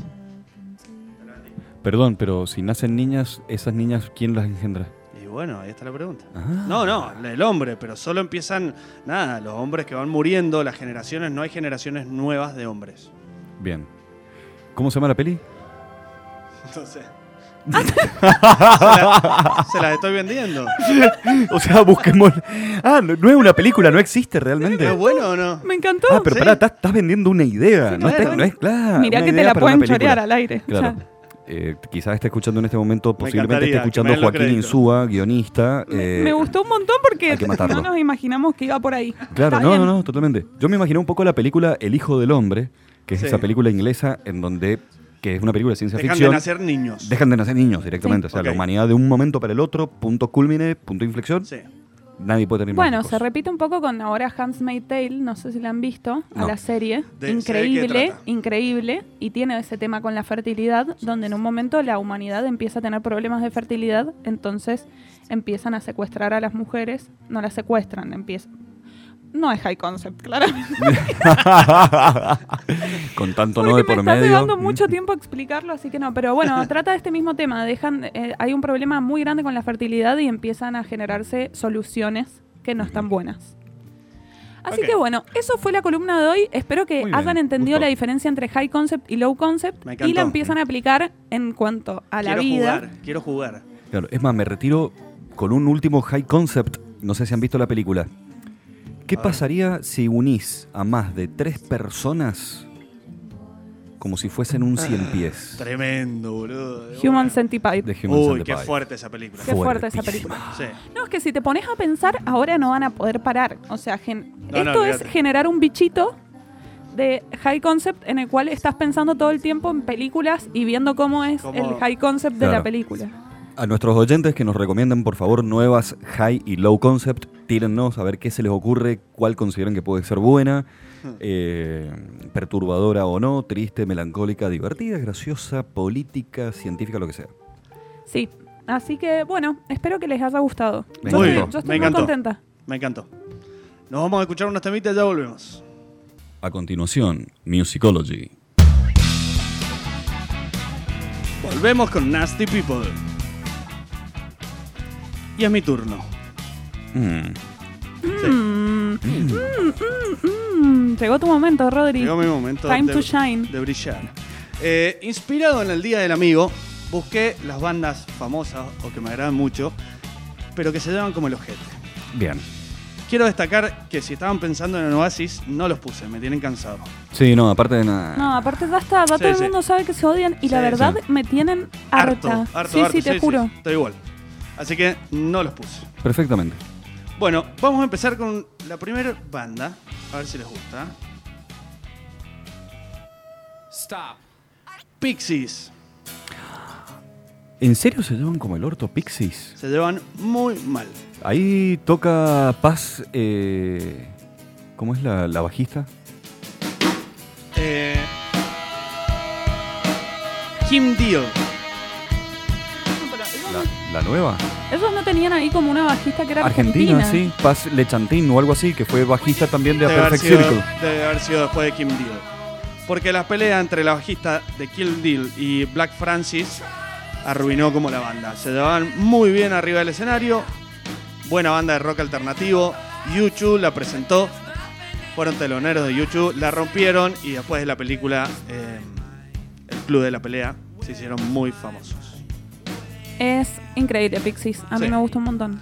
[SPEAKER 2] Perdón, pero si nacen niñas, esas niñas, ¿quién las engendra?
[SPEAKER 1] Y bueno, ahí está la pregunta.
[SPEAKER 2] Ah.
[SPEAKER 1] No, no, el hombre, pero solo empiezan, nada, los hombres que van muriendo, las generaciones, no hay generaciones nuevas de hombres.
[SPEAKER 2] Bien. ¿Cómo se llama la peli? [laughs]
[SPEAKER 1] Entonces... [laughs] se, la- se las estoy vendiendo.
[SPEAKER 2] o sea, busquemos. Ah, no, no es una película, no existe realmente.
[SPEAKER 1] ¿Es bueno o no?
[SPEAKER 3] Me encantó.
[SPEAKER 2] Ah, pero
[SPEAKER 1] Sí.
[SPEAKER 2] pará, estás, estás vendiendo una idea. no,
[SPEAKER 1] claro.
[SPEAKER 2] te- no es claro.
[SPEAKER 3] Mirá
[SPEAKER 2] Ah, una
[SPEAKER 3] que te
[SPEAKER 2] idea
[SPEAKER 3] la
[SPEAKER 2] para una
[SPEAKER 3] pueden
[SPEAKER 2] película.
[SPEAKER 3] chorear al aire.
[SPEAKER 2] Claro.
[SPEAKER 3] O sea,
[SPEAKER 2] Eh, quizás esté escuchando en este momento, posiblemente esté
[SPEAKER 1] encantaría que me
[SPEAKER 2] escuchando
[SPEAKER 1] den los
[SPEAKER 2] Joaquín
[SPEAKER 1] créditos.
[SPEAKER 2] Insúa, guionista. eh,
[SPEAKER 3] me gustó un montón porque
[SPEAKER 2] hay que matarlo.
[SPEAKER 3] no nos imaginamos que iba por ahí.
[SPEAKER 2] Claro,
[SPEAKER 3] Está
[SPEAKER 2] no, no,
[SPEAKER 3] bien.
[SPEAKER 2] no, totalmente. Yo me imaginé un poco la película El Hijo del Hombre, que es
[SPEAKER 1] Sí.
[SPEAKER 2] esa película inglesa en donde, que es una película de ciencia
[SPEAKER 1] Dejan de
[SPEAKER 2] ficción.
[SPEAKER 1] nacer niños.
[SPEAKER 2] Dejan de nacer niños directamente. O sea, la
[SPEAKER 1] Ok.
[SPEAKER 2] humanidad de un momento para el otro, punto culmine, punto de inflexión,
[SPEAKER 1] Sí.
[SPEAKER 2] nadie puede tener más
[SPEAKER 3] Bueno,
[SPEAKER 2] hijos.
[SPEAKER 3] se repite un poco con ahora Hans May Tale, no sé si la han visto,
[SPEAKER 2] No.
[SPEAKER 3] a la serie.
[SPEAKER 1] De- sé de qué
[SPEAKER 3] increíble,
[SPEAKER 1] trata.
[SPEAKER 3] increíble. Y tiene ese tema con la fertilidad, donde en un momento la humanidad empieza a tener problemas de fertilidad, entonces empiezan a secuestrar a las mujeres. No las secuestran, empiezan. No es high concept, claro.
[SPEAKER 2] [laughs] Con tanto
[SPEAKER 3] Porque
[SPEAKER 2] no
[SPEAKER 3] me
[SPEAKER 2] de por
[SPEAKER 3] está
[SPEAKER 2] medio.
[SPEAKER 3] llevando
[SPEAKER 2] Mm.
[SPEAKER 3] mucho tiempo a explicarlo, así que no. Pero bueno, trata de este mismo tema. Dejan, eh, hay un problema muy grande con la fertilidad y empiezan a generarse soluciones que no están buenas. Así
[SPEAKER 1] Ok.
[SPEAKER 3] que bueno, eso fue la columna de hoy. Espero que
[SPEAKER 2] Muy bien,
[SPEAKER 3] hayan entendido
[SPEAKER 2] gustó.
[SPEAKER 3] la diferencia entre high concept y low concept
[SPEAKER 1] Me
[SPEAKER 3] y
[SPEAKER 1] encantó.
[SPEAKER 3] la empiezan a aplicar en cuanto a la
[SPEAKER 1] Quiero
[SPEAKER 3] vida.
[SPEAKER 1] jugar, quiero jugar.
[SPEAKER 2] Claro, es más, me retiro con un último high concept. No sé si han visto la película. ¿Qué
[SPEAKER 1] A ver.
[SPEAKER 2] pasaría si unís a más de tres personas como si fuesen un cien pies?
[SPEAKER 1] Tremendo, boludo. de
[SPEAKER 3] Human
[SPEAKER 1] una.
[SPEAKER 3] Centipede.
[SPEAKER 2] De Human
[SPEAKER 1] Ah. Uy, qué
[SPEAKER 2] Centipede?
[SPEAKER 1] fuerte esa película.
[SPEAKER 3] Qué fuerte esa
[SPEAKER 2] Fuertísima.
[SPEAKER 3] película.
[SPEAKER 1] Sí.
[SPEAKER 3] No, es que si te pones a pensar, ahora no van a poder parar. O sea, gen-
[SPEAKER 1] No, no,
[SPEAKER 3] esto es
[SPEAKER 1] olvídate.
[SPEAKER 3] generar un bichito de high concept en el cual estás pensando todo el tiempo en películas y viendo cómo es
[SPEAKER 1] Cómo-
[SPEAKER 3] el high concept de
[SPEAKER 2] Claro.
[SPEAKER 3] la película.
[SPEAKER 2] A nuestros oyentes que nos recomienden, por favor, nuevas high y low concept, tírennos a ver qué se les ocurre, cuál consideran que puede ser buena, eh, perturbadora o no, triste, melancólica, divertida, graciosa, política, científica, lo que sea.
[SPEAKER 3] Sí. Así que, bueno, espero que les haya gustado.
[SPEAKER 2] Me
[SPEAKER 3] yo
[SPEAKER 2] encantó.
[SPEAKER 3] estoy, yo estoy
[SPEAKER 1] Me
[SPEAKER 3] muy
[SPEAKER 1] encantó.
[SPEAKER 3] contenta.
[SPEAKER 1] Me encantó. Nos vamos a escuchar unos temitas, ya volvemos.
[SPEAKER 2] A continuación, Musicology.
[SPEAKER 1] Volvemos con Nasty People. Y es mi turno.
[SPEAKER 2] Mm.
[SPEAKER 3] Mm, llegó tu momento, Rodri.
[SPEAKER 1] Llegó mi momento
[SPEAKER 3] Time
[SPEAKER 1] de,
[SPEAKER 3] to shine.
[SPEAKER 1] de brillar. Eh, inspirado en el Día del Amigo, busqué las bandas famosas o que me agradan mucho, pero que se llevan como el ojete.
[SPEAKER 2] Bien.
[SPEAKER 1] Quiero destacar que si estaban pensando en Oasis, no los puse, me tienen cansado.
[SPEAKER 2] Sí, no, aparte de nada.
[SPEAKER 3] No, aparte ya está, ya
[SPEAKER 1] Sí,
[SPEAKER 3] todo el
[SPEAKER 1] sí.
[SPEAKER 3] mundo sabe que se odian y la
[SPEAKER 1] Sí,
[SPEAKER 3] verdad me tienen harta.
[SPEAKER 1] harto, harto.
[SPEAKER 3] sí,
[SPEAKER 1] harto,
[SPEAKER 3] sí, te juro.
[SPEAKER 1] estoy igual. Así que no los puse.
[SPEAKER 2] Perfectamente.
[SPEAKER 1] Bueno, vamos a empezar con la primera banda, a ver si les gusta.
[SPEAKER 7] Stop.
[SPEAKER 1] Pixies.
[SPEAKER 2] ¿En serio se llevan como el orto Pixies?
[SPEAKER 1] Se llevan muy mal.
[SPEAKER 2] Ahí toca Paz. eh, ¿Cómo es la, la bajista?
[SPEAKER 1] Eh, Kim Deal.
[SPEAKER 2] La, la nueva.
[SPEAKER 3] Ellos no tenían ahí como una bajista que era argentina.
[SPEAKER 2] Argentina, sí. Paz Lechantin o algo así, que fue bajista también de A
[SPEAKER 1] Debe haber,
[SPEAKER 2] Perfect
[SPEAKER 1] sido,
[SPEAKER 2] Circle.
[SPEAKER 1] debe haber sido después de Kim Deal. Porque la pelea entre la bajista de Kill Deal y Black Francis arruinó como la banda. Se llevaban muy bien arriba del escenario. Buena banda de rock alternativo. YouTube la presentó. fueron teloneros de YouTube, la rompieron y después de la película eh, El Club de la Pelea se hicieron muy famosos.
[SPEAKER 3] Es increíble, Pixies. A mí
[SPEAKER 1] Sí.
[SPEAKER 3] me gusta un montón.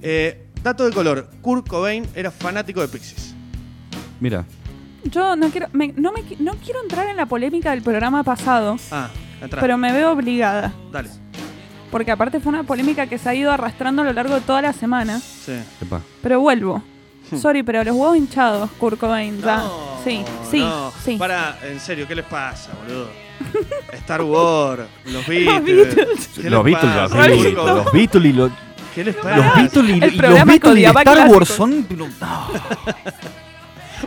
[SPEAKER 1] Eh, dato de color, Kurt Cobain era fanático de Pixies.
[SPEAKER 2] Mira,
[SPEAKER 3] Yo no quiero, me- no, me, qui- no quiero entrar en la polémica del programa pasado,
[SPEAKER 1] Ah, atrás.
[SPEAKER 3] pero me veo obligada.
[SPEAKER 1] Dale.
[SPEAKER 3] Porque aparte fue una polémica que se ha ido arrastrando a lo largo de toda la semana.
[SPEAKER 1] Sí.
[SPEAKER 2] epa.
[SPEAKER 3] Pero vuelvo. Sorry, pero los huevos hinchados, Kurt Cobain. ya.
[SPEAKER 1] Hmm. No,
[SPEAKER 3] sí, sí,
[SPEAKER 1] no.
[SPEAKER 3] sí.
[SPEAKER 1] Para, en serio, ¿qué les pasa, boludo? Star Wars,
[SPEAKER 3] [laughs]
[SPEAKER 1] los Beatles.
[SPEAKER 3] Beatles.
[SPEAKER 1] ¿Qué
[SPEAKER 2] Los
[SPEAKER 1] les
[SPEAKER 2] Beatles, los
[SPEAKER 1] pasa,
[SPEAKER 2] Beatles,
[SPEAKER 1] chicos?
[SPEAKER 2] los Beatles y los,
[SPEAKER 1] ¿Qué les pasa?
[SPEAKER 2] los Beatles y,
[SPEAKER 3] El
[SPEAKER 2] y los
[SPEAKER 3] programa que
[SPEAKER 2] Beatles y
[SPEAKER 3] odiaba
[SPEAKER 2] Star Wars
[SPEAKER 3] clásicos.
[SPEAKER 2] son. Ah,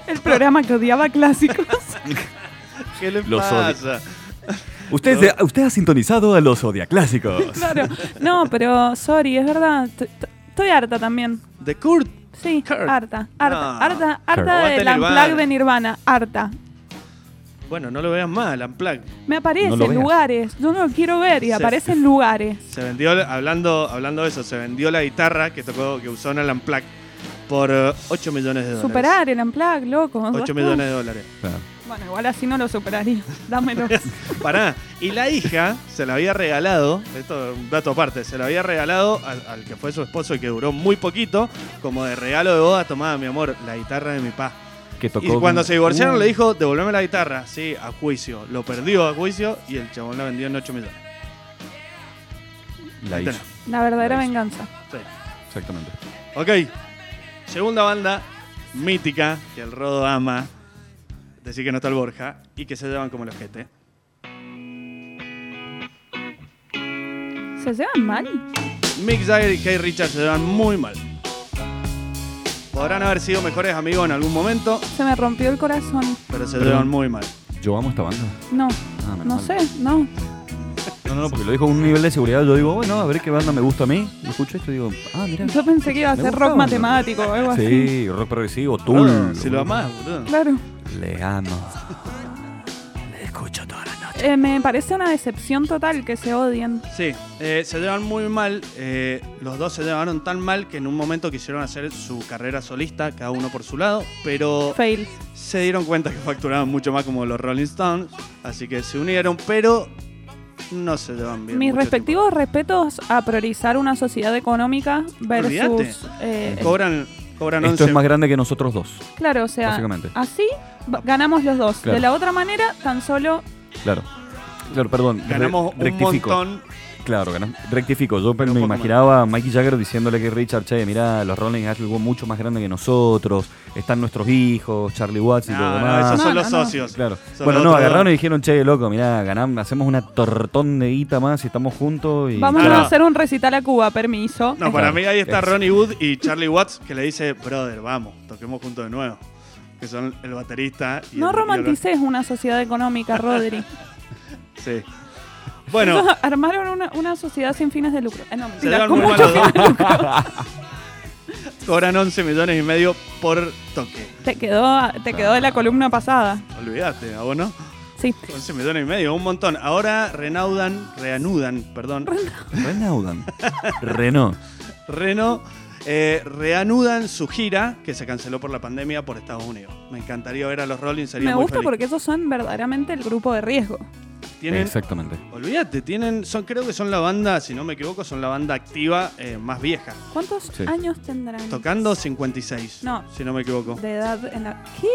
[SPEAKER 3] El programa que odiaba clásicos. [laughs]
[SPEAKER 1] ¿Qué les
[SPEAKER 2] Los odio.
[SPEAKER 1] pasa?
[SPEAKER 2] usted, usted ha sintonizado a los odiaclásicos.
[SPEAKER 3] claro. [laughs] No, pero sorry, es verdad. t- t- Estoy harta también.
[SPEAKER 1] De Kurt.
[SPEAKER 3] Sí,
[SPEAKER 1] Kurt.
[SPEAKER 3] harta, harta,
[SPEAKER 1] No.
[SPEAKER 3] harta,
[SPEAKER 2] Kurt.
[SPEAKER 3] harta
[SPEAKER 1] Aguante
[SPEAKER 3] del unplug
[SPEAKER 1] Nirvana.
[SPEAKER 3] de Nirvana, harta.
[SPEAKER 1] Bueno, no lo vean mal, Unplugged.
[SPEAKER 3] Me aparece
[SPEAKER 2] No
[SPEAKER 3] en
[SPEAKER 2] lo veas.
[SPEAKER 3] lugares, yo no lo quiero ver y
[SPEAKER 1] Sí.
[SPEAKER 3] aparece en
[SPEAKER 2] [laughs]
[SPEAKER 3] lugares.
[SPEAKER 1] Se vendió, hablando, hablando de eso, se vendió la guitarra que tocó, que usó en el Unplugged por eh, 8 millones de dólares.
[SPEAKER 3] Superar el unplug, loco.
[SPEAKER 1] 8 millones de dólares.
[SPEAKER 2] Claro.
[SPEAKER 3] Bueno, igual así no lo superaría. [laughs] Dámelo.
[SPEAKER 1] Pará. Y la hija se la había regalado, esto es un dato aparte, se la había regalado al, al que fue su esposo y que duró muy poquito, como de regalo de boda, tomaba mi amor, la guitarra de mi pa.
[SPEAKER 2] Que tocó
[SPEAKER 1] Y cuando
[SPEAKER 2] con-
[SPEAKER 1] se divorciaron
[SPEAKER 2] Uh,
[SPEAKER 1] le dijo, devolveme la guitarra, sí, a juicio. Lo perdió a juicio y el chabón la vendió en 8 millones.
[SPEAKER 2] La hizo,
[SPEAKER 3] La verdadera
[SPEAKER 2] La hizo.
[SPEAKER 3] venganza.
[SPEAKER 1] Sí.
[SPEAKER 2] exactamente.
[SPEAKER 1] Ok. Segunda banda mítica que el Rodo ama, decir que no está el Borja, y que se llevan como los gente.
[SPEAKER 3] ¿Se llevan mal?
[SPEAKER 1] Mick Jagger y Keith Richards se llevan muy mal. Podrán haber sido mejores amigos en algún momento,
[SPEAKER 3] Se me rompió el corazón.
[SPEAKER 1] pero se
[SPEAKER 2] Perdón.
[SPEAKER 1] llevan muy mal.
[SPEAKER 2] Yo amo esta banda.
[SPEAKER 3] No,
[SPEAKER 2] Ah, menos
[SPEAKER 3] no
[SPEAKER 2] mal.
[SPEAKER 3] sé, no.
[SPEAKER 2] No, no, no, porque lo dijo con un nivel de seguridad. Yo digo, bueno, a ver qué banda me gusta a mí. Yo escucho esto y digo, ah, mira.
[SPEAKER 3] Yo pensé que iba a
[SPEAKER 2] Me
[SPEAKER 3] ser
[SPEAKER 2] gustaba.
[SPEAKER 3] rock matemático o algo así.
[SPEAKER 2] Sí, rock progresivo, Tool.
[SPEAKER 1] Ah, si lo amás, boludo.
[SPEAKER 3] Claro.
[SPEAKER 1] [laughs]
[SPEAKER 2] Le amo. Le escucho toda la noche.
[SPEAKER 3] Eh, me parece una decepción total que se odien.
[SPEAKER 1] Sí, eh, se llevan muy mal. eh, los dos se llevaron tan mal que en un momento quisieron hacer su carrera solista, cada uno por su lado, pero
[SPEAKER 3] Fail.
[SPEAKER 1] se dieron cuenta que facturaban mucho más como los Rolling Stones, así que se unieron, pero no se llevan bien.
[SPEAKER 3] Mis
[SPEAKER 1] mucho
[SPEAKER 3] respectivos respetos a priorizar una sociedad económica
[SPEAKER 1] Olvídate.
[SPEAKER 3] versus... eh,
[SPEAKER 1] tiempo. Cobran, cobran
[SPEAKER 2] Esto
[SPEAKER 1] 11.
[SPEAKER 2] es más grande que nosotros dos,
[SPEAKER 3] claro, o sea,
[SPEAKER 2] básicamente.
[SPEAKER 3] así va- ganamos los dos.
[SPEAKER 2] Claro.
[SPEAKER 3] De la otra manera, tan solo...
[SPEAKER 2] Claro. Claro, perdón. re-
[SPEAKER 1] Ganamos un
[SPEAKER 2] rectifico.
[SPEAKER 1] montón.
[SPEAKER 2] Claro, ganamos. Rectifico. Yo
[SPEAKER 1] Pero
[SPEAKER 2] me
[SPEAKER 1] un poco
[SPEAKER 2] imaginaba a Mikey Jagger diciéndole que Richard, che, mirá, los Rolling es algo mucho más grande que nosotros. Están nuestros hijos, Charlie Watts y
[SPEAKER 1] No,
[SPEAKER 2] todo
[SPEAKER 1] no,
[SPEAKER 2] demás.
[SPEAKER 1] Ah, esos son
[SPEAKER 3] No,
[SPEAKER 1] los
[SPEAKER 3] no, no.
[SPEAKER 1] socios.
[SPEAKER 2] Claro.
[SPEAKER 1] Son
[SPEAKER 2] bueno,
[SPEAKER 1] los
[SPEAKER 2] no,
[SPEAKER 1] otros
[SPEAKER 2] agarraron
[SPEAKER 1] dos.
[SPEAKER 2] y dijeron, che, loco, mirá, ganamos, hacemos una tortón de guita más y estamos juntos y.
[SPEAKER 3] Vamos
[SPEAKER 1] Claro.
[SPEAKER 3] a hacer un recital a Cuba, permiso. Eh,
[SPEAKER 1] No, para
[SPEAKER 2] Claro.
[SPEAKER 1] mí ahí está
[SPEAKER 2] Es-
[SPEAKER 1] Ronnie Wood y Charlie Watts que le dice, brother, vamos, toquemos juntos de nuevo. Que son el baterista y
[SPEAKER 3] No
[SPEAKER 1] el- y el-
[SPEAKER 3] romantices una sociedad
[SPEAKER 1] [laughs]
[SPEAKER 3] económica, Rodri. [laughs]
[SPEAKER 1] Sí. Bueno,
[SPEAKER 3] Armaron una, una sociedad sin fines de lucro. Eh, no,
[SPEAKER 1] se
[SPEAKER 3] mentira,
[SPEAKER 1] llevan
[SPEAKER 3] con
[SPEAKER 1] muy mal
[SPEAKER 3] mucho
[SPEAKER 1] los dos. [laughs] Cobran 11 millones y medio por toque.
[SPEAKER 3] Te quedó, te quedó de la columna pasada.
[SPEAKER 1] Olvídate, ¿a vos no?
[SPEAKER 3] Sí.
[SPEAKER 1] 11 millones y medio, un montón. Ahora renaudan, reanudan, perdón.
[SPEAKER 2] Renaudan. Renault.
[SPEAKER 1] Reno, eh, reanudan su gira que se canceló por la pandemia por Estados Unidos. Me encantaría ver a los Rolling, sería
[SPEAKER 3] Me
[SPEAKER 1] muy
[SPEAKER 3] gusta
[SPEAKER 1] feliz.
[SPEAKER 3] porque esos son verdaderamente el grupo de riesgo.
[SPEAKER 1] Tienen,
[SPEAKER 2] Exactamente.
[SPEAKER 1] olvídate, tienen, son, creo que son la banda, si no me equivoco, son la banda activa eh, más vieja.
[SPEAKER 3] ¿Cuántos
[SPEAKER 2] Sí.
[SPEAKER 3] años tendrán
[SPEAKER 1] Tocando 56,
[SPEAKER 3] No.
[SPEAKER 1] si no me equivoco.
[SPEAKER 3] de edad en la... ¿Qué?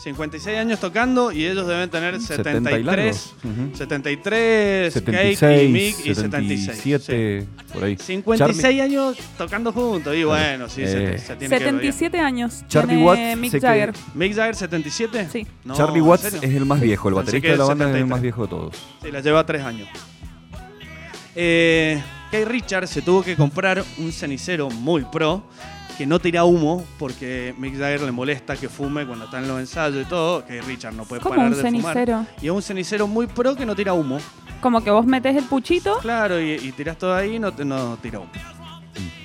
[SPEAKER 1] 56 años tocando y ellos deben tener
[SPEAKER 2] 70 y
[SPEAKER 1] 73,
[SPEAKER 2] largos. Ujú.
[SPEAKER 1] 73, Kate y
[SPEAKER 2] 76,
[SPEAKER 1] Mick y 76.
[SPEAKER 2] 77, por ahí.
[SPEAKER 1] sí. 56 años tocando juntos. Y bueno, sí, se,
[SPEAKER 2] Eh.
[SPEAKER 1] se tiene que ver bien.
[SPEAKER 3] 77 años.
[SPEAKER 2] Charlie
[SPEAKER 3] tiene
[SPEAKER 2] Watts
[SPEAKER 3] Mick
[SPEAKER 2] sé que-
[SPEAKER 3] Jagger.
[SPEAKER 1] Mick Jagger 77?
[SPEAKER 3] Sí.
[SPEAKER 1] No,
[SPEAKER 2] Charlie
[SPEAKER 1] ¿en
[SPEAKER 2] Watts
[SPEAKER 1] serio?
[SPEAKER 2] es el más viejo, el
[SPEAKER 1] Pensé
[SPEAKER 2] baterista
[SPEAKER 1] que
[SPEAKER 2] de la banda es el
[SPEAKER 1] 73.
[SPEAKER 2] más viejo de todos.
[SPEAKER 1] Sí, la lleva tres años. Eh, Kay Richards se tuvo que comprar un cenicero muy pro que no tira humo porque Mick Jagger le molesta que fume cuando está en los ensayos y todo. Kay Richards no puede
[SPEAKER 3] Como
[SPEAKER 1] parar
[SPEAKER 3] un
[SPEAKER 1] de fumar.
[SPEAKER 3] cenicero.
[SPEAKER 1] Y es un cenicero muy pro que no tira humo.
[SPEAKER 3] Como que vos metés el puchito.
[SPEAKER 1] Claro, y, y tirás todo ahí y no, te- no tira humo.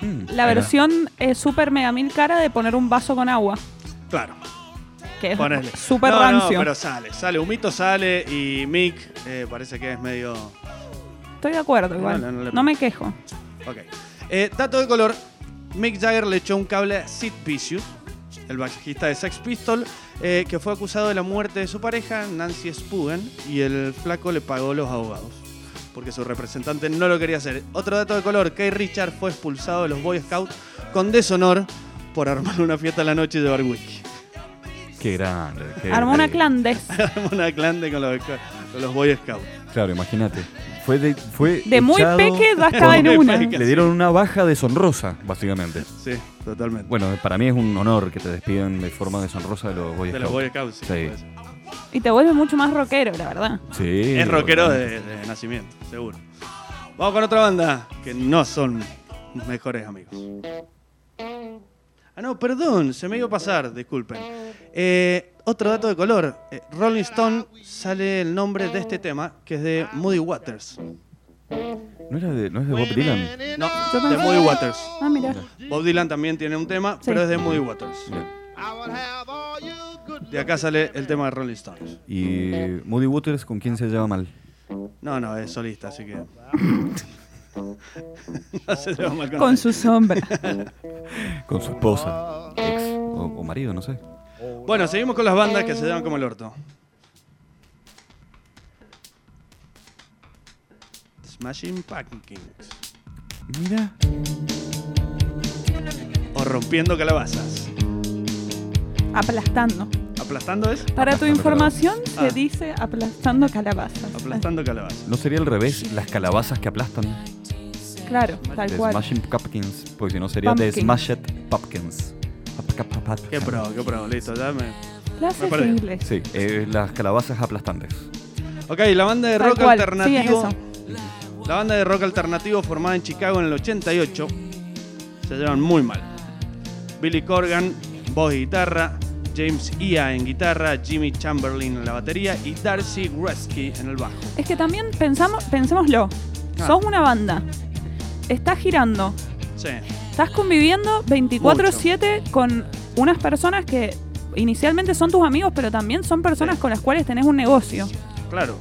[SPEAKER 2] Mm,
[SPEAKER 3] La
[SPEAKER 2] ahí va.
[SPEAKER 3] versión eh, super mega mil cara de poner un vaso con agua.
[SPEAKER 1] Claro,
[SPEAKER 3] Que es
[SPEAKER 1] ponele.
[SPEAKER 3] super
[SPEAKER 1] no,
[SPEAKER 3] rancio.
[SPEAKER 1] No, pero sale, sale, humito sale y Mick eh, parece que es medio...
[SPEAKER 3] Estoy de acuerdo igual.
[SPEAKER 1] No,
[SPEAKER 3] No,
[SPEAKER 1] no, no le-
[SPEAKER 3] me quejo.
[SPEAKER 1] Ok. Eh, dato de color. Mick Jagger le echó un cable a Sid Vicious, el bajista de Sex Pistols, eh, que fue acusado de la muerte de su pareja, Nancy Spugan, y el flaco le pagó los abogados, porque su representante no lo quería hacer. Otro dato de color, Kay Richard fue expulsado de los Boy Scouts con deshonor por armar una fiesta a la noche de whisky. [laughs]
[SPEAKER 2] Qué grande. qué
[SPEAKER 3] Armó una
[SPEAKER 2] grande.
[SPEAKER 3] clandes
[SPEAKER 1] una clande con los, con los Boy Scouts.
[SPEAKER 2] Claro, imagínate. Fue de, fue
[SPEAKER 3] De muy
[SPEAKER 2] echado-
[SPEAKER 3] peque ya estaba en
[SPEAKER 1] Muy
[SPEAKER 3] una.
[SPEAKER 1] peque.
[SPEAKER 2] Le dieron una baja deshonrosa, básicamente.
[SPEAKER 1] Sí, totalmente.
[SPEAKER 2] Bueno, para mí es un honor que te despidan de forma deshonrosa de los Boy
[SPEAKER 1] de los
[SPEAKER 2] Scouts.
[SPEAKER 1] Boy Scouts, sí,
[SPEAKER 2] Sí.
[SPEAKER 1] puede ser.
[SPEAKER 3] Y te vuelve mucho más rockero, la verdad.
[SPEAKER 2] Sí.
[SPEAKER 1] Es rockero de, de nacimiento, seguro. Vamos con otra banda que no son mejores amigos. Ah, no, perdón, se me iba a pasar, disculpen. Eh, otro dato de color. eh, Rolling Stone sale el nombre de este tema, que es de Moody Waters.
[SPEAKER 2] ¿No, era de, ¿No es de Bob Dylan?
[SPEAKER 1] No, de Moody Waters.
[SPEAKER 3] Ah, mira.
[SPEAKER 1] Bob Dylan también tiene un tema, pero es de Moody Waters. De acá sale el tema de Rolling Stones.
[SPEAKER 2] Y Moody Waters, ¿con quién se lleva mal?
[SPEAKER 1] No, no, es solista, así que... [laughs] no se lleva mal
[SPEAKER 3] Con
[SPEAKER 1] nadie. [laughs]
[SPEAKER 3] su sombra.
[SPEAKER 2] Con su esposa, ex o, o marido, no sé.
[SPEAKER 1] Bueno, seguimos con las bandas que se llevan como el orto. Smashing Pumpkins.
[SPEAKER 2] Mira.
[SPEAKER 1] O Rompiendo Calabazas.
[SPEAKER 3] Aplastando.
[SPEAKER 1] ¿Aplastando es?
[SPEAKER 3] Para tu
[SPEAKER 2] Aplastando
[SPEAKER 3] información,
[SPEAKER 1] Ah.
[SPEAKER 3] se dice aplastando calabazas.
[SPEAKER 1] Aplastando Calabazas.
[SPEAKER 2] ¿No sería al revés las calabazas que aplastan?
[SPEAKER 3] Ah, Claro, tal
[SPEAKER 2] The
[SPEAKER 3] cual.
[SPEAKER 2] Smashing Pumpkins. Porque si no sería de
[SPEAKER 3] Pumpkin.
[SPEAKER 2] Smashed Pumpkins. Pap- cap- cap- cap-
[SPEAKER 1] Qué pro, qué pro, listo, ya me...
[SPEAKER 3] Clases
[SPEAKER 1] perdí.
[SPEAKER 3] de inglés.
[SPEAKER 2] Sí, eh, las calabazas aplastantes.
[SPEAKER 1] Ok, la banda de
[SPEAKER 3] Tal
[SPEAKER 1] rock
[SPEAKER 3] cual,
[SPEAKER 1] alternativo.
[SPEAKER 3] sí,
[SPEAKER 1] la banda de rock alternativo formada en Chicago en el 88 se llevan muy mal. Billy Corgan, voz y guitarra, James Ia en guitarra, Jimmy Chamberlain en la batería y Darcy Gresky en el bajo.
[SPEAKER 3] Es que también pensamos, pensémoslo.
[SPEAKER 1] Ah.
[SPEAKER 3] Sos una banda. Estás girando.
[SPEAKER 1] Sí,
[SPEAKER 3] Estás conviviendo 24/7 con unas personas que inicialmente son tus amigos, pero también son personas
[SPEAKER 1] Sí.
[SPEAKER 3] con las cuales tenés un negocio.
[SPEAKER 1] claro,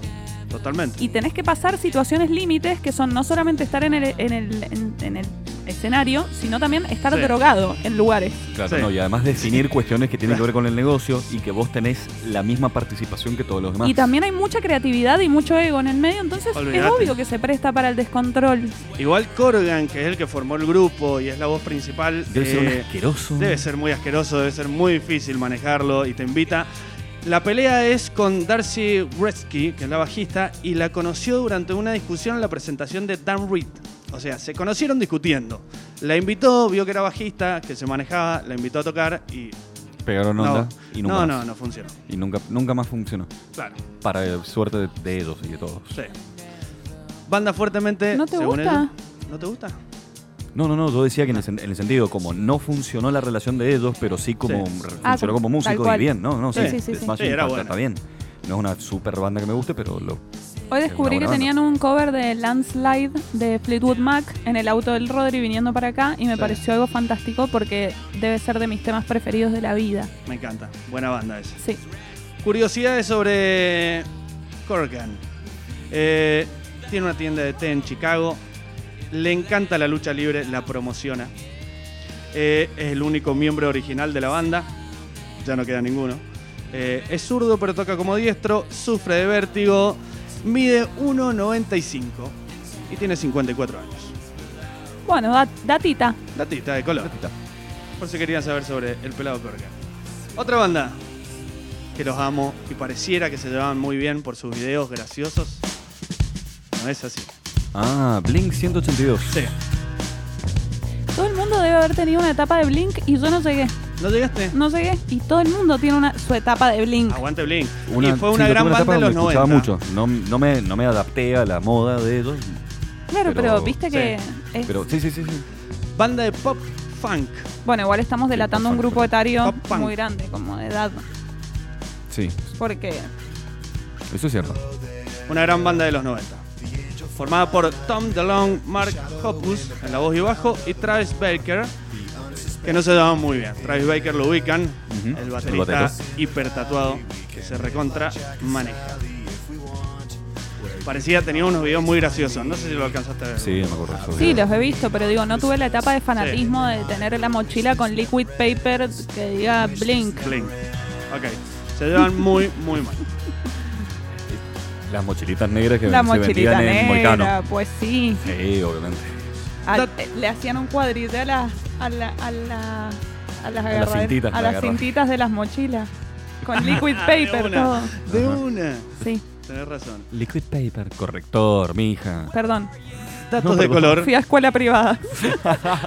[SPEAKER 1] totalmente.
[SPEAKER 3] Y tenés que pasar situaciones límites que son no solamente estar en el, en el- en- en el escenario, sino también estar
[SPEAKER 1] Sí.
[SPEAKER 3] drogado en lugares.
[SPEAKER 2] Claro,
[SPEAKER 1] Sí.
[SPEAKER 2] no, y además definir cuestiones que tienen que ver con el negocio y que vos tenés la misma participación que todos los demás.
[SPEAKER 3] Y también hay mucha creatividad y mucho ego en el medio, entonces
[SPEAKER 1] Olvídate.
[SPEAKER 3] es obvio que se presta para el descontrol.
[SPEAKER 1] Igual Corgan, que es el que formó el grupo y es la voz principal,
[SPEAKER 2] Debe ser un
[SPEAKER 1] eh,
[SPEAKER 2] asqueroso.
[SPEAKER 1] Debe ser muy asqueroso, debe ser muy difícil manejarlo y te invita. La pelea es con Darcy Wretzky, que es la bajista, y la conoció durante una discusión en la presentación de Dan Reed. O sea, se conocieron discutiendo. La invitó, vio que era bajista, que se manejaba, la invitó a tocar y.
[SPEAKER 2] Pegaron onda y nunca
[SPEAKER 1] no,
[SPEAKER 2] más.
[SPEAKER 1] no, no funcionó.
[SPEAKER 2] Y nunca, nunca más funcionó.
[SPEAKER 1] Claro,
[SPEAKER 2] Para eh, suerte de, de ellos y de todos.
[SPEAKER 1] sí. Banda fuertemente.
[SPEAKER 3] ¿No te
[SPEAKER 1] según
[SPEAKER 3] gusta?
[SPEAKER 1] ellos- ¿No te gusta?
[SPEAKER 2] No, no, no, yo decía que en el, sen- en el sentido como no funcionó la relación de ellos, pero sí como
[SPEAKER 1] Sí.
[SPEAKER 2] r-
[SPEAKER 3] Ah,
[SPEAKER 2] funcionó como
[SPEAKER 3] como- tal
[SPEAKER 2] músico y
[SPEAKER 3] cual.
[SPEAKER 2] bien, ¿no? no sí,
[SPEAKER 1] Sí,
[SPEAKER 3] sí, sí,
[SPEAKER 2] The
[SPEAKER 3] sí.
[SPEAKER 2] Smashing
[SPEAKER 1] Sí, era
[SPEAKER 2] Pumpkins está bien. No es una super banda que me guste, pero lo...
[SPEAKER 3] Hoy
[SPEAKER 2] Es
[SPEAKER 3] descubrí
[SPEAKER 2] una
[SPEAKER 3] que
[SPEAKER 2] buena
[SPEAKER 3] tenían un cover de Landslide de Fleetwood Mac en el auto del Rodri viniendo para acá y me
[SPEAKER 1] Sí.
[SPEAKER 3] pareció algo fantástico porque debe ser de mis temas preferidos de la vida.
[SPEAKER 1] Me encanta. Buena banda esa.
[SPEAKER 3] Sí.
[SPEAKER 1] Curiosidades sobre Corgan. Eh, tiene una tienda de té en Chicago. Le encanta la lucha libre, la promociona. Eh, es el único miembro original de la banda. Ya no queda ninguno. Eh, es zurdo, pero toca como diestro. Sufre de vértigo. Mide 1,95 y tiene 54 años.
[SPEAKER 3] Bueno, dat- datita.
[SPEAKER 1] Datita de color. Por si querían saber sobre el pelado Corgan. Otra banda que los amo y pareciera que se llevaban muy bien por sus videos graciosos. No es así.
[SPEAKER 2] Ah, Blink 182.
[SPEAKER 1] Sí.
[SPEAKER 3] Todo el mundo debe haber tenido una etapa de Blink y yo no llegué.
[SPEAKER 1] ¿No llegaste?
[SPEAKER 3] No llegué. Y todo el mundo tiene una, su etapa de Blink.
[SPEAKER 1] Aguante Blink.
[SPEAKER 2] Una-
[SPEAKER 1] y fue una
[SPEAKER 2] sí, yo tuve
[SPEAKER 1] gran
[SPEAKER 2] etapa
[SPEAKER 1] banda en los
[SPEAKER 2] donde
[SPEAKER 1] 90.
[SPEAKER 2] escuchaba mucho. No, no, me, no me adapté a la moda de ellos.
[SPEAKER 3] claro, pero,
[SPEAKER 2] pero-
[SPEAKER 3] viste que... es-
[SPEAKER 2] Pero sí, sí, sí. sí.
[SPEAKER 1] Banda de pop funk.
[SPEAKER 3] bueno, igual estamos delatando un grupo etario
[SPEAKER 1] Pop punk.
[SPEAKER 3] muy grande, como de edad.
[SPEAKER 2] Sí,
[SPEAKER 3] Porque
[SPEAKER 2] eso es cierto.
[SPEAKER 1] Una gran banda de los 90. Formada por Tom DeLong, Mark Hoppus en la voz y bajo y Travis Baker, que no se llevaban muy bien. Travis Baker lo ubican,
[SPEAKER 2] Ujú.
[SPEAKER 1] el
[SPEAKER 2] El
[SPEAKER 1] baterista
[SPEAKER 2] batero.
[SPEAKER 1] hiper tatuado que se recontra maneja. Parecía, tenía unos videos muy graciosos. No sé si lo alcanzaste a ver.
[SPEAKER 2] Sí, me acuerdo. de esos
[SPEAKER 3] Sí,
[SPEAKER 2] videos.
[SPEAKER 3] los he visto, pero digo, no tuve la etapa de fanatismo de tener la mochila con liquid paper que diga blink.
[SPEAKER 1] Blink. Ok. Se llevan muy, muy mal.
[SPEAKER 2] Las mochilitas negras que
[SPEAKER 3] La
[SPEAKER 2] ven- se
[SPEAKER 3] mochilita
[SPEAKER 2] vendían en Moicano.
[SPEAKER 3] negra, pues sí.
[SPEAKER 2] Sí, obviamente.
[SPEAKER 3] A- eh, le hacían un cuadrito a las a la- a la- a las
[SPEAKER 2] las
[SPEAKER 3] agarra-
[SPEAKER 2] cintitas,
[SPEAKER 3] a
[SPEAKER 2] la
[SPEAKER 3] las
[SPEAKER 2] agarra.
[SPEAKER 3] cintitas de las mochilas con liquid
[SPEAKER 1] Ah, de
[SPEAKER 3] paper
[SPEAKER 1] una.
[SPEAKER 3] todo
[SPEAKER 1] De
[SPEAKER 2] Ajá.
[SPEAKER 1] una.
[SPEAKER 3] sí
[SPEAKER 1] Tenés razón.
[SPEAKER 2] Liquid paper. Corrector, mija.
[SPEAKER 3] perdón
[SPEAKER 1] Datos
[SPEAKER 2] No,
[SPEAKER 1] de
[SPEAKER 2] perdón.
[SPEAKER 1] color.
[SPEAKER 3] fui a escuela privada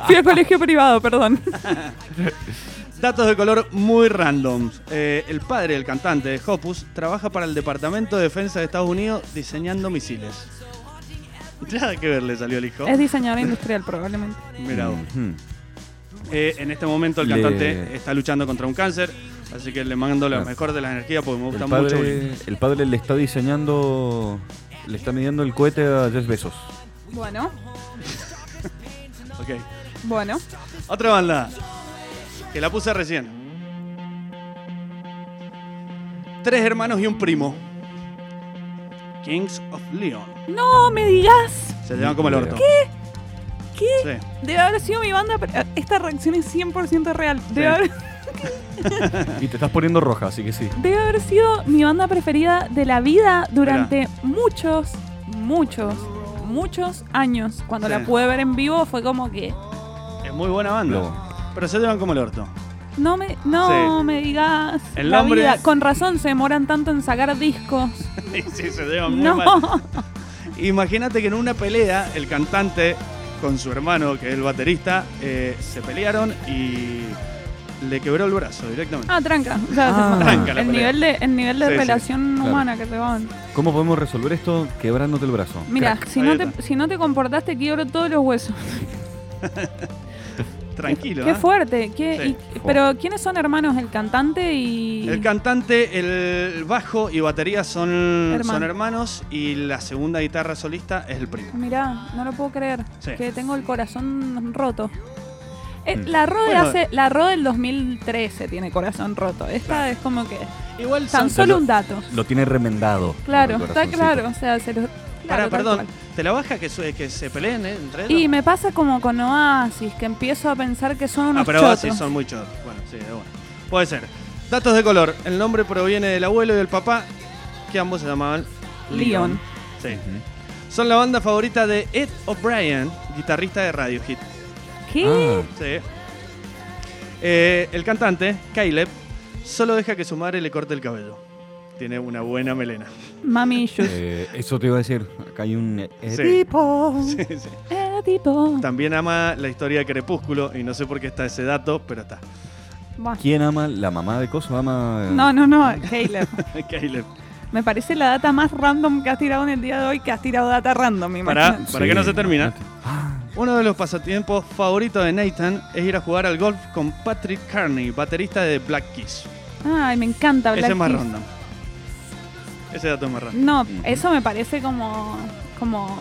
[SPEAKER 3] fui a colegio privado perdón
[SPEAKER 1] Datos de color muy randoms. Eh, el padre del cantante de Hopus trabaja para el Departamento de Defensa de Estados Unidos diseñando misiles. Nada que ver le salió el hijo.
[SPEAKER 3] es diseñador industrial probablemente
[SPEAKER 1] Mirá vos.
[SPEAKER 2] Ujú.
[SPEAKER 1] Eh, en este momento el
[SPEAKER 2] Le-
[SPEAKER 1] cantante está luchando contra un cáncer, así que le mando la
[SPEAKER 2] Ah.
[SPEAKER 1] mejor de las energías porque me gusta
[SPEAKER 2] El
[SPEAKER 1] mucho.
[SPEAKER 2] padre, el padre le está diseñando. Le está midiendo el cohete a Jeff Bezos.
[SPEAKER 3] bueno
[SPEAKER 1] Ok.
[SPEAKER 3] bueno
[SPEAKER 1] Otra banda que la puse recién. Tres hermanos y un primo. Kings of Leon.
[SPEAKER 3] no me digas
[SPEAKER 1] Se llevan como el orto.
[SPEAKER 3] ¿Qué?
[SPEAKER 1] Sí.
[SPEAKER 3] debe haber sido mi banda pero esta reacción es 100% real debe,
[SPEAKER 1] Sí.
[SPEAKER 3] haber,
[SPEAKER 2] Y te estás poniendo roja, así que sí.
[SPEAKER 3] debe haber sido mi banda preferida de la vida durante muchos muchos muchos años cuando
[SPEAKER 1] Sí.
[SPEAKER 3] la pude ver en vivo fue como que
[SPEAKER 1] Es muy buena banda.
[SPEAKER 2] Lobo.
[SPEAKER 1] Pero se llevan como el orto.
[SPEAKER 3] No me, no me digas.
[SPEAKER 1] El
[SPEAKER 3] la
[SPEAKER 1] nombre
[SPEAKER 3] vida.
[SPEAKER 1] es-
[SPEAKER 3] Con razón se demoran tanto en sacar discos.
[SPEAKER 1] Y sí, se llevan muy
[SPEAKER 3] no.
[SPEAKER 1] mal. Imagínate que en una pelea el cantante con su hermano, que es el baterista, eh, se pelearon y le quebró el brazo directamente.
[SPEAKER 3] [laughs] Ah, tranca. O sea, se
[SPEAKER 2] Ah.
[SPEAKER 3] matan.
[SPEAKER 1] Tranca la
[SPEAKER 3] el,
[SPEAKER 1] pelea.
[SPEAKER 3] nivel de, el nivel de
[SPEAKER 1] Sí, sí,
[SPEAKER 3] relación
[SPEAKER 2] claro.
[SPEAKER 3] humana que te van.
[SPEAKER 2] ¿Cómo podemos resolver esto quebrándote el brazo?
[SPEAKER 3] Mira,
[SPEAKER 1] Crack.
[SPEAKER 3] si
[SPEAKER 1] Ahí
[SPEAKER 3] no, te,
[SPEAKER 1] está.
[SPEAKER 3] si no te comportaste, quiebro todos los huesos.
[SPEAKER 1] Tranquilo.
[SPEAKER 3] [laughs] Qué
[SPEAKER 1] ¿eh?
[SPEAKER 3] fuerte. qué-
[SPEAKER 1] Sí.
[SPEAKER 3] y- pero, ¿quiénes son hermanos? ¿El cantante y.?
[SPEAKER 1] El cantante, el bajo y batería son,
[SPEAKER 3] Hermano.
[SPEAKER 1] son hermanos y la segunda guitarra solista es el primo.
[SPEAKER 3] Mirá, no lo puedo creer.
[SPEAKER 1] Sí.
[SPEAKER 3] Que tengo el corazón roto. Eh,
[SPEAKER 2] Mm.
[SPEAKER 3] la Rode
[SPEAKER 1] Bueno.
[SPEAKER 3] hace, la Rode del 2013 tiene corazón roto. Esta
[SPEAKER 1] Claro.
[SPEAKER 3] es como que
[SPEAKER 1] Igual son...
[SPEAKER 3] tan solo un dato.
[SPEAKER 2] Lo tiene remendado.
[SPEAKER 3] Claro,
[SPEAKER 2] por el
[SPEAKER 3] está
[SPEAKER 2] corazoncito.
[SPEAKER 3] claro. O sea, se lo.
[SPEAKER 1] Pará,
[SPEAKER 3] claro, tal
[SPEAKER 1] perdón,
[SPEAKER 3] cual.
[SPEAKER 1] ¿te la baja que, su- que se peleen eh, entre ellos?
[SPEAKER 3] Y me pasa como con Oasis, que empiezo a pensar que son unos
[SPEAKER 1] Ah, pero
[SPEAKER 3] chotos.
[SPEAKER 1] sí, son muy chotos. Bueno, sí, bueno. Puede ser. Datos de color. El nombre proviene del abuelo y del papá, que ambos se llamaban
[SPEAKER 3] Leon.
[SPEAKER 1] Sí. Son la banda favorita de Ed O'Brien, guitarrista de Radiohead.
[SPEAKER 3] ¿Qué?
[SPEAKER 2] Ah,
[SPEAKER 1] Sí. Eh, el cantante, Caleb, solo deja que su madre le corte el cabello. Tiene una buena melena. [laughs]
[SPEAKER 3] Mami issues.
[SPEAKER 2] eh, eso te iba a decir. Acá hay un. eh,
[SPEAKER 1] Sí.
[SPEAKER 2] tipo.
[SPEAKER 1] Sí, sí.
[SPEAKER 3] Eh, tipo.
[SPEAKER 1] También ama la historia de Crepúsculo y no sé por qué está ese dato, pero está. [laughs]
[SPEAKER 3] Buah.
[SPEAKER 2] ¿Quién ama? ¿La mamá de Coso ama? eh,
[SPEAKER 3] No, no, no, Caleb.
[SPEAKER 1] Caleb.
[SPEAKER 3] Me parece la data más random que has tirado en el día de hoy, que has tirado data random, me
[SPEAKER 1] Para,
[SPEAKER 3] imagino.
[SPEAKER 1] para que no se termina.
[SPEAKER 2] Ah,
[SPEAKER 1] Uno de los pasatiempos favoritos de Nathan es ir a jugar al golf con Patrick Carney, baterista de Black Keys.
[SPEAKER 3] Ay, me encanta Ah, Black
[SPEAKER 1] Ese es más
[SPEAKER 3] Keys.
[SPEAKER 1] random. Ese dato es más random.
[SPEAKER 3] No,
[SPEAKER 2] Ujú.
[SPEAKER 3] eso me parece como, como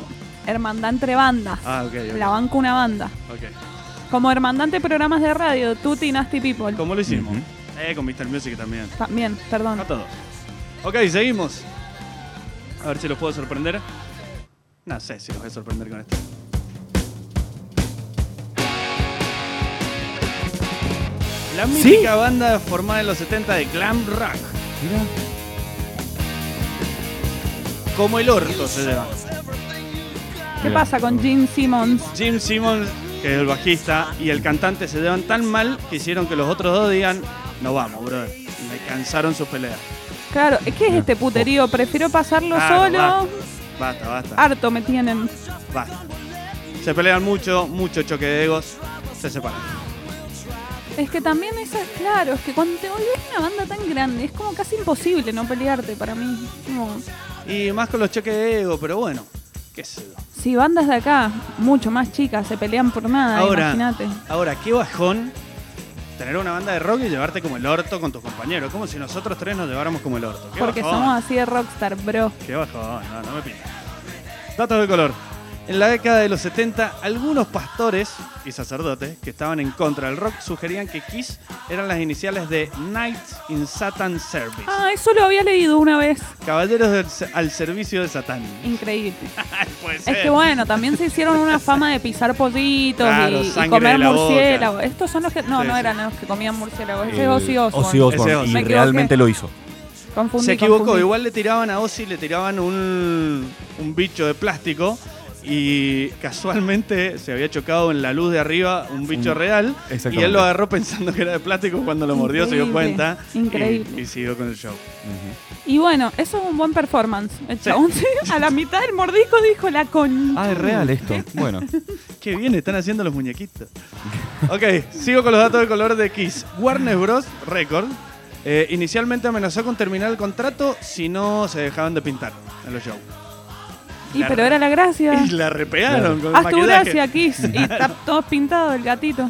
[SPEAKER 3] hermandad entre bandas.
[SPEAKER 1] Ah, ok,
[SPEAKER 3] La banca una banda.
[SPEAKER 1] ok. ok.
[SPEAKER 3] Como hermandad de programas de radio, Tutti y Nasty People.
[SPEAKER 1] ¿Cómo Ah, lo hicimos?
[SPEAKER 2] Ujú.
[SPEAKER 1] Eh, con Mr. Music también.
[SPEAKER 3] También, perdón.
[SPEAKER 1] No todos. Ok, seguimos. A ver si los puedo sorprender. No sé si los voy a sorprender con esto. La mítica banda formada en los 70 de glam rock.
[SPEAKER 2] mira.
[SPEAKER 1] Como el orto se lleva.
[SPEAKER 3] ¿Qué
[SPEAKER 2] Mira.
[SPEAKER 3] pasa con Gene Simmons?
[SPEAKER 1] Jim Simmons, que es el bajista, y el cantante se llevan tan mal que hicieron que los otros dos digan, no vamos, brother. Me cansaron sus peleas.
[SPEAKER 3] Claro, ¿qué es este puterío? Prefiero pasarlo
[SPEAKER 1] Claro,
[SPEAKER 3] solo. Ah.
[SPEAKER 1] Basta, basta,
[SPEAKER 3] Harto me tienen.
[SPEAKER 1] basta. Se pelean mucho, mucho choque de egos, se separan.
[SPEAKER 3] Es que también eso es claro, es que cuando te volvés una banda tan grande es como casi imposible no pelearte para mí. Como,
[SPEAKER 1] Y más con los choques de ego, pero bueno, qué sé yo.
[SPEAKER 3] si bandas de acá, mucho más chicas, se pelean por nada,
[SPEAKER 1] Ahora.
[SPEAKER 3] imagínate.
[SPEAKER 1] Ahora, qué bajón tener una banda de rock y llevarte como el orto con tus compañeros. Como si nosotros tres nos lleváramos como el orto. Qué
[SPEAKER 3] Porque
[SPEAKER 1] bajón.
[SPEAKER 3] somos así de rockstar, bro.
[SPEAKER 1] Qué bajón, no, no me pinta. Datos de color. En la década de los 70, algunos pastores y sacerdotes que estaban en contra del rock sugerían que Kiss eran las iniciales de Knights in Satan Service.
[SPEAKER 3] Ah, eso lo había leído una vez.
[SPEAKER 1] Caballeros del se- al servicio de Satán.
[SPEAKER 3] [laughs]
[SPEAKER 1] [laughs]
[SPEAKER 3] Increíble.
[SPEAKER 1] Ah, Puede
[SPEAKER 3] Es
[SPEAKER 1] ser.
[SPEAKER 3] que bueno, también se hicieron una fama de pisar pollitos
[SPEAKER 1] Claro,
[SPEAKER 3] y, y
[SPEAKER 1] sangre de
[SPEAKER 3] comer
[SPEAKER 1] la boca.
[SPEAKER 3] murciélagos. Estos son los que. No,
[SPEAKER 1] Sí,
[SPEAKER 3] no
[SPEAKER 1] sí.
[SPEAKER 3] eran los que comían murciélagos. Ese
[SPEAKER 2] Eh,
[SPEAKER 3] es Ozzy Osbourne.
[SPEAKER 2] Ozzy Osbourne,
[SPEAKER 1] Ese Ozzy.
[SPEAKER 3] Me
[SPEAKER 2] Y
[SPEAKER 3] equivoqué.
[SPEAKER 2] realmente lo hizo.
[SPEAKER 3] Confundí,
[SPEAKER 1] Se equivocó,
[SPEAKER 3] confundí.
[SPEAKER 1] igual le tiraban a Ozzy, le tiraban un, un bicho de plástico y casualmente se había chocado en la luz de arriba un bicho
[SPEAKER 2] Un-
[SPEAKER 1] real y
[SPEAKER 2] exactamente.
[SPEAKER 1] él lo agarró pensando que era de plástico cuando lo mordió se dio
[SPEAKER 3] Increíble,
[SPEAKER 1] cuenta y-
[SPEAKER 3] increíble.
[SPEAKER 1] Y, siguió con el show.
[SPEAKER 2] Ujú.
[SPEAKER 3] Y bueno, eso es un buen performance. El
[SPEAKER 1] Sí.
[SPEAKER 3] chabón [laughs] a la mitad del mordisco dijo la con.
[SPEAKER 2] Ah, es
[SPEAKER 1] [laughs]
[SPEAKER 2] real esto. Bueno.
[SPEAKER 1] Qué bien están haciendo los muñequitos. [laughs] ok, sigo con los datos de color de Kiss. Warner Bros. Record eh, inicialmente amenazó con terminar el contrato si no se dejaban de pintar en los shows.
[SPEAKER 3] Y pero era la gracia.
[SPEAKER 1] Y la repegaron con el
[SPEAKER 3] Haz tu
[SPEAKER 1] maquillaje.
[SPEAKER 3] Ah, gracia, Kiss. Y
[SPEAKER 1] [laughs]
[SPEAKER 3] está todo pintado el gatito.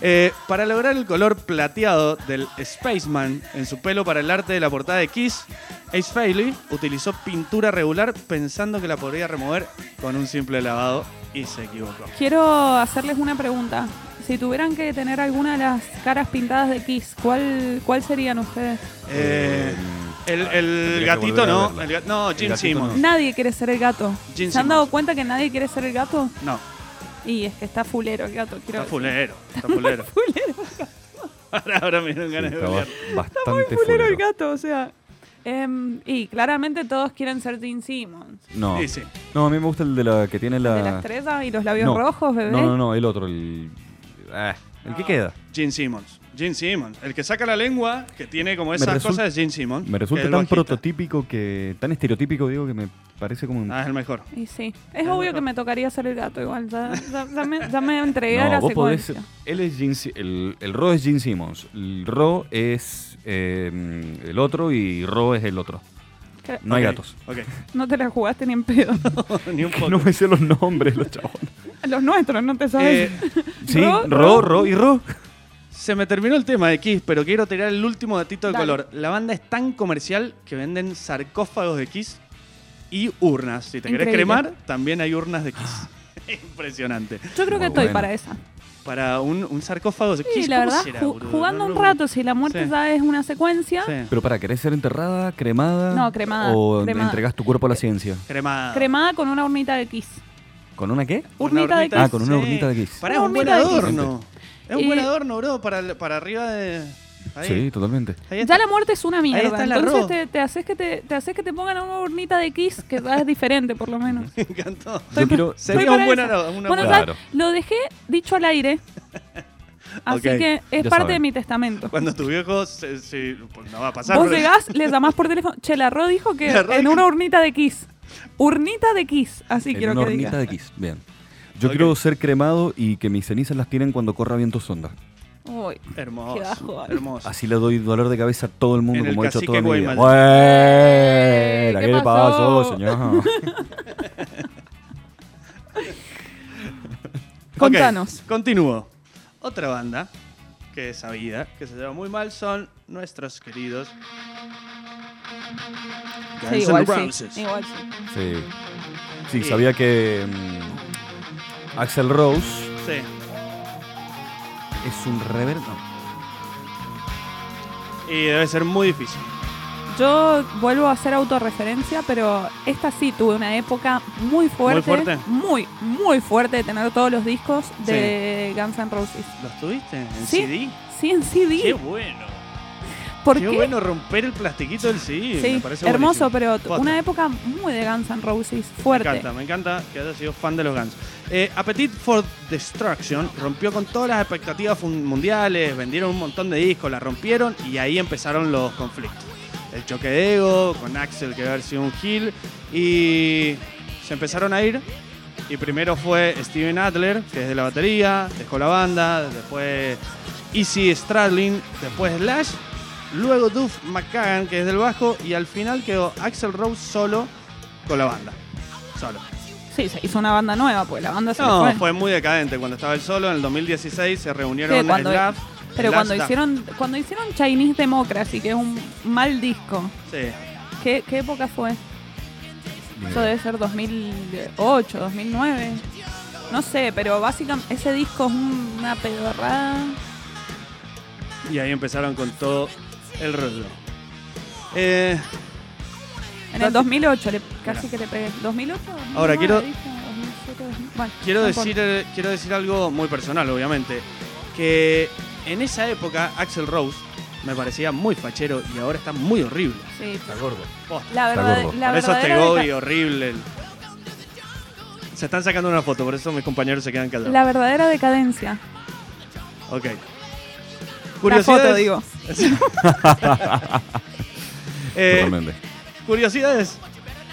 [SPEAKER 1] Eh, para lograr el color plateado del Spaceman en su pelo para el arte de la portada de Kiss, Ace Frehley utilizó pintura regular pensando que la podría remover con un simple lavado y se equivocó.
[SPEAKER 3] Quiero hacerles una pregunta. Si tuvieran que tener alguna de las caras pintadas de Kiss, ¿cuál, cuál serían ustedes?
[SPEAKER 1] Eh, el, el
[SPEAKER 2] ah, tendría que
[SPEAKER 1] gatito
[SPEAKER 2] volver a
[SPEAKER 1] no,
[SPEAKER 2] verla.
[SPEAKER 1] el ga- no, Jim
[SPEAKER 2] gatito
[SPEAKER 1] Simmons.
[SPEAKER 3] Nadie quiere ser el gato.
[SPEAKER 1] Gene
[SPEAKER 3] ¿Se han
[SPEAKER 1] Simmons.
[SPEAKER 3] dado cuenta que nadie quiere ser el gato?
[SPEAKER 1] No,
[SPEAKER 3] Y es que está fulero el gato. Quiero
[SPEAKER 1] está fulero, está fulero. ahora, ahora me dieron
[SPEAKER 2] Sí,
[SPEAKER 1] ganas de
[SPEAKER 2] estaba
[SPEAKER 1] googlear.
[SPEAKER 2] bastante
[SPEAKER 3] fulero el
[SPEAKER 2] fulero.
[SPEAKER 3] gato, o sea. em, y claramente todos quieren ser Gene Simmons.
[SPEAKER 2] No.
[SPEAKER 1] Sí, sí.
[SPEAKER 2] no, a mí me gusta el de la que tiene
[SPEAKER 3] De la
[SPEAKER 2] la...
[SPEAKER 3] estrella y los labios
[SPEAKER 2] Ah. No.
[SPEAKER 3] rojos, bebé.
[SPEAKER 2] No, no, no, el otro, el... ah, el que queda.
[SPEAKER 1] Gene Simmons. Gene Simmons. El que saca la lengua, que tiene como
[SPEAKER 2] Me
[SPEAKER 1] esas
[SPEAKER 2] resulta-
[SPEAKER 1] cosas, es Gene Simmons.
[SPEAKER 2] Me
[SPEAKER 1] que
[SPEAKER 2] resulta
[SPEAKER 1] es el
[SPEAKER 2] tan
[SPEAKER 1] bajista.
[SPEAKER 2] prototípico que... Tan estereotípico, digo, que me parece como un...
[SPEAKER 1] Ah, es el mejor.
[SPEAKER 3] Y sí. Es obvio que me tocaría ser el gato igual. Ya, ya- ya me, ya me entregué a la
[SPEAKER 2] vos podés-
[SPEAKER 3] secuencia.
[SPEAKER 2] él es Gene Si- el, el Ro es Gene Simmons. El Ro es eh, el otro y Ro es el otro.
[SPEAKER 3] Que-
[SPEAKER 2] No hay
[SPEAKER 1] Ok,
[SPEAKER 2] gatos. [laughs]
[SPEAKER 1] Ok.
[SPEAKER 3] No te la jugaste ni en pedo. [laughs]
[SPEAKER 1] [laughs] Ni un poco.
[SPEAKER 2] No me sé los nombres, los chavos.
[SPEAKER 3] Los nuestros, no te sabes.
[SPEAKER 1] Eh,
[SPEAKER 2] Sí,
[SPEAKER 3] Ro,
[SPEAKER 2] Ro,
[SPEAKER 3] Ro.
[SPEAKER 2] Ro, y Ro.
[SPEAKER 1] Se me terminó el tema de Kiss, pero quiero tirar el último datito de
[SPEAKER 3] Dale.
[SPEAKER 1] color. La banda es tan comercial que venden sarcófagos de Kiss y urnas. Si te querés
[SPEAKER 3] Increíble.
[SPEAKER 1] cremar, también hay urnas de Kiss. [laughs] Impresionante.
[SPEAKER 3] Yo
[SPEAKER 2] Muy
[SPEAKER 3] creo que estoy
[SPEAKER 2] bueno.
[SPEAKER 3] para esa.
[SPEAKER 1] Para un, un sarcófago de Kiss,
[SPEAKER 3] Sí, la
[SPEAKER 1] ¿cómo
[SPEAKER 3] verdad,
[SPEAKER 1] será,
[SPEAKER 3] ju-
[SPEAKER 1] boludo?
[SPEAKER 3] jugando
[SPEAKER 1] No,
[SPEAKER 3] un
[SPEAKER 1] no,
[SPEAKER 3] rato, si la muerte
[SPEAKER 1] Sí.
[SPEAKER 3] ya es una secuencia,
[SPEAKER 1] Sí.
[SPEAKER 2] Pero para, ¿querés ser enterrada, cremada?
[SPEAKER 3] No, cremada,
[SPEAKER 2] ¿O
[SPEAKER 3] cremada.
[SPEAKER 2] entregás tu cuerpo a la ciencia?
[SPEAKER 1] Cremada.
[SPEAKER 3] cremada con una hornita de Kiss.
[SPEAKER 2] ¿Con una qué?
[SPEAKER 1] Una
[SPEAKER 3] Urnita de Kiss.
[SPEAKER 2] Ah, con una urnita de Kiss.
[SPEAKER 1] Pará,
[SPEAKER 3] Una
[SPEAKER 1] es un buen
[SPEAKER 3] urnita de Kiss.
[SPEAKER 1] adorno. Es un
[SPEAKER 3] Y-
[SPEAKER 1] buen adorno, bro, para, el- para arriba de... Ahí.
[SPEAKER 2] Sí, totalmente.
[SPEAKER 1] Ahí
[SPEAKER 3] Ya
[SPEAKER 1] está.
[SPEAKER 3] la muerte es una mierda.
[SPEAKER 1] está el
[SPEAKER 3] Entonces
[SPEAKER 1] arroz.
[SPEAKER 3] te, te haces que te, te haces que te pongan una hornita de Kiss que ya
[SPEAKER 1] [laughs]
[SPEAKER 3] es diferente, por lo menos.
[SPEAKER 1] [laughs] Me encantó.
[SPEAKER 2] Yo quiero...
[SPEAKER 1] Sería
[SPEAKER 3] para
[SPEAKER 1] un buen
[SPEAKER 3] esa.
[SPEAKER 1] adorno. una
[SPEAKER 3] bueno,
[SPEAKER 1] buena-
[SPEAKER 3] ya
[SPEAKER 2] Claro.
[SPEAKER 3] lo dejé dicho al aire. Así
[SPEAKER 1] Ok,
[SPEAKER 3] que es
[SPEAKER 2] ya
[SPEAKER 3] parte
[SPEAKER 2] saben.
[SPEAKER 3] de mi testamento.
[SPEAKER 1] Cuando tu viejo... se- se- pues, no va a pasar.
[SPEAKER 3] Vos
[SPEAKER 1] pero-
[SPEAKER 3] llegás,
[SPEAKER 1] [laughs]
[SPEAKER 3] le llamás por teléfono. Che, la Ro dijo que
[SPEAKER 1] La Ro
[SPEAKER 3] en
[SPEAKER 1] dijo-
[SPEAKER 3] una urnita de Kiss. Urnita de Kiss, así
[SPEAKER 2] en
[SPEAKER 3] quiero
[SPEAKER 2] una
[SPEAKER 3] que
[SPEAKER 2] hornita
[SPEAKER 3] diga.
[SPEAKER 2] de Kiss. Bien. Yo
[SPEAKER 1] Ok.
[SPEAKER 2] quiero ser cremado y que mis cenizas las tiren cuando corra viento sonda.
[SPEAKER 3] Uy. Qué bajo.
[SPEAKER 1] Hermoso. Hermoso.
[SPEAKER 2] Así le doy dolor de cabeza a todo el mundo,
[SPEAKER 1] En el
[SPEAKER 2] como he hecho
[SPEAKER 1] cacique
[SPEAKER 2] toda mi vida.
[SPEAKER 1] Guaymas.
[SPEAKER 2] Buena,
[SPEAKER 3] ¡Eh! ¿Qué
[SPEAKER 2] ¿Qué, le
[SPEAKER 3] pasó?
[SPEAKER 2] pasó, señor?
[SPEAKER 3] Contanos.
[SPEAKER 1] Ok, continúo. Otra banda que es sabida, que se lleva muy mal, son nuestros queridos Guns
[SPEAKER 3] Sí,
[SPEAKER 1] N'
[SPEAKER 3] igual sí.
[SPEAKER 1] Roses.
[SPEAKER 3] Igual sí.
[SPEAKER 2] sí. Sí,
[SPEAKER 1] Sí.
[SPEAKER 2] sabía que mm, Axel Rose
[SPEAKER 1] Sí.
[SPEAKER 2] es un reverendo.
[SPEAKER 1] Y debe ser muy difícil.
[SPEAKER 3] Yo vuelvo a hacer autorreferencia, pero esta sí tuve una época muy fuerte.
[SPEAKER 1] fuerte?
[SPEAKER 3] Muy, muy fuerte de tener todos los discos de Guns N' Roses.
[SPEAKER 1] ¿Los tuviste en
[SPEAKER 3] Sí.
[SPEAKER 1] CD?
[SPEAKER 3] Sí, en CD.
[SPEAKER 1] ¡Qué bueno!
[SPEAKER 3] ¿Por
[SPEAKER 1] qué,
[SPEAKER 3] qué?
[SPEAKER 1] bueno romper el plastiquito del CD.
[SPEAKER 3] Sí,
[SPEAKER 1] me parece
[SPEAKER 3] hermoso,
[SPEAKER 1] buenísimo.
[SPEAKER 3] pero
[SPEAKER 1] Posta.
[SPEAKER 3] una época muy de Guns N' Roses,
[SPEAKER 1] Me
[SPEAKER 3] fuerte.
[SPEAKER 1] encanta, me encanta que haya sido fan de los Guns. Eh, Appetite for Destruction rompió con todas las expectativas fun- mundiales, vendieron un montón de discos, la rompieron y ahí empezaron los conflictos. El choque de ego con Axel que había sido un heel y se empezaron a ir. Y primero fue Steven Adler, que es de la batería, dejó la banda, después Easy Stradlin, después Slash, luego Duff McCagan, que es del bajo, y al final quedó Axel Rose solo con la banda. Solo.
[SPEAKER 3] Sí, se hizo una banda nueva, pues la banda se
[SPEAKER 1] No,
[SPEAKER 3] le fue.
[SPEAKER 1] fue muy decadente cuando estaba él solo. En el 2016 se reunieron
[SPEAKER 3] Sí, cuando-
[SPEAKER 1] Slash,
[SPEAKER 3] Pero
[SPEAKER 1] Slash,
[SPEAKER 3] cuando
[SPEAKER 1] Slash.
[SPEAKER 3] hicieron, cuando hicieron Chinese Democracy, que es un mal disco,
[SPEAKER 1] Sí.
[SPEAKER 3] ¿qué, qué época fue? Eso debe ser 2008, 2009. No sé, pero básicamente ese disco es un- una pedorrada.
[SPEAKER 1] Y ahí empezaron con todo el rollo. Eh,
[SPEAKER 3] En el 2008, le- casi que le pegué. ¿2008?
[SPEAKER 1] Ahora,
[SPEAKER 3] 2009,
[SPEAKER 1] quiero-
[SPEAKER 3] dije, 2007, 2000. Bueno,
[SPEAKER 1] quiero,
[SPEAKER 3] no
[SPEAKER 1] decir, eh, quiero decir algo muy personal, obviamente. Que en esa época Axel Rose me parecía muy fachero y ahora está muy horrible.
[SPEAKER 3] importa. Sí.
[SPEAKER 2] Está gordo.
[SPEAKER 1] Posta.
[SPEAKER 3] La
[SPEAKER 2] Está
[SPEAKER 3] verdad,
[SPEAKER 2] gordo.
[SPEAKER 3] la
[SPEAKER 1] por eso
[SPEAKER 3] verdadera
[SPEAKER 1] Tegobi,
[SPEAKER 3] deca-
[SPEAKER 1] horrible. Se están sacando una foto, por eso mis compañeros se quedan callados.
[SPEAKER 3] la verdadera decadencia.
[SPEAKER 1] Ok.
[SPEAKER 3] La
[SPEAKER 1] Curiosidades.
[SPEAKER 3] foto, digo.
[SPEAKER 1] Eh,
[SPEAKER 2] Totalmente.
[SPEAKER 1] curiosidades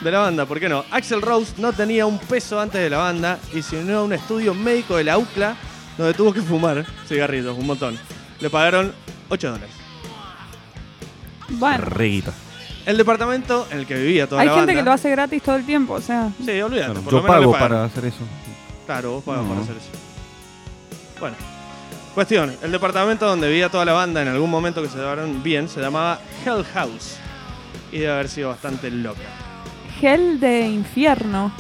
[SPEAKER 1] de la banda, ¿por qué no? Axel Rose no tenía un peso antes de la banda y se unió a un estudio médico de la UCLA donde tuvo que fumar cigarrillos, un montón. Le pagaron 8 dólares.
[SPEAKER 3] Bueno,
[SPEAKER 2] Reguita.
[SPEAKER 1] El departamento en el que vivía toda
[SPEAKER 3] hay
[SPEAKER 1] la
[SPEAKER 3] gente que lo
[SPEAKER 1] banda.
[SPEAKER 3] hace gratis todo el tiempo, o sea.
[SPEAKER 1] Sí, olvídate.
[SPEAKER 2] Claro,
[SPEAKER 1] por lo
[SPEAKER 2] Yo
[SPEAKER 1] menos le
[SPEAKER 2] pago
[SPEAKER 1] pagan.
[SPEAKER 2] para hacer eso.
[SPEAKER 1] Claro, vos pagas
[SPEAKER 2] No.
[SPEAKER 1] por hacer eso. Bueno. Cuestión, el departamento donde vivía toda la banda en algún momento que se llevaron bien se llamaba Hell House. Y debe haber sido bastante loca.
[SPEAKER 3] Gel de infierno.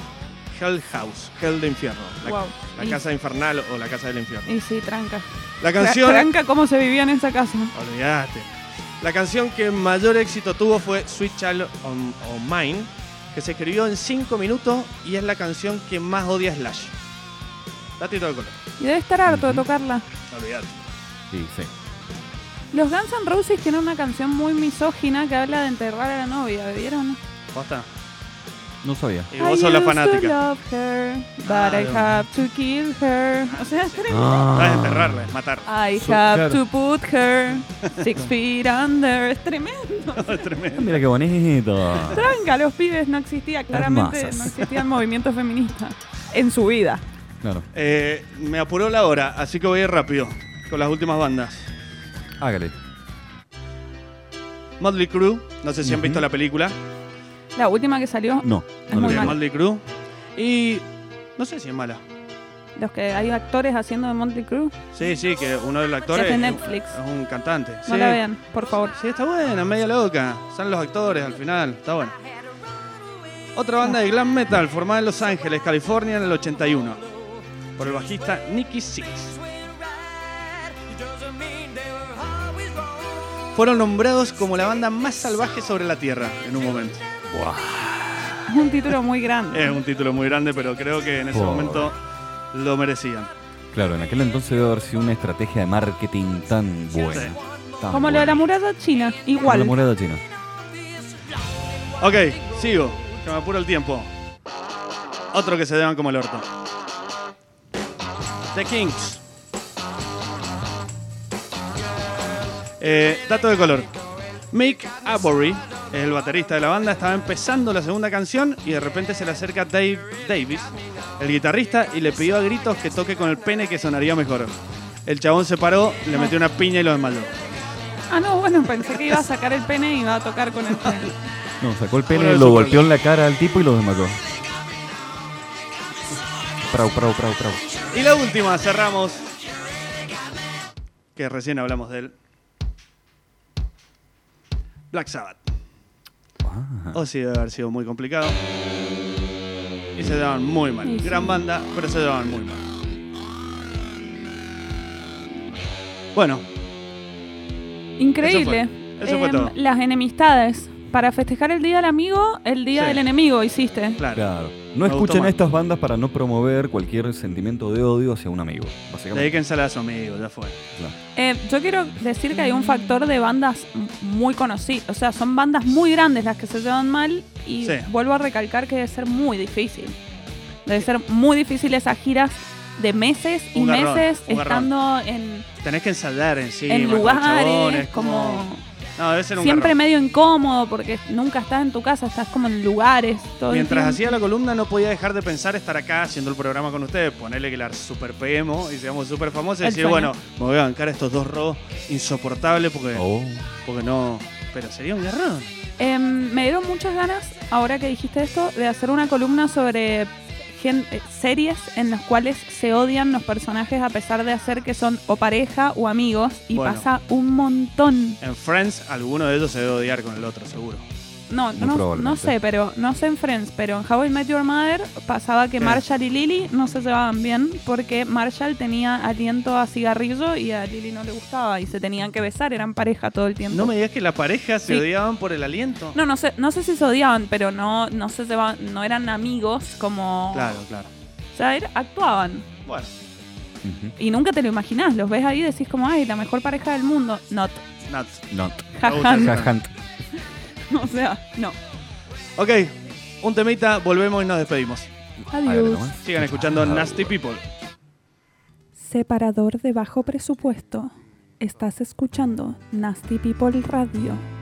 [SPEAKER 1] Hell House, Hell de Infierno. La,
[SPEAKER 3] Wow.
[SPEAKER 1] la
[SPEAKER 3] Y-
[SPEAKER 1] casa infernal o la casa del infierno.
[SPEAKER 3] Y sí, tranca.
[SPEAKER 1] La canción.
[SPEAKER 3] Tranca cómo se vivía en esa casa.
[SPEAKER 1] Olvídate. La canción que mayor éxito tuvo fue Sweet Child on, on Mine, que se escribió en 5 minutos y es la canción que más odia Slash. Datito de color.
[SPEAKER 3] Y debe estar harto de tocarla.
[SPEAKER 1] Olvídate.
[SPEAKER 2] Sí, sí.
[SPEAKER 3] Los Guns N' Roses tienen una canción muy misógina que habla de enterrar a la novia, ¿vieron?
[SPEAKER 1] Posta.
[SPEAKER 2] No sabía.
[SPEAKER 1] Y vos sos la
[SPEAKER 3] used to
[SPEAKER 1] fanática.
[SPEAKER 3] love her, but
[SPEAKER 1] Ah,
[SPEAKER 3] I
[SPEAKER 1] de una.
[SPEAKER 3] have to kill her. O sea,
[SPEAKER 1] No es
[SPEAKER 2] Ah.
[SPEAKER 1] enterrarla, es matar.
[SPEAKER 3] I
[SPEAKER 2] Su cara.
[SPEAKER 3] have to put
[SPEAKER 2] [laughs]
[SPEAKER 3] her six feet under. Es tremendo.
[SPEAKER 1] Es tremendo.
[SPEAKER 2] Ah, Mira qué
[SPEAKER 3] [laughs]
[SPEAKER 2] bonito.
[SPEAKER 3] Tranca, los pibes no existía, claramente
[SPEAKER 2] masas.
[SPEAKER 3] no existía el movimiento feminista en su vida.
[SPEAKER 2] Claro.
[SPEAKER 1] Eh, me apuró la hora, así que voy a ir rápido con las últimas bandas.
[SPEAKER 2] Hágale.
[SPEAKER 1] Motley Crue, no sé si han
[SPEAKER 2] Ujú.
[SPEAKER 1] visto la película.
[SPEAKER 3] La última que salió,
[SPEAKER 2] No.
[SPEAKER 3] Es
[SPEAKER 2] no lo
[SPEAKER 3] muy
[SPEAKER 1] de
[SPEAKER 2] vi.
[SPEAKER 3] mala.
[SPEAKER 1] Motley Crue. Y no sé si es mala.
[SPEAKER 3] los que hay actores haciendo de Monty Cruz,
[SPEAKER 1] Sí, sí, que uno de los actores
[SPEAKER 3] de Netflix.
[SPEAKER 1] es un cantante.
[SPEAKER 3] no
[SPEAKER 1] sí.
[SPEAKER 3] la vean, por favor.
[SPEAKER 1] Sí, está buena, media loca. Están los actores al final, está bueno. Otra banda de glam metal formada en Los Ángeles, California, en el 81. Por el bajista Nicky Six. Fueron nombrados como la banda más salvaje sobre la Tierra en un momento.
[SPEAKER 3] Es un título muy grande.
[SPEAKER 1] Es un título muy grande, pero creo que en ese
[SPEAKER 2] Pobre.
[SPEAKER 1] momento lo merecían.
[SPEAKER 2] Claro, en aquel entonces debe haber sido una estrategia de marketing tan buena.
[SPEAKER 1] Sí.
[SPEAKER 2] tan
[SPEAKER 3] Como lo de la
[SPEAKER 2] buena.
[SPEAKER 3] muralla china,
[SPEAKER 2] Como la
[SPEAKER 3] igual.
[SPEAKER 2] muralla china.
[SPEAKER 1] Ok, sigo, que me apuro el tiempo. Otro que se deban como el orto. The Kings. Eh, dato de color. Mick Abory, el baterista de la banda, estaba empezando la segunda canción y de repente se le acerca Dave Davis, el guitarrista, y le pidió a gritos que toque con el pene que sonaría mejor. El chabón se paró, le metió una piña y lo desmayó.
[SPEAKER 3] Ah, no, bueno, pensé que iba a sacar el pene y iba a tocar con
[SPEAKER 1] [laughs]
[SPEAKER 3] el pene.
[SPEAKER 2] No, sacó el pene,
[SPEAKER 1] Bueno,
[SPEAKER 2] lo
[SPEAKER 1] eso
[SPEAKER 2] golpeó en la cara al tipo y lo desmayó. Prau, prau, prau, prau.
[SPEAKER 1] Y la última, cerramos. Que recién hablamos de él. Black Sabbath.
[SPEAKER 2] Ah,
[SPEAKER 1] O sí, debe haber sido muy complicado. Y se llevaban muy mal.
[SPEAKER 3] Sí, sí.
[SPEAKER 1] Gran banda, pero se llevaban muy mal. Bueno,
[SPEAKER 3] Increíble.
[SPEAKER 1] Eso fue
[SPEAKER 3] Em,
[SPEAKER 1] todo.
[SPEAKER 3] Las enemistades. Para festejar el Día del Amigo, el Día
[SPEAKER 1] Sí.
[SPEAKER 3] del Enemigo hiciste.
[SPEAKER 1] claro.
[SPEAKER 2] claro.
[SPEAKER 1] Me
[SPEAKER 2] No escuchen
[SPEAKER 1] gustó
[SPEAKER 2] a estas bandas para no promover cualquier sentimiento de odio hacia un amigo, básicamente.
[SPEAKER 1] Dedíquense a su amigo, ya fue.
[SPEAKER 2] Claro.
[SPEAKER 3] Eh, yo quiero decir que hay un factor de bandas m- muy conocidas. O sea, son bandas muy grandes las que se llevan mal. Y
[SPEAKER 1] Sí.
[SPEAKER 3] vuelvo a recalcar que debe ser muy difícil. Debe ser muy difícil esas giras de meses y
[SPEAKER 1] Un garrón,
[SPEAKER 3] meses
[SPEAKER 1] un garrón.
[SPEAKER 3] estando en,
[SPEAKER 1] Tenés que ensayar encima.
[SPEAKER 3] en
[SPEAKER 1] con los
[SPEAKER 3] lugares,
[SPEAKER 1] chabones,
[SPEAKER 3] como...
[SPEAKER 1] No, debe ser un
[SPEAKER 3] Siempre
[SPEAKER 1] garrón.
[SPEAKER 3] medio incómodo porque nunca estás en tu casa, estás como en lugares. Todo el
[SPEAKER 1] Mientras
[SPEAKER 3] tiempo.
[SPEAKER 1] hacía la columna no podía dejar de pensar estar acá haciendo el programa con ustedes, ponerle que la super peguemos y seamos super famosos y
[SPEAKER 3] El
[SPEAKER 1] decir,
[SPEAKER 3] sueño.
[SPEAKER 1] bueno, me voy a bancar estos dos robos insoportables porque,
[SPEAKER 2] Oh,
[SPEAKER 1] porque no... Pero sería un garrón.
[SPEAKER 3] Em, me dieron muchas ganas, ahora que dijiste esto, de hacer una columna sobre gen- eh, series en las cuales se odian los personajes a pesar de hacer que son o pareja o amigos y
[SPEAKER 1] Bueno.
[SPEAKER 3] pasa un montón.
[SPEAKER 1] En Friends alguno de ellos se debe odiar con el otro, seguro.
[SPEAKER 3] No,
[SPEAKER 2] Muy
[SPEAKER 3] no,
[SPEAKER 2] probablemente.
[SPEAKER 3] no sé, pero no sé en Friends, pero en How I Met Your Mother pasaba que
[SPEAKER 1] Eh.
[SPEAKER 3] Marshall y Lily no se llevaban bien porque Marshall tenía aliento a cigarrillo y a Lily no le gustaba y se tenían que besar, eran pareja todo el tiempo.
[SPEAKER 1] No me digas que la pareja se
[SPEAKER 3] Sí.
[SPEAKER 1] odiaban por el aliento.
[SPEAKER 3] no, no sé, no sé si se odiaban, pero no, no se llevaban- no eran amigos como
[SPEAKER 1] Claro, claro.
[SPEAKER 3] o sea, era- actuaban.
[SPEAKER 1] Bueno,
[SPEAKER 2] Ujú.
[SPEAKER 3] Y nunca te lo imaginás, los ves ahí y decís como, ay, la mejor pareja del mundo. Not.
[SPEAKER 1] not.
[SPEAKER 2] Not.
[SPEAKER 3] Jaja.
[SPEAKER 1] gusta.
[SPEAKER 2] Jajant.
[SPEAKER 3] o sea, no.
[SPEAKER 1] Ok, un temita, volvemos y nos despedimos.
[SPEAKER 2] Ahí va
[SPEAKER 3] Adiós.
[SPEAKER 2] nomás.
[SPEAKER 1] Sigan escuchando Nasty People.
[SPEAKER 3] Separador de bajo presupuesto. Estás escuchando Nasty People Radio.